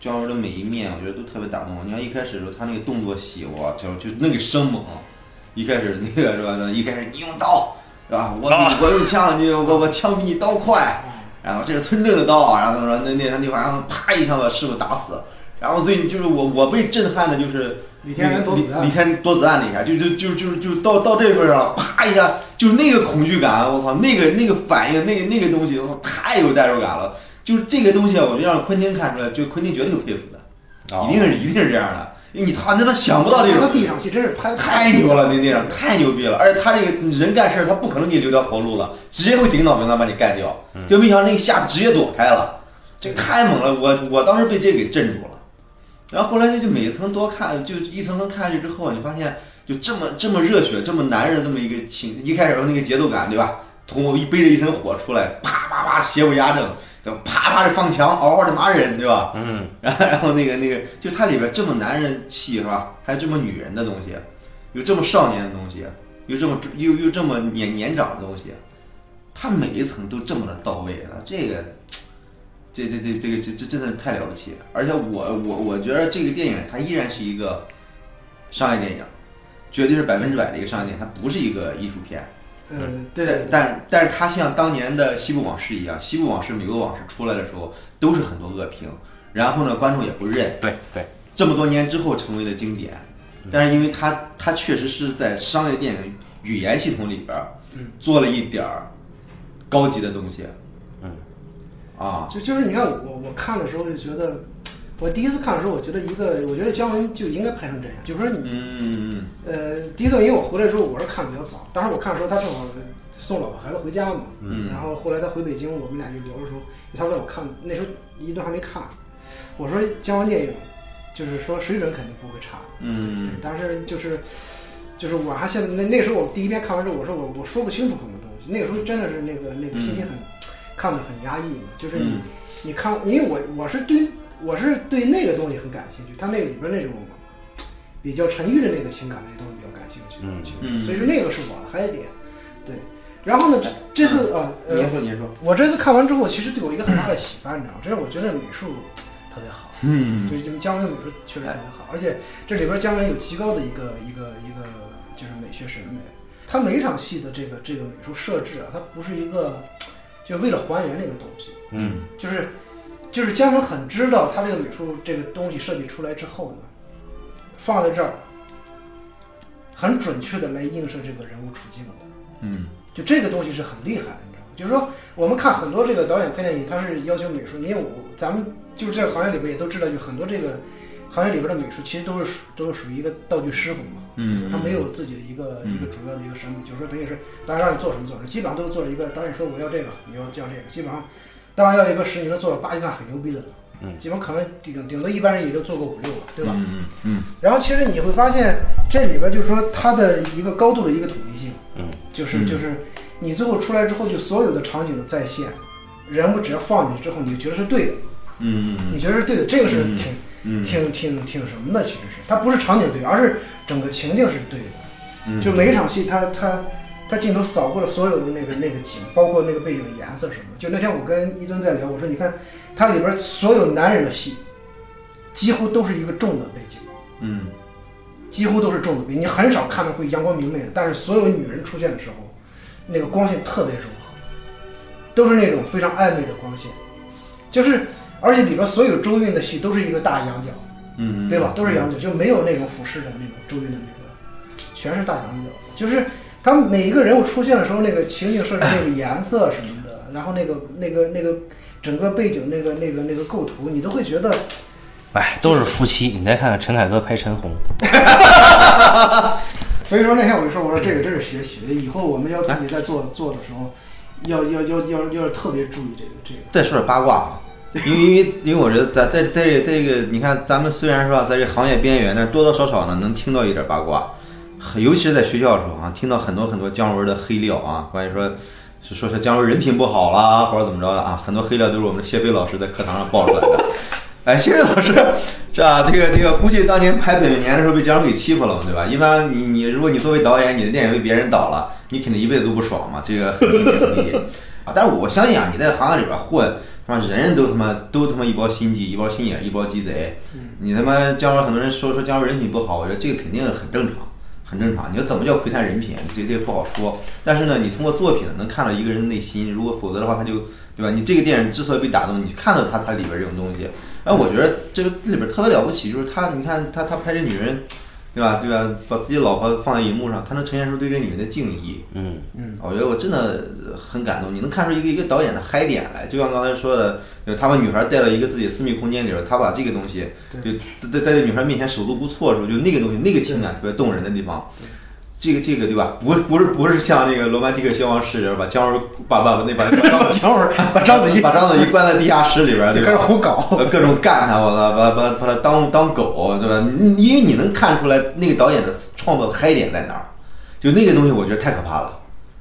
[SPEAKER 3] 姜文的每一面，我觉得都特别打动我。你看一开始的时候，他那个动作戏，哇，就就那个生猛，啊一开始那个是吧？一开始你用刀是吧？我我用枪，你我我枪比你刀快，然后这是村正的刀，啊然后他说那那那晚上啪一枪把师傅打死，然后最就是我我被震撼的就是。
[SPEAKER 2] 李天然躲子弹
[SPEAKER 3] 李李天然躲子弹那一下，就就就就就到到这份儿上了，啪一下，就那个恐惧感，啊我操，那个那个反应，那个那个东西，我操，太有代入感了。就是这个东西，啊我就让昆汀看出来，就昆汀绝对有佩服的，
[SPEAKER 1] 哦
[SPEAKER 3] 一定是一定是这样的。你他那都想不到这
[SPEAKER 2] 他
[SPEAKER 3] 种
[SPEAKER 2] 那，地上戏真是拍的
[SPEAKER 3] 太牛了，那电影太牛逼了。而且他这个人干事儿，他不可能给你留条活路的，直接会顶脑门子把你干掉。就没想到那个下直接躲开了，这个太猛了，我我当时被这个给镇住了。然后后来就就每层多看，就一层层看下去之后，你发现就这么这么热血，这么男人这么一个情，一开始那个节奏感，对吧？从一背着一身火出来，啪啪啪邪不压正，就啪啪的放墙，嗷嗷的骂人，对吧？
[SPEAKER 1] 嗯，
[SPEAKER 3] 然后 然后那个那个，就它里边这么男人气是吧？还有这么女人的东西，有这么少年的东西，啊有这么又又这么啊年年长的东西，他每一层都这么的到位了，这个啊这这这这个这这真的是太了不起，而且我我我觉得这个电影它依然是一个商业电影，绝对是百分之百的一个商业电影，它不是一个艺术片。
[SPEAKER 2] 嗯，对，
[SPEAKER 3] 但但是它像当年的《西部往事》一样，《西部往事》《美国往事》出来的时候都是很多恶评，然后呢观众也不认，
[SPEAKER 1] 对对，
[SPEAKER 3] 这么多年之后成为了经典。但是因为它它确实是在商业电影语言系统里边儿做了一点儿高级的东西，
[SPEAKER 1] 嗯，
[SPEAKER 3] 啊，
[SPEAKER 2] 就就是你看我我看的时候就觉得，我第一次看的时候，我觉得一个，我觉得姜文就应该拍成这样，就是说你
[SPEAKER 3] 嗯嗯
[SPEAKER 2] 呃，迪斯因为我回来之后我是看的比较早，当时我看的时候他正好送老婆孩子回家嘛，
[SPEAKER 3] 嗯
[SPEAKER 2] 然后后来他回北京，我们俩就聊的时候，他问我看那时候一顿还没看，我说姜文电影就是说水准肯定不会差，
[SPEAKER 3] 嗯
[SPEAKER 2] 对，但是就是就是我还现在那那时候我第一遍看完之后，我说我我说不清楚很多东西，那个时候真的是那个那个心情很、看的很压抑嘛，就是你、
[SPEAKER 3] 嗯
[SPEAKER 2] 你看，因为我我是对我是对那个东西很感兴趣，他那个里边那种比较沉郁的那个情感那东西比较感兴趣，
[SPEAKER 1] 嗯
[SPEAKER 2] 其实
[SPEAKER 3] 嗯
[SPEAKER 2] 所以说那个是我的嗨点，对。然后呢，这这次啊，呃，
[SPEAKER 3] 嗯您说您说，
[SPEAKER 2] 我这次看完之后，其实对我一个很大的启发，你知道吗？这是我觉得美术特别好，
[SPEAKER 3] 嗯
[SPEAKER 2] 对，就是姜文的美术确实特别好，而且这里边姜文有极高的一个一个一个就是美学审美，他每一场戏的这个这个美术设置啊，它不是一个就为了还原那个东西，
[SPEAKER 1] 嗯，
[SPEAKER 2] 就是就是姜文很知道他这个美术这个东西设计出来之后呢，放在这儿很准确的来映射这个人物处境的。
[SPEAKER 3] 嗯
[SPEAKER 2] 就这个东西是很厉害的，你知道吗？就是说，我们看很多这个导演拍电影，他是要求美术，因为我咱们就是这个行业里边也都知道，就很多这个行业里边的美术其实都是属都是属于一个道具师傅嘛，
[SPEAKER 3] 嗯，
[SPEAKER 2] 他没有自己的一个、
[SPEAKER 3] 嗯
[SPEAKER 2] 一个主要的一个审美，就是说等于是导演让你做什么做什么，基本上都是做一个导演说我要这个，你要要这个，基本上当然要一个十，你能做到八就算很牛逼的了，
[SPEAKER 1] 嗯
[SPEAKER 2] 基本可能顶顶多一般人也就做过五六了，对吧？
[SPEAKER 3] 嗯嗯
[SPEAKER 2] 然后其实你会发现这里边就是说它的一个高度的一个统一性，
[SPEAKER 1] 嗯，
[SPEAKER 2] 就是
[SPEAKER 3] 嗯
[SPEAKER 2] 就是你最后出来之后，就所有的场景的再现，人物只要放进去之后，你就觉得是对的，
[SPEAKER 3] 嗯
[SPEAKER 2] 你觉得是对的，这个是
[SPEAKER 3] 嗯
[SPEAKER 2] 挺、
[SPEAKER 3] 嗯，
[SPEAKER 2] 挺挺挺什么的，其实是它不是场景对，而是整个情境是对的，
[SPEAKER 3] 嗯
[SPEAKER 2] 就每一场戏它它。它镜头扫过了所有的那个那个景，包括那个背景的颜色什么的。就那天我跟一吨在聊，我说你看，它里边所有男人的戏，几乎都是一个重的背景，
[SPEAKER 3] 嗯
[SPEAKER 2] 几乎都是重的比，你很少看到会阳光明媚的。但是所有女人出现的时候，那个光线特别柔和，都是那种非常暧昧的光线，就是而且里边所有周韵的戏都是一个大仰角，
[SPEAKER 3] 嗯，
[SPEAKER 2] 对吧？都是仰角，就没有那种俯视的那种周韵的那个，全是大仰角。就是他们每一个人物出现的时候，那个情景设置、那个颜色什么的，然后那个那个那个整个背景那个那个那个构图，你都会觉得
[SPEAKER 1] 哎，都是夫妻。你再看看陈凯歌拍陈红，
[SPEAKER 2] 所以说那天我就说，我说这个真是学习的，以后我们要自己在
[SPEAKER 3] 哎
[SPEAKER 2] 做做的时候，要要要要要特别注意这个这个。
[SPEAKER 3] 再说点八卦啊，因为因为因为我觉得咱在在这这个，你看咱们虽然说啊在这行业边缘，但多多少少呢能听到一点八卦，很尤其是在学校的时候啊，听到很多很多姜文的黑料啊，关于说是说是姜文人品不好啦，或者怎么着的啊，很多黑料都是我们谢飞老师在课堂上爆出来的。哎，谢飞老师，是吧？这个这个，估计当年拍《本命年》的时候被姜文给欺负了嘛，对吧？一般你你如果你作为导演，你的电影被别人导了，你肯定一辈子都不爽嘛，这个很理解很理解。啊，但是我相信啊，你在行业里边混，他妈人人都他妈都他妈一包心机，一包心眼，一包鸡贼。你他妈姜文很多人说说姜文人品不好，我觉得这个肯定很正常，很正常。你说怎么叫窥探人品，这这不好说。但是呢，你通过作品能看到一个人的内心，如果否则的话，他就对吧？你这个电影之所以被打动，你看到他他里边这种东西，哎，我觉得这个里边特别了不起，就是他，你看他他拍这女人。对吧？对吧？把自己老婆放在荧幕上，他能呈现出对这女人的敬意。
[SPEAKER 1] 嗯，
[SPEAKER 3] 我觉得我真的很感动，你能看出一个一个导演的嗨点来，就像刚才说的，就他把女孩带到一个自己私密空间里边，他把这个东西就在在在这女孩面前手足无措的时候，就那个东西那个情感特别动人的地方，这个这个对吧？不是不是不是像那个《罗曼蒂克消亡史》里边把姜文把把把那把把张
[SPEAKER 2] 姜文把章子怡
[SPEAKER 3] 把章子怡关在地下室里边，
[SPEAKER 2] 就
[SPEAKER 3] 对
[SPEAKER 2] 开
[SPEAKER 3] 吧
[SPEAKER 2] 始？胡搞，
[SPEAKER 3] 呃，各种干他，我操，把把把他当当狗，对吧？你因为你能看出来那个导演的创作的嗨点在哪儿，就那个东西，我觉得太可怕了。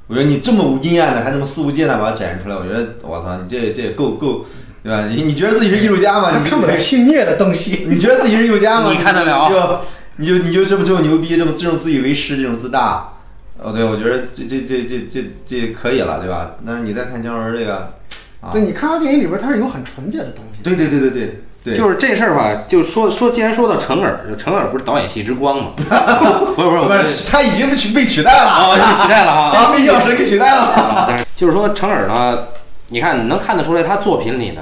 [SPEAKER 3] 我觉得你这么无阴暗的，还这么肆无忌惮地把它展现出来，我觉得我操，你这这也够够，对吧？你你觉得自己是艺术家吗？
[SPEAKER 2] 他
[SPEAKER 3] 你
[SPEAKER 2] 看不了性虐的东西。
[SPEAKER 3] 你觉得自己是艺术家吗？
[SPEAKER 1] 你看得了
[SPEAKER 3] 你就你就你就这么这么牛逼，这么这种自以为是，这种自大，哦，对，我觉得这这这这这这可以了，对吧？但是你再看姜文这个，啊
[SPEAKER 2] 对，你看到电影里边，它是有很纯洁的东西。
[SPEAKER 3] 对对对对对对，
[SPEAKER 1] 就是这事儿吧，就说说，既然说到成尔，就成尔不是导演系之光 嘛？不是不是，我
[SPEAKER 3] 不 是他已经去被取代了
[SPEAKER 1] 啊，你取代了哈。
[SPEAKER 3] 啊，被药神给取代 了。
[SPEAKER 1] 啊但是就是说，成尔呢，你看你能看得出来，他作品里呢，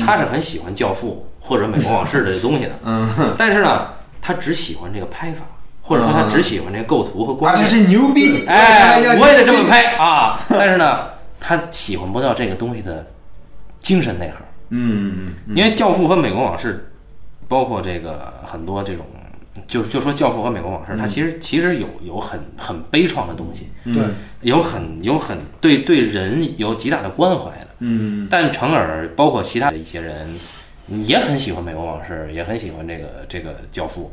[SPEAKER 1] 他是很喜欢《教父》或者《美国往事》这些东西的，
[SPEAKER 3] 嗯，
[SPEAKER 1] 但是呢，他只喜欢这个拍法，或者说他只喜欢这个构图和光
[SPEAKER 3] 啊哇，这
[SPEAKER 1] 线。
[SPEAKER 3] 是牛逼！
[SPEAKER 1] 哎，
[SPEAKER 3] 呀
[SPEAKER 1] 我也得这么。拍啊！但是呢，他喜欢不到这个东西的精神内核，
[SPEAKER 3] 嗯嗯嗯
[SPEAKER 1] 因为《教父》和《美国往事》，包括这个很多这种。就就说《教父》和《美国往事》，它其实其实有有很很悲怆的东西，
[SPEAKER 2] 对，
[SPEAKER 1] 有很有很对对人有极大的关怀的。
[SPEAKER 3] 嗯，
[SPEAKER 1] 但成尔包括其他的一些人，也很喜欢《美国往事》，也很喜欢这个这个《教父》，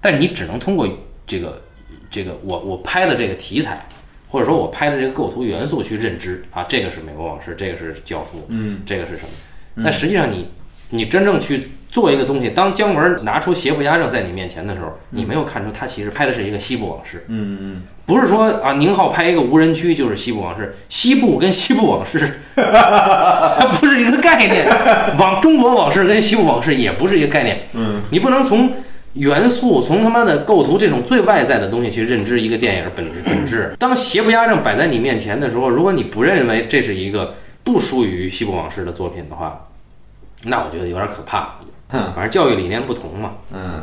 [SPEAKER 1] 但你只能通过这个这个我我拍的这个题材，或者说我拍的这个构图元素去认知啊，这个是《美国往事》，这个是《教父》，
[SPEAKER 3] 嗯，
[SPEAKER 1] 这个是什么？但实际上你你真正去做一个东西，当姜文拿出《邪不压正》在你面前的时候，你没有看出他其实拍的是一个西部往事。
[SPEAKER 3] 嗯嗯，
[SPEAKER 1] 不是说啊，宁浩拍一个无人区就是西部往事，西部跟西部往事它 不是一个概念，往中国往事跟西部往事也不是一个概念。
[SPEAKER 3] 嗯，
[SPEAKER 1] 你不能从元素、从他妈的构图这种最外在的东西去认知一个电影本质本质。当邪不压正摆在你面前的时候，如果你不认为这是一个不属于西部往事的作品的话，那我觉得有点可怕。
[SPEAKER 3] 哼
[SPEAKER 1] 反正教育理念不同嘛。
[SPEAKER 3] 嗯，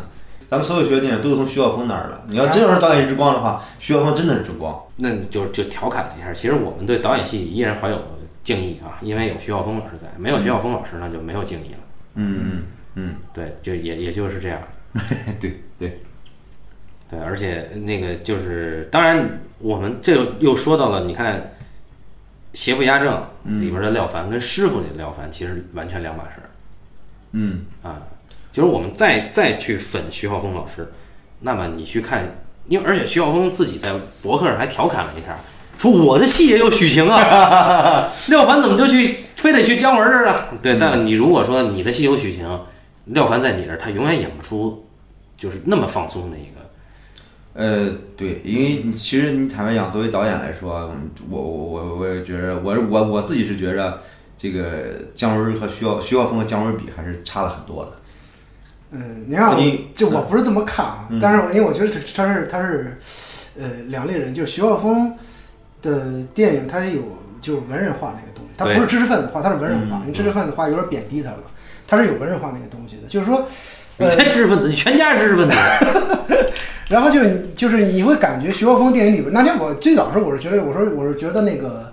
[SPEAKER 3] 咱们所有学的电影都是从徐晓峰那儿的。你要真要是导演之光的话，徐晓峰真的是之光。
[SPEAKER 1] 那就就调侃了一下，其实我们对导演系依然怀有敬意啊，因为有徐浩峰老师在，没有徐浩峰老师呢就没有敬意了。
[SPEAKER 3] 嗯嗯
[SPEAKER 1] 对，就也也就是这样。
[SPEAKER 3] 嗯，对对，
[SPEAKER 1] 对，而且那个就是，当然我们这又说到了，你看《邪不压正》里边的廖凡跟师傅里的廖凡其实完全两码事儿
[SPEAKER 3] 嗯
[SPEAKER 1] 啊。就是我们再再去粉徐浩峰老师，那么你去看，因为而且徐浩峰自己在博客上还调侃了一下，说我的戏也有许晴啊。廖凡怎么就去非得去姜文这儿啊？对，但你如果说你的戏有许晴，廖凡在你这儿，他永远演不出就是那么放松的一个。
[SPEAKER 3] 呃对，因为你其实你坦白讲，作为导演来说，嗯我我我我也觉着，我是我我自己是觉着。这个姜文和徐晓徐晓峰和姜文比还是差了很多的。
[SPEAKER 2] 嗯，你看我
[SPEAKER 3] 你
[SPEAKER 2] 这我不是这么看啊，但是我因为我觉得这他是他是，呃，两类人，就是徐浩峰的电影，他有就是文人化那个东西，他
[SPEAKER 1] 对
[SPEAKER 2] 不是知识分子化，他是文人化
[SPEAKER 3] 嗯，
[SPEAKER 2] 你知识分子化有点贬低他了，他是有文人化那个东西的，就是说，
[SPEAKER 1] 你
[SPEAKER 2] 呃，
[SPEAKER 1] 才知识分子，你全家是知识分子。
[SPEAKER 2] 然后就是就是你会感觉徐浩峰电影里边，那天我最早的时候我是觉得我说我是觉得那个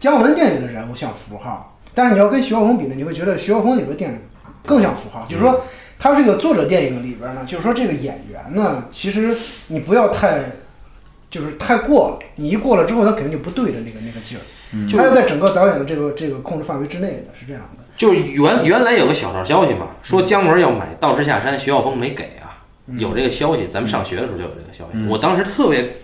[SPEAKER 2] 姜文电影的人物像符号，但是你要跟徐浩峰比呢，你会觉得徐浩峰里边电影更像符号，就是说他这个作者电影里边呢，就是说这个演员呢，其实你不要太。就是太过了，你一过了之后，他肯定就不对的那个那个劲儿，
[SPEAKER 1] 就
[SPEAKER 2] 他要在整个导演的这个这个控制范围之内的，是这样的。
[SPEAKER 1] 就原原来有个小道消息嘛，说姜文要买《道士下山》，徐浩峰没给啊，有这个消息。咱们上学的时候就有这个消息。我当时特别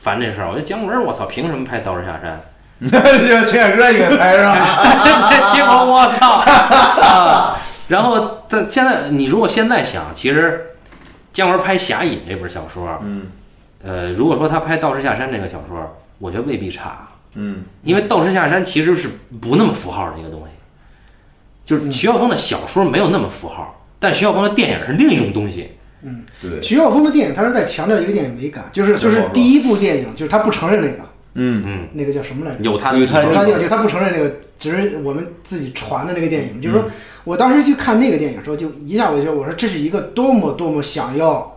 [SPEAKER 1] 烦这事儿，我觉得姜文，我操，凭什么拍《道士下山》？
[SPEAKER 3] 就陈凯歌也给拍是吧？
[SPEAKER 1] 结果我操！啊然后在现在，你如果现在想，其实姜文拍《侠隐》这本小说，
[SPEAKER 3] 嗯
[SPEAKER 1] 呃，如果说他拍《道士下山》这个小说，我觉得未必差，
[SPEAKER 3] 嗯
[SPEAKER 1] 因为《道士下山》其实是不那么符号的一个东西，
[SPEAKER 2] 嗯
[SPEAKER 1] 就是徐浩峰的小说没有那么符号，但徐浩峰的电影是另一种东西。
[SPEAKER 3] 对，
[SPEAKER 2] 徐浩峰的电影，他是在强调一个电影美感，就是就是第一部电影，就是他不承认那个
[SPEAKER 3] 嗯
[SPEAKER 1] 嗯，
[SPEAKER 2] 那个叫什么来着？
[SPEAKER 1] 有他的
[SPEAKER 3] 有他的
[SPEAKER 2] 哎他
[SPEAKER 3] 地
[SPEAKER 2] 那个，就他不承认那个，只是我们自己传的那个电影。就是说
[SPEAKER 1] 嗯
[SPEAKER 2] 我当时去看那个电影的时候，就一下我就觉得，我说这是一个多么多么想要，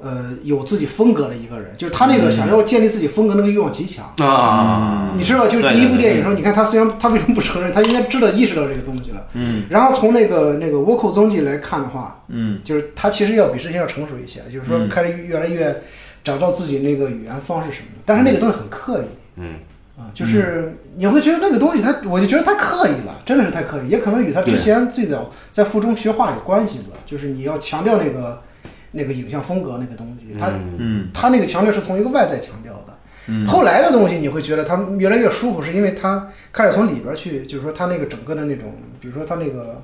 [SPEAKER 2] 呃，有自己风格的一个人，就是他那
[SPEAKER 1] 嗯
[SPEAKER 2] 个想要建立自己风格那个欲望极强。
[SPEAKER 1] 啊，
[SPEAKER 2] 你知道，就是第一
[SPEAKER 1] 对对
[SPEAKER 2] 部
[SPEAKER 1] 对
[SPEAKER 2] 电影的时候，你看他虽然他为什么不承认，他应该知道意识到这个东西了。
[SPEAKER 3] 嗯
[SPEAKER 2] 然后从那个那个倭寇踪迹来看的话，
[SPEAKER 3] 嗯
[SPEAKER 2] 就是他其实要比之前要成熟一些，就是说
[SPEAKER 3] 嗯
[SPEAKER 2] 开始越来越找到自己那个语言方式什么的，但是那个东西很刻意。
[SPEAKER 1] 嗯，
[SPEAKER 2] 啊，
[SPEAKER 3] 嗯
[SPEAKER 2] 就是你会觉得那个东西它，我就觉得太刻意了，真的是太刻意，也可能与他之
[SPEAKER 3] 对
[SPEAKER 2] 前最早在附中学画有关系吧。就是你要强调那个那个影像风格那个东西，他、
[SPEAKER 3] 嗯
[SPEAKER 2] 他那个强调是从一个外在强调的。
[SPEAKER 3] 嗯
[SPEAKER 2] 后来的东西你会觉得他越来越舒服，是因为他开始从里边儿去，就是说他那个整个的那种，比如说他那
[SPEAKER 3] 嗯
[SPEAKER 2] 个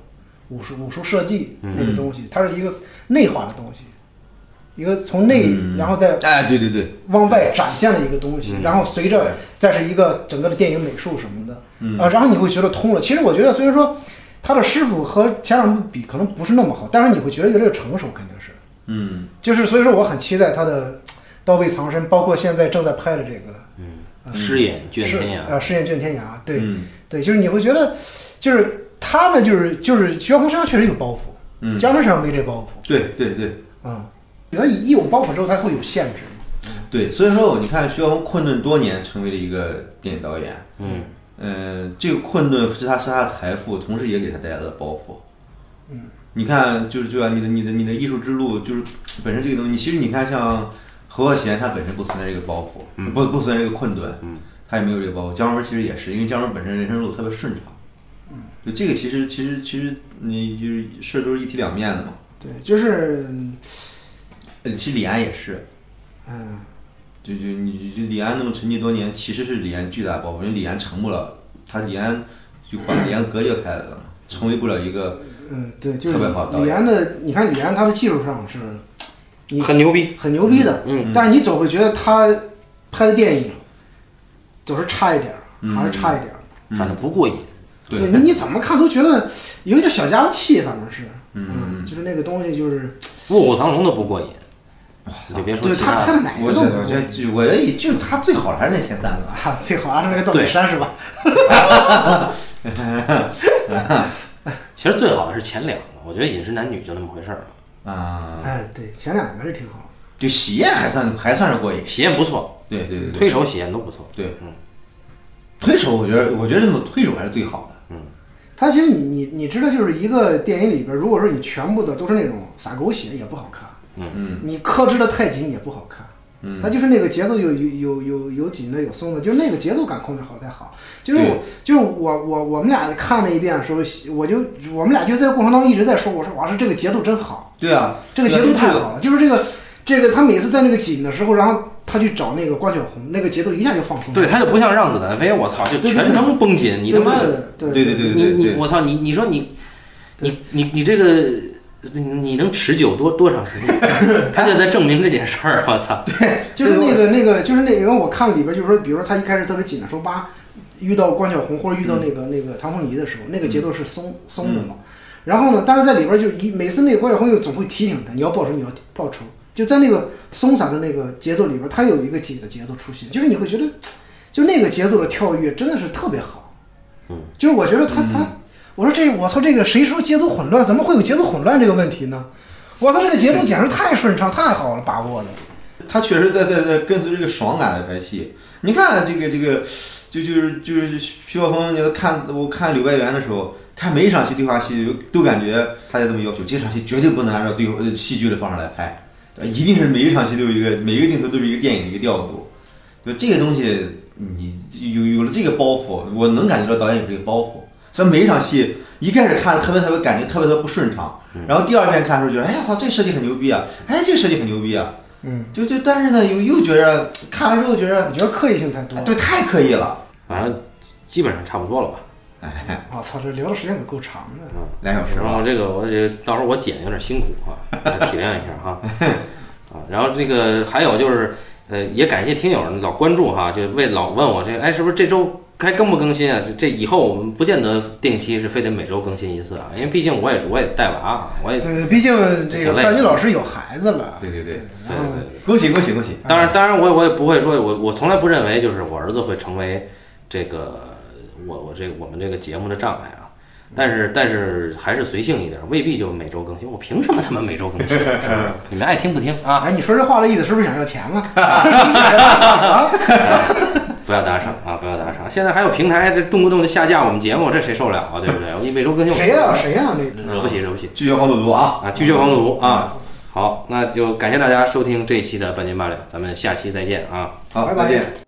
[SPEAKER 2] 武术武术设计那个东西，它是一个内化的东西。一个从内然后再
[SPEAKER 3] 哎，对对对，
[SPEAKER 2] 往外展现的一个东西，
[SPEAKER 1] 嗯
[SPEAKER 2] 然后随着再是一个整个的电影美术什么的，
[SPEAKER 1] 嗯
[SPEAKER 2] 啊，然后你会觉得通了。其实我觉得虽然说他的师傅和前两部比可能不是那么好，但是你会觉得越来越成熟，肯定是，
[SPEAKER 3] 嗯，
[SPEAKER 2] 就是所以说我很期待他的刀背藏身，包括现在正在拍的这个
[SPEAKER 1] 诗眼卷
[SPEAKER 2] 是
[SPEAKER 1] 天涯，
[SPEAKER 2] 啊，试验卷天涯，对
[SPEAKER 3] 嗯
[SPEAKER 2] 对，就是你会觉得就是他呢，就是就是徐浩峰身上确实有包袱，
[SPEAKER 3] 嗯
[SPEAKER 2] 姜文身上没这包袱。
[SPEAKER 3] 对对对
[SPEAKER 2] 啊，他一有包袱之后，他会有限制。
[SPEAKER 3] 对，所以说我你看徐小红困顿多年，成为了一个电影导演，
[SPEAKER 1] 嗯，
[SPEAKER 3] 嗯，这个困顿是他是他的财富，同时也给他带来了包袱。嗯，你看，就是就像你的你的你的艺术之路，就是本身这个东西，其实你看像何浩贤，他本身不存在这个包袱，不不存在这个困顿，嗯，他也没有这个包袱。姜文其实也是，因为姜文本身人生路特别顺畅，嗯，就这个其实其实其实你就是事儿都是一体两面的嘛。
[SPEAKER 2] 对，就是，
[SPEAKER 3] 呃其实李安也是，
[SPEAKER 2] 嗯，
[SPEAKER 3] 就就你就李安那么沉寂多年，其实是李安巨大的包袱，因为李安成不了，他李安就把李安隔绝开来了嘛，成为不了一个
[SPEAKER 2] 嗯，对，就是
[SPEAKER 3] 特别好导演
[SPEAKER 2] 李安的，你看李安他的技术上是你
[SPEAKER 1] 很牛逼，
[SPEAKER 2] 很牛逼的，
[SPEAKER 1] 嗯，
[SPEAKER 2] 但是你总会觉得他拍的电影总是差一点儿，还是差一点儿。
[SPEAKER 1] 反正不过瘾。
[SPEAKER 3] 嗯对
[SPEAKER 2] 对，你你怎么看都觉得有一点小家子气，反正是，
[SPEAKER 3] 嗯，
[SPEAKER 2] 就是那个东西，就是
[SPEAKER 1] 卧虎藏龙都不过瘾，你就别说
[SPEAKER 2] 对
[SPEAKER 1] 其
[SPEAKER 2] 他拍
[SPEAKER 1] 他
[SPEAKER 2] 的
[SPEAKER 1] 的。
[SPEAKER 2] 哪
[SPEAKER 3] 我
[SPEAKER 2] 个
[SPEAKER 3] 觉
[SPEAKER 2] 都
[SPEAKER 3] 得
[SPEAKER 2] 不
[SPEAKER 3] 哎我觉得就我觉得就是他最好的还是那前三个，
[SPEAKER 2] 啊，最好还是那个断背山是吧？
[SPEAKER 1] 其实最好的是前两个，我觉得《饮食男女》就那么回事儿。
[SPEAKER 3] 啊，
[SPEAKER 2] 哎，对，前两个是挺好。
[SPEAKER 3] 就喜宴还算还算是过瘾，
[SPEAKER 1] 喜宴不错，
[SPEAKER 3] 对对对对，
[SPEAKER 1] 推手喜宴都不错。
[SPEAKER 3] 对
[SPEAKER 1] 嗯，
[SPEAKER 3] 推手我觉得我觉得这么推手还是最好的，
[SPEAKER 2] 他其实你你你知道，就是一个电影里边，如果说你全部的都是那种撒狗血，也不好看。
[SPEAKER 3] 嗯
[SPEAKER 2] 你克制的太紧也不好看。
[SPEAKER 3] 嗯
[SPEAKER 2] 它就是那个节奏有有有有有紧的有松的，就是那个节奏感控制好才好。就是
[SPEAKER 3] 对
[SPEAKER 2] 我就是我我我们俩看了一遍的时候，我就我们俩就在这过程当中一直在说，我说哇，是这个节奏真好，
[SPEAKER 3] 对啊，
[SPEAKER 2] 这个节奏太好了，就是这个这个他每次在那个紧的时候，然后他去找那个关晓红，那个节奏一下就放松了。
[SPEAKER 1] 对，他就不像让子弹飞，我操，就
[SPEAKER 2] 对对
[SPEAKER 1] 全程绷紧，你他妈，
[SPEAKER 2] 对
[SPEAKER 3] 对对对
[SPEAKER 1] 你你我操，你你说你，你你你这个。你你能持久多多长时 间？他就在证明这件事儿，我操！
[SPEAKER 2] 就是那个那个，就是那个，因为我看里边就是说，比如说他一开始特别紧的时候，叭，遇到关晓红或者遇到
[SPEAKER 1] 嗯
[SPEAKER 2] 那个、那个唐凤仪的时候，那个节奏是松、松的嘛。然后呢，但是在里边就一每次那个关晓红又总会提醒他，你要报仇，你要报仇，就在那个松散的那个节奏里边，他有一个紧的节奏出现，就是你会觉得，就那个节奏的跳跃真的是特别好。
[SPEAKER 1] 嗯，
[SPEAKER 2] 就是我觉得他他，我说这我操，这个谁说节奏混乱？怎么会有节奏混乱这个问题呢？我操，这个节奏简直太顺畅，太好了，把握的。
[SPEAKER 3] 他确实在在在跟随这个爽感来拍戏。你看这个这个，就就是就是徐晓峰，你看我看《柳白猿》的时候，看每一场戏对话戏都感觉他在这么要求，这场戏绝对不能按照对话呃戏剧的方式来拍，呃一定是每一场戏都有一个每一个镜头都是一个电影的一个调度。就这个东西，你有有了这个包袱，我能感觉到导演有这个包袱。所以每一场戏一开始看着特别特别感觉特别特别不顺畅，然后第二遍看的时候觉得，哎呀操，这设计很牛逼啊，哎这设计很牛逼啊，
[SPEAKER 2] 嗯，
[SPEAKER 3] 就就但是呢，又又觉着看完之后觉着
[SPEAKER 2] 我，觉得刻意性太多
[SPEAKER 3] 哎
[SPEAKER 2] 了。
[SPEAKER 3] 对，太刻意了。
[SPEAKER 1] 反正基本上差不多了吧。
[SPEAKER 3] 哎，
[SPEAKER 2] 我啊操，这聊的时间可够长的。
[SPEAKER 3] 两小时
[SPEAKER 1] 然
[SPEAKER 3] 了，
[SPEAKER 1] 后这个我这到时候我剪有点辛苦啊，大家体谅一下 哈。啊，然后这个还有就是，呃，也感谢听友老关注哈，就为老问我这个，哎，是不是这周该更不更新啊？这以后我们不见得定期是非得每周更新一次啊，因为毕竟我也我也带娃啊，我也对
[SPEAKER 2] 对，毕竟这个
[SPEAKER 1] 挺累的
[SPEAKER 2] 半斤老师有孩子了。
[SPEAKER 3] 对对对，
[SPEAKER 1] 对
[SPEAKER 2] 然后
[SPEAKER 1] 对。
[SPEAKER 3] 恭喜恭喜恭喜！
[SPEAKER 1] 当
[SPEAKER 2] 嗯
[SPEAKER 1] 然，当然我，我也不会说，我我从来不认为就是我儿子会成为这个我我这个我们这个节目的障碍啊。但是但是还是随性一点，未必就每周更新。我凭什么他妈每周更 新？是不是？你们爱听不听啊？
[SPEAKER 2] 哎，你说这话的意思是不是想要钱 了？是不是想要啊？
[SPEAKER 1] 不要打赏啊！不要打赏！现在还有平台这动不动就下架我们节目，这谁受得了啊？对不对？我一每周更新，
[SPEAKER 2] 谁呀、谁呀、那个
[SPEAKER 1] 惹不起，惹不起
[SPEAKER 3] 拒绝黄赌毒啊！
[SPEAKER 1] 啊！拒绝黄赌毒啊！好，那就感谢大家收听这一期的半斤八两，咱们下期再见啊！
[SPEAKER 3] 好，
[SPEAKER 2] 拜拜
[SPEAKER 3] 再见。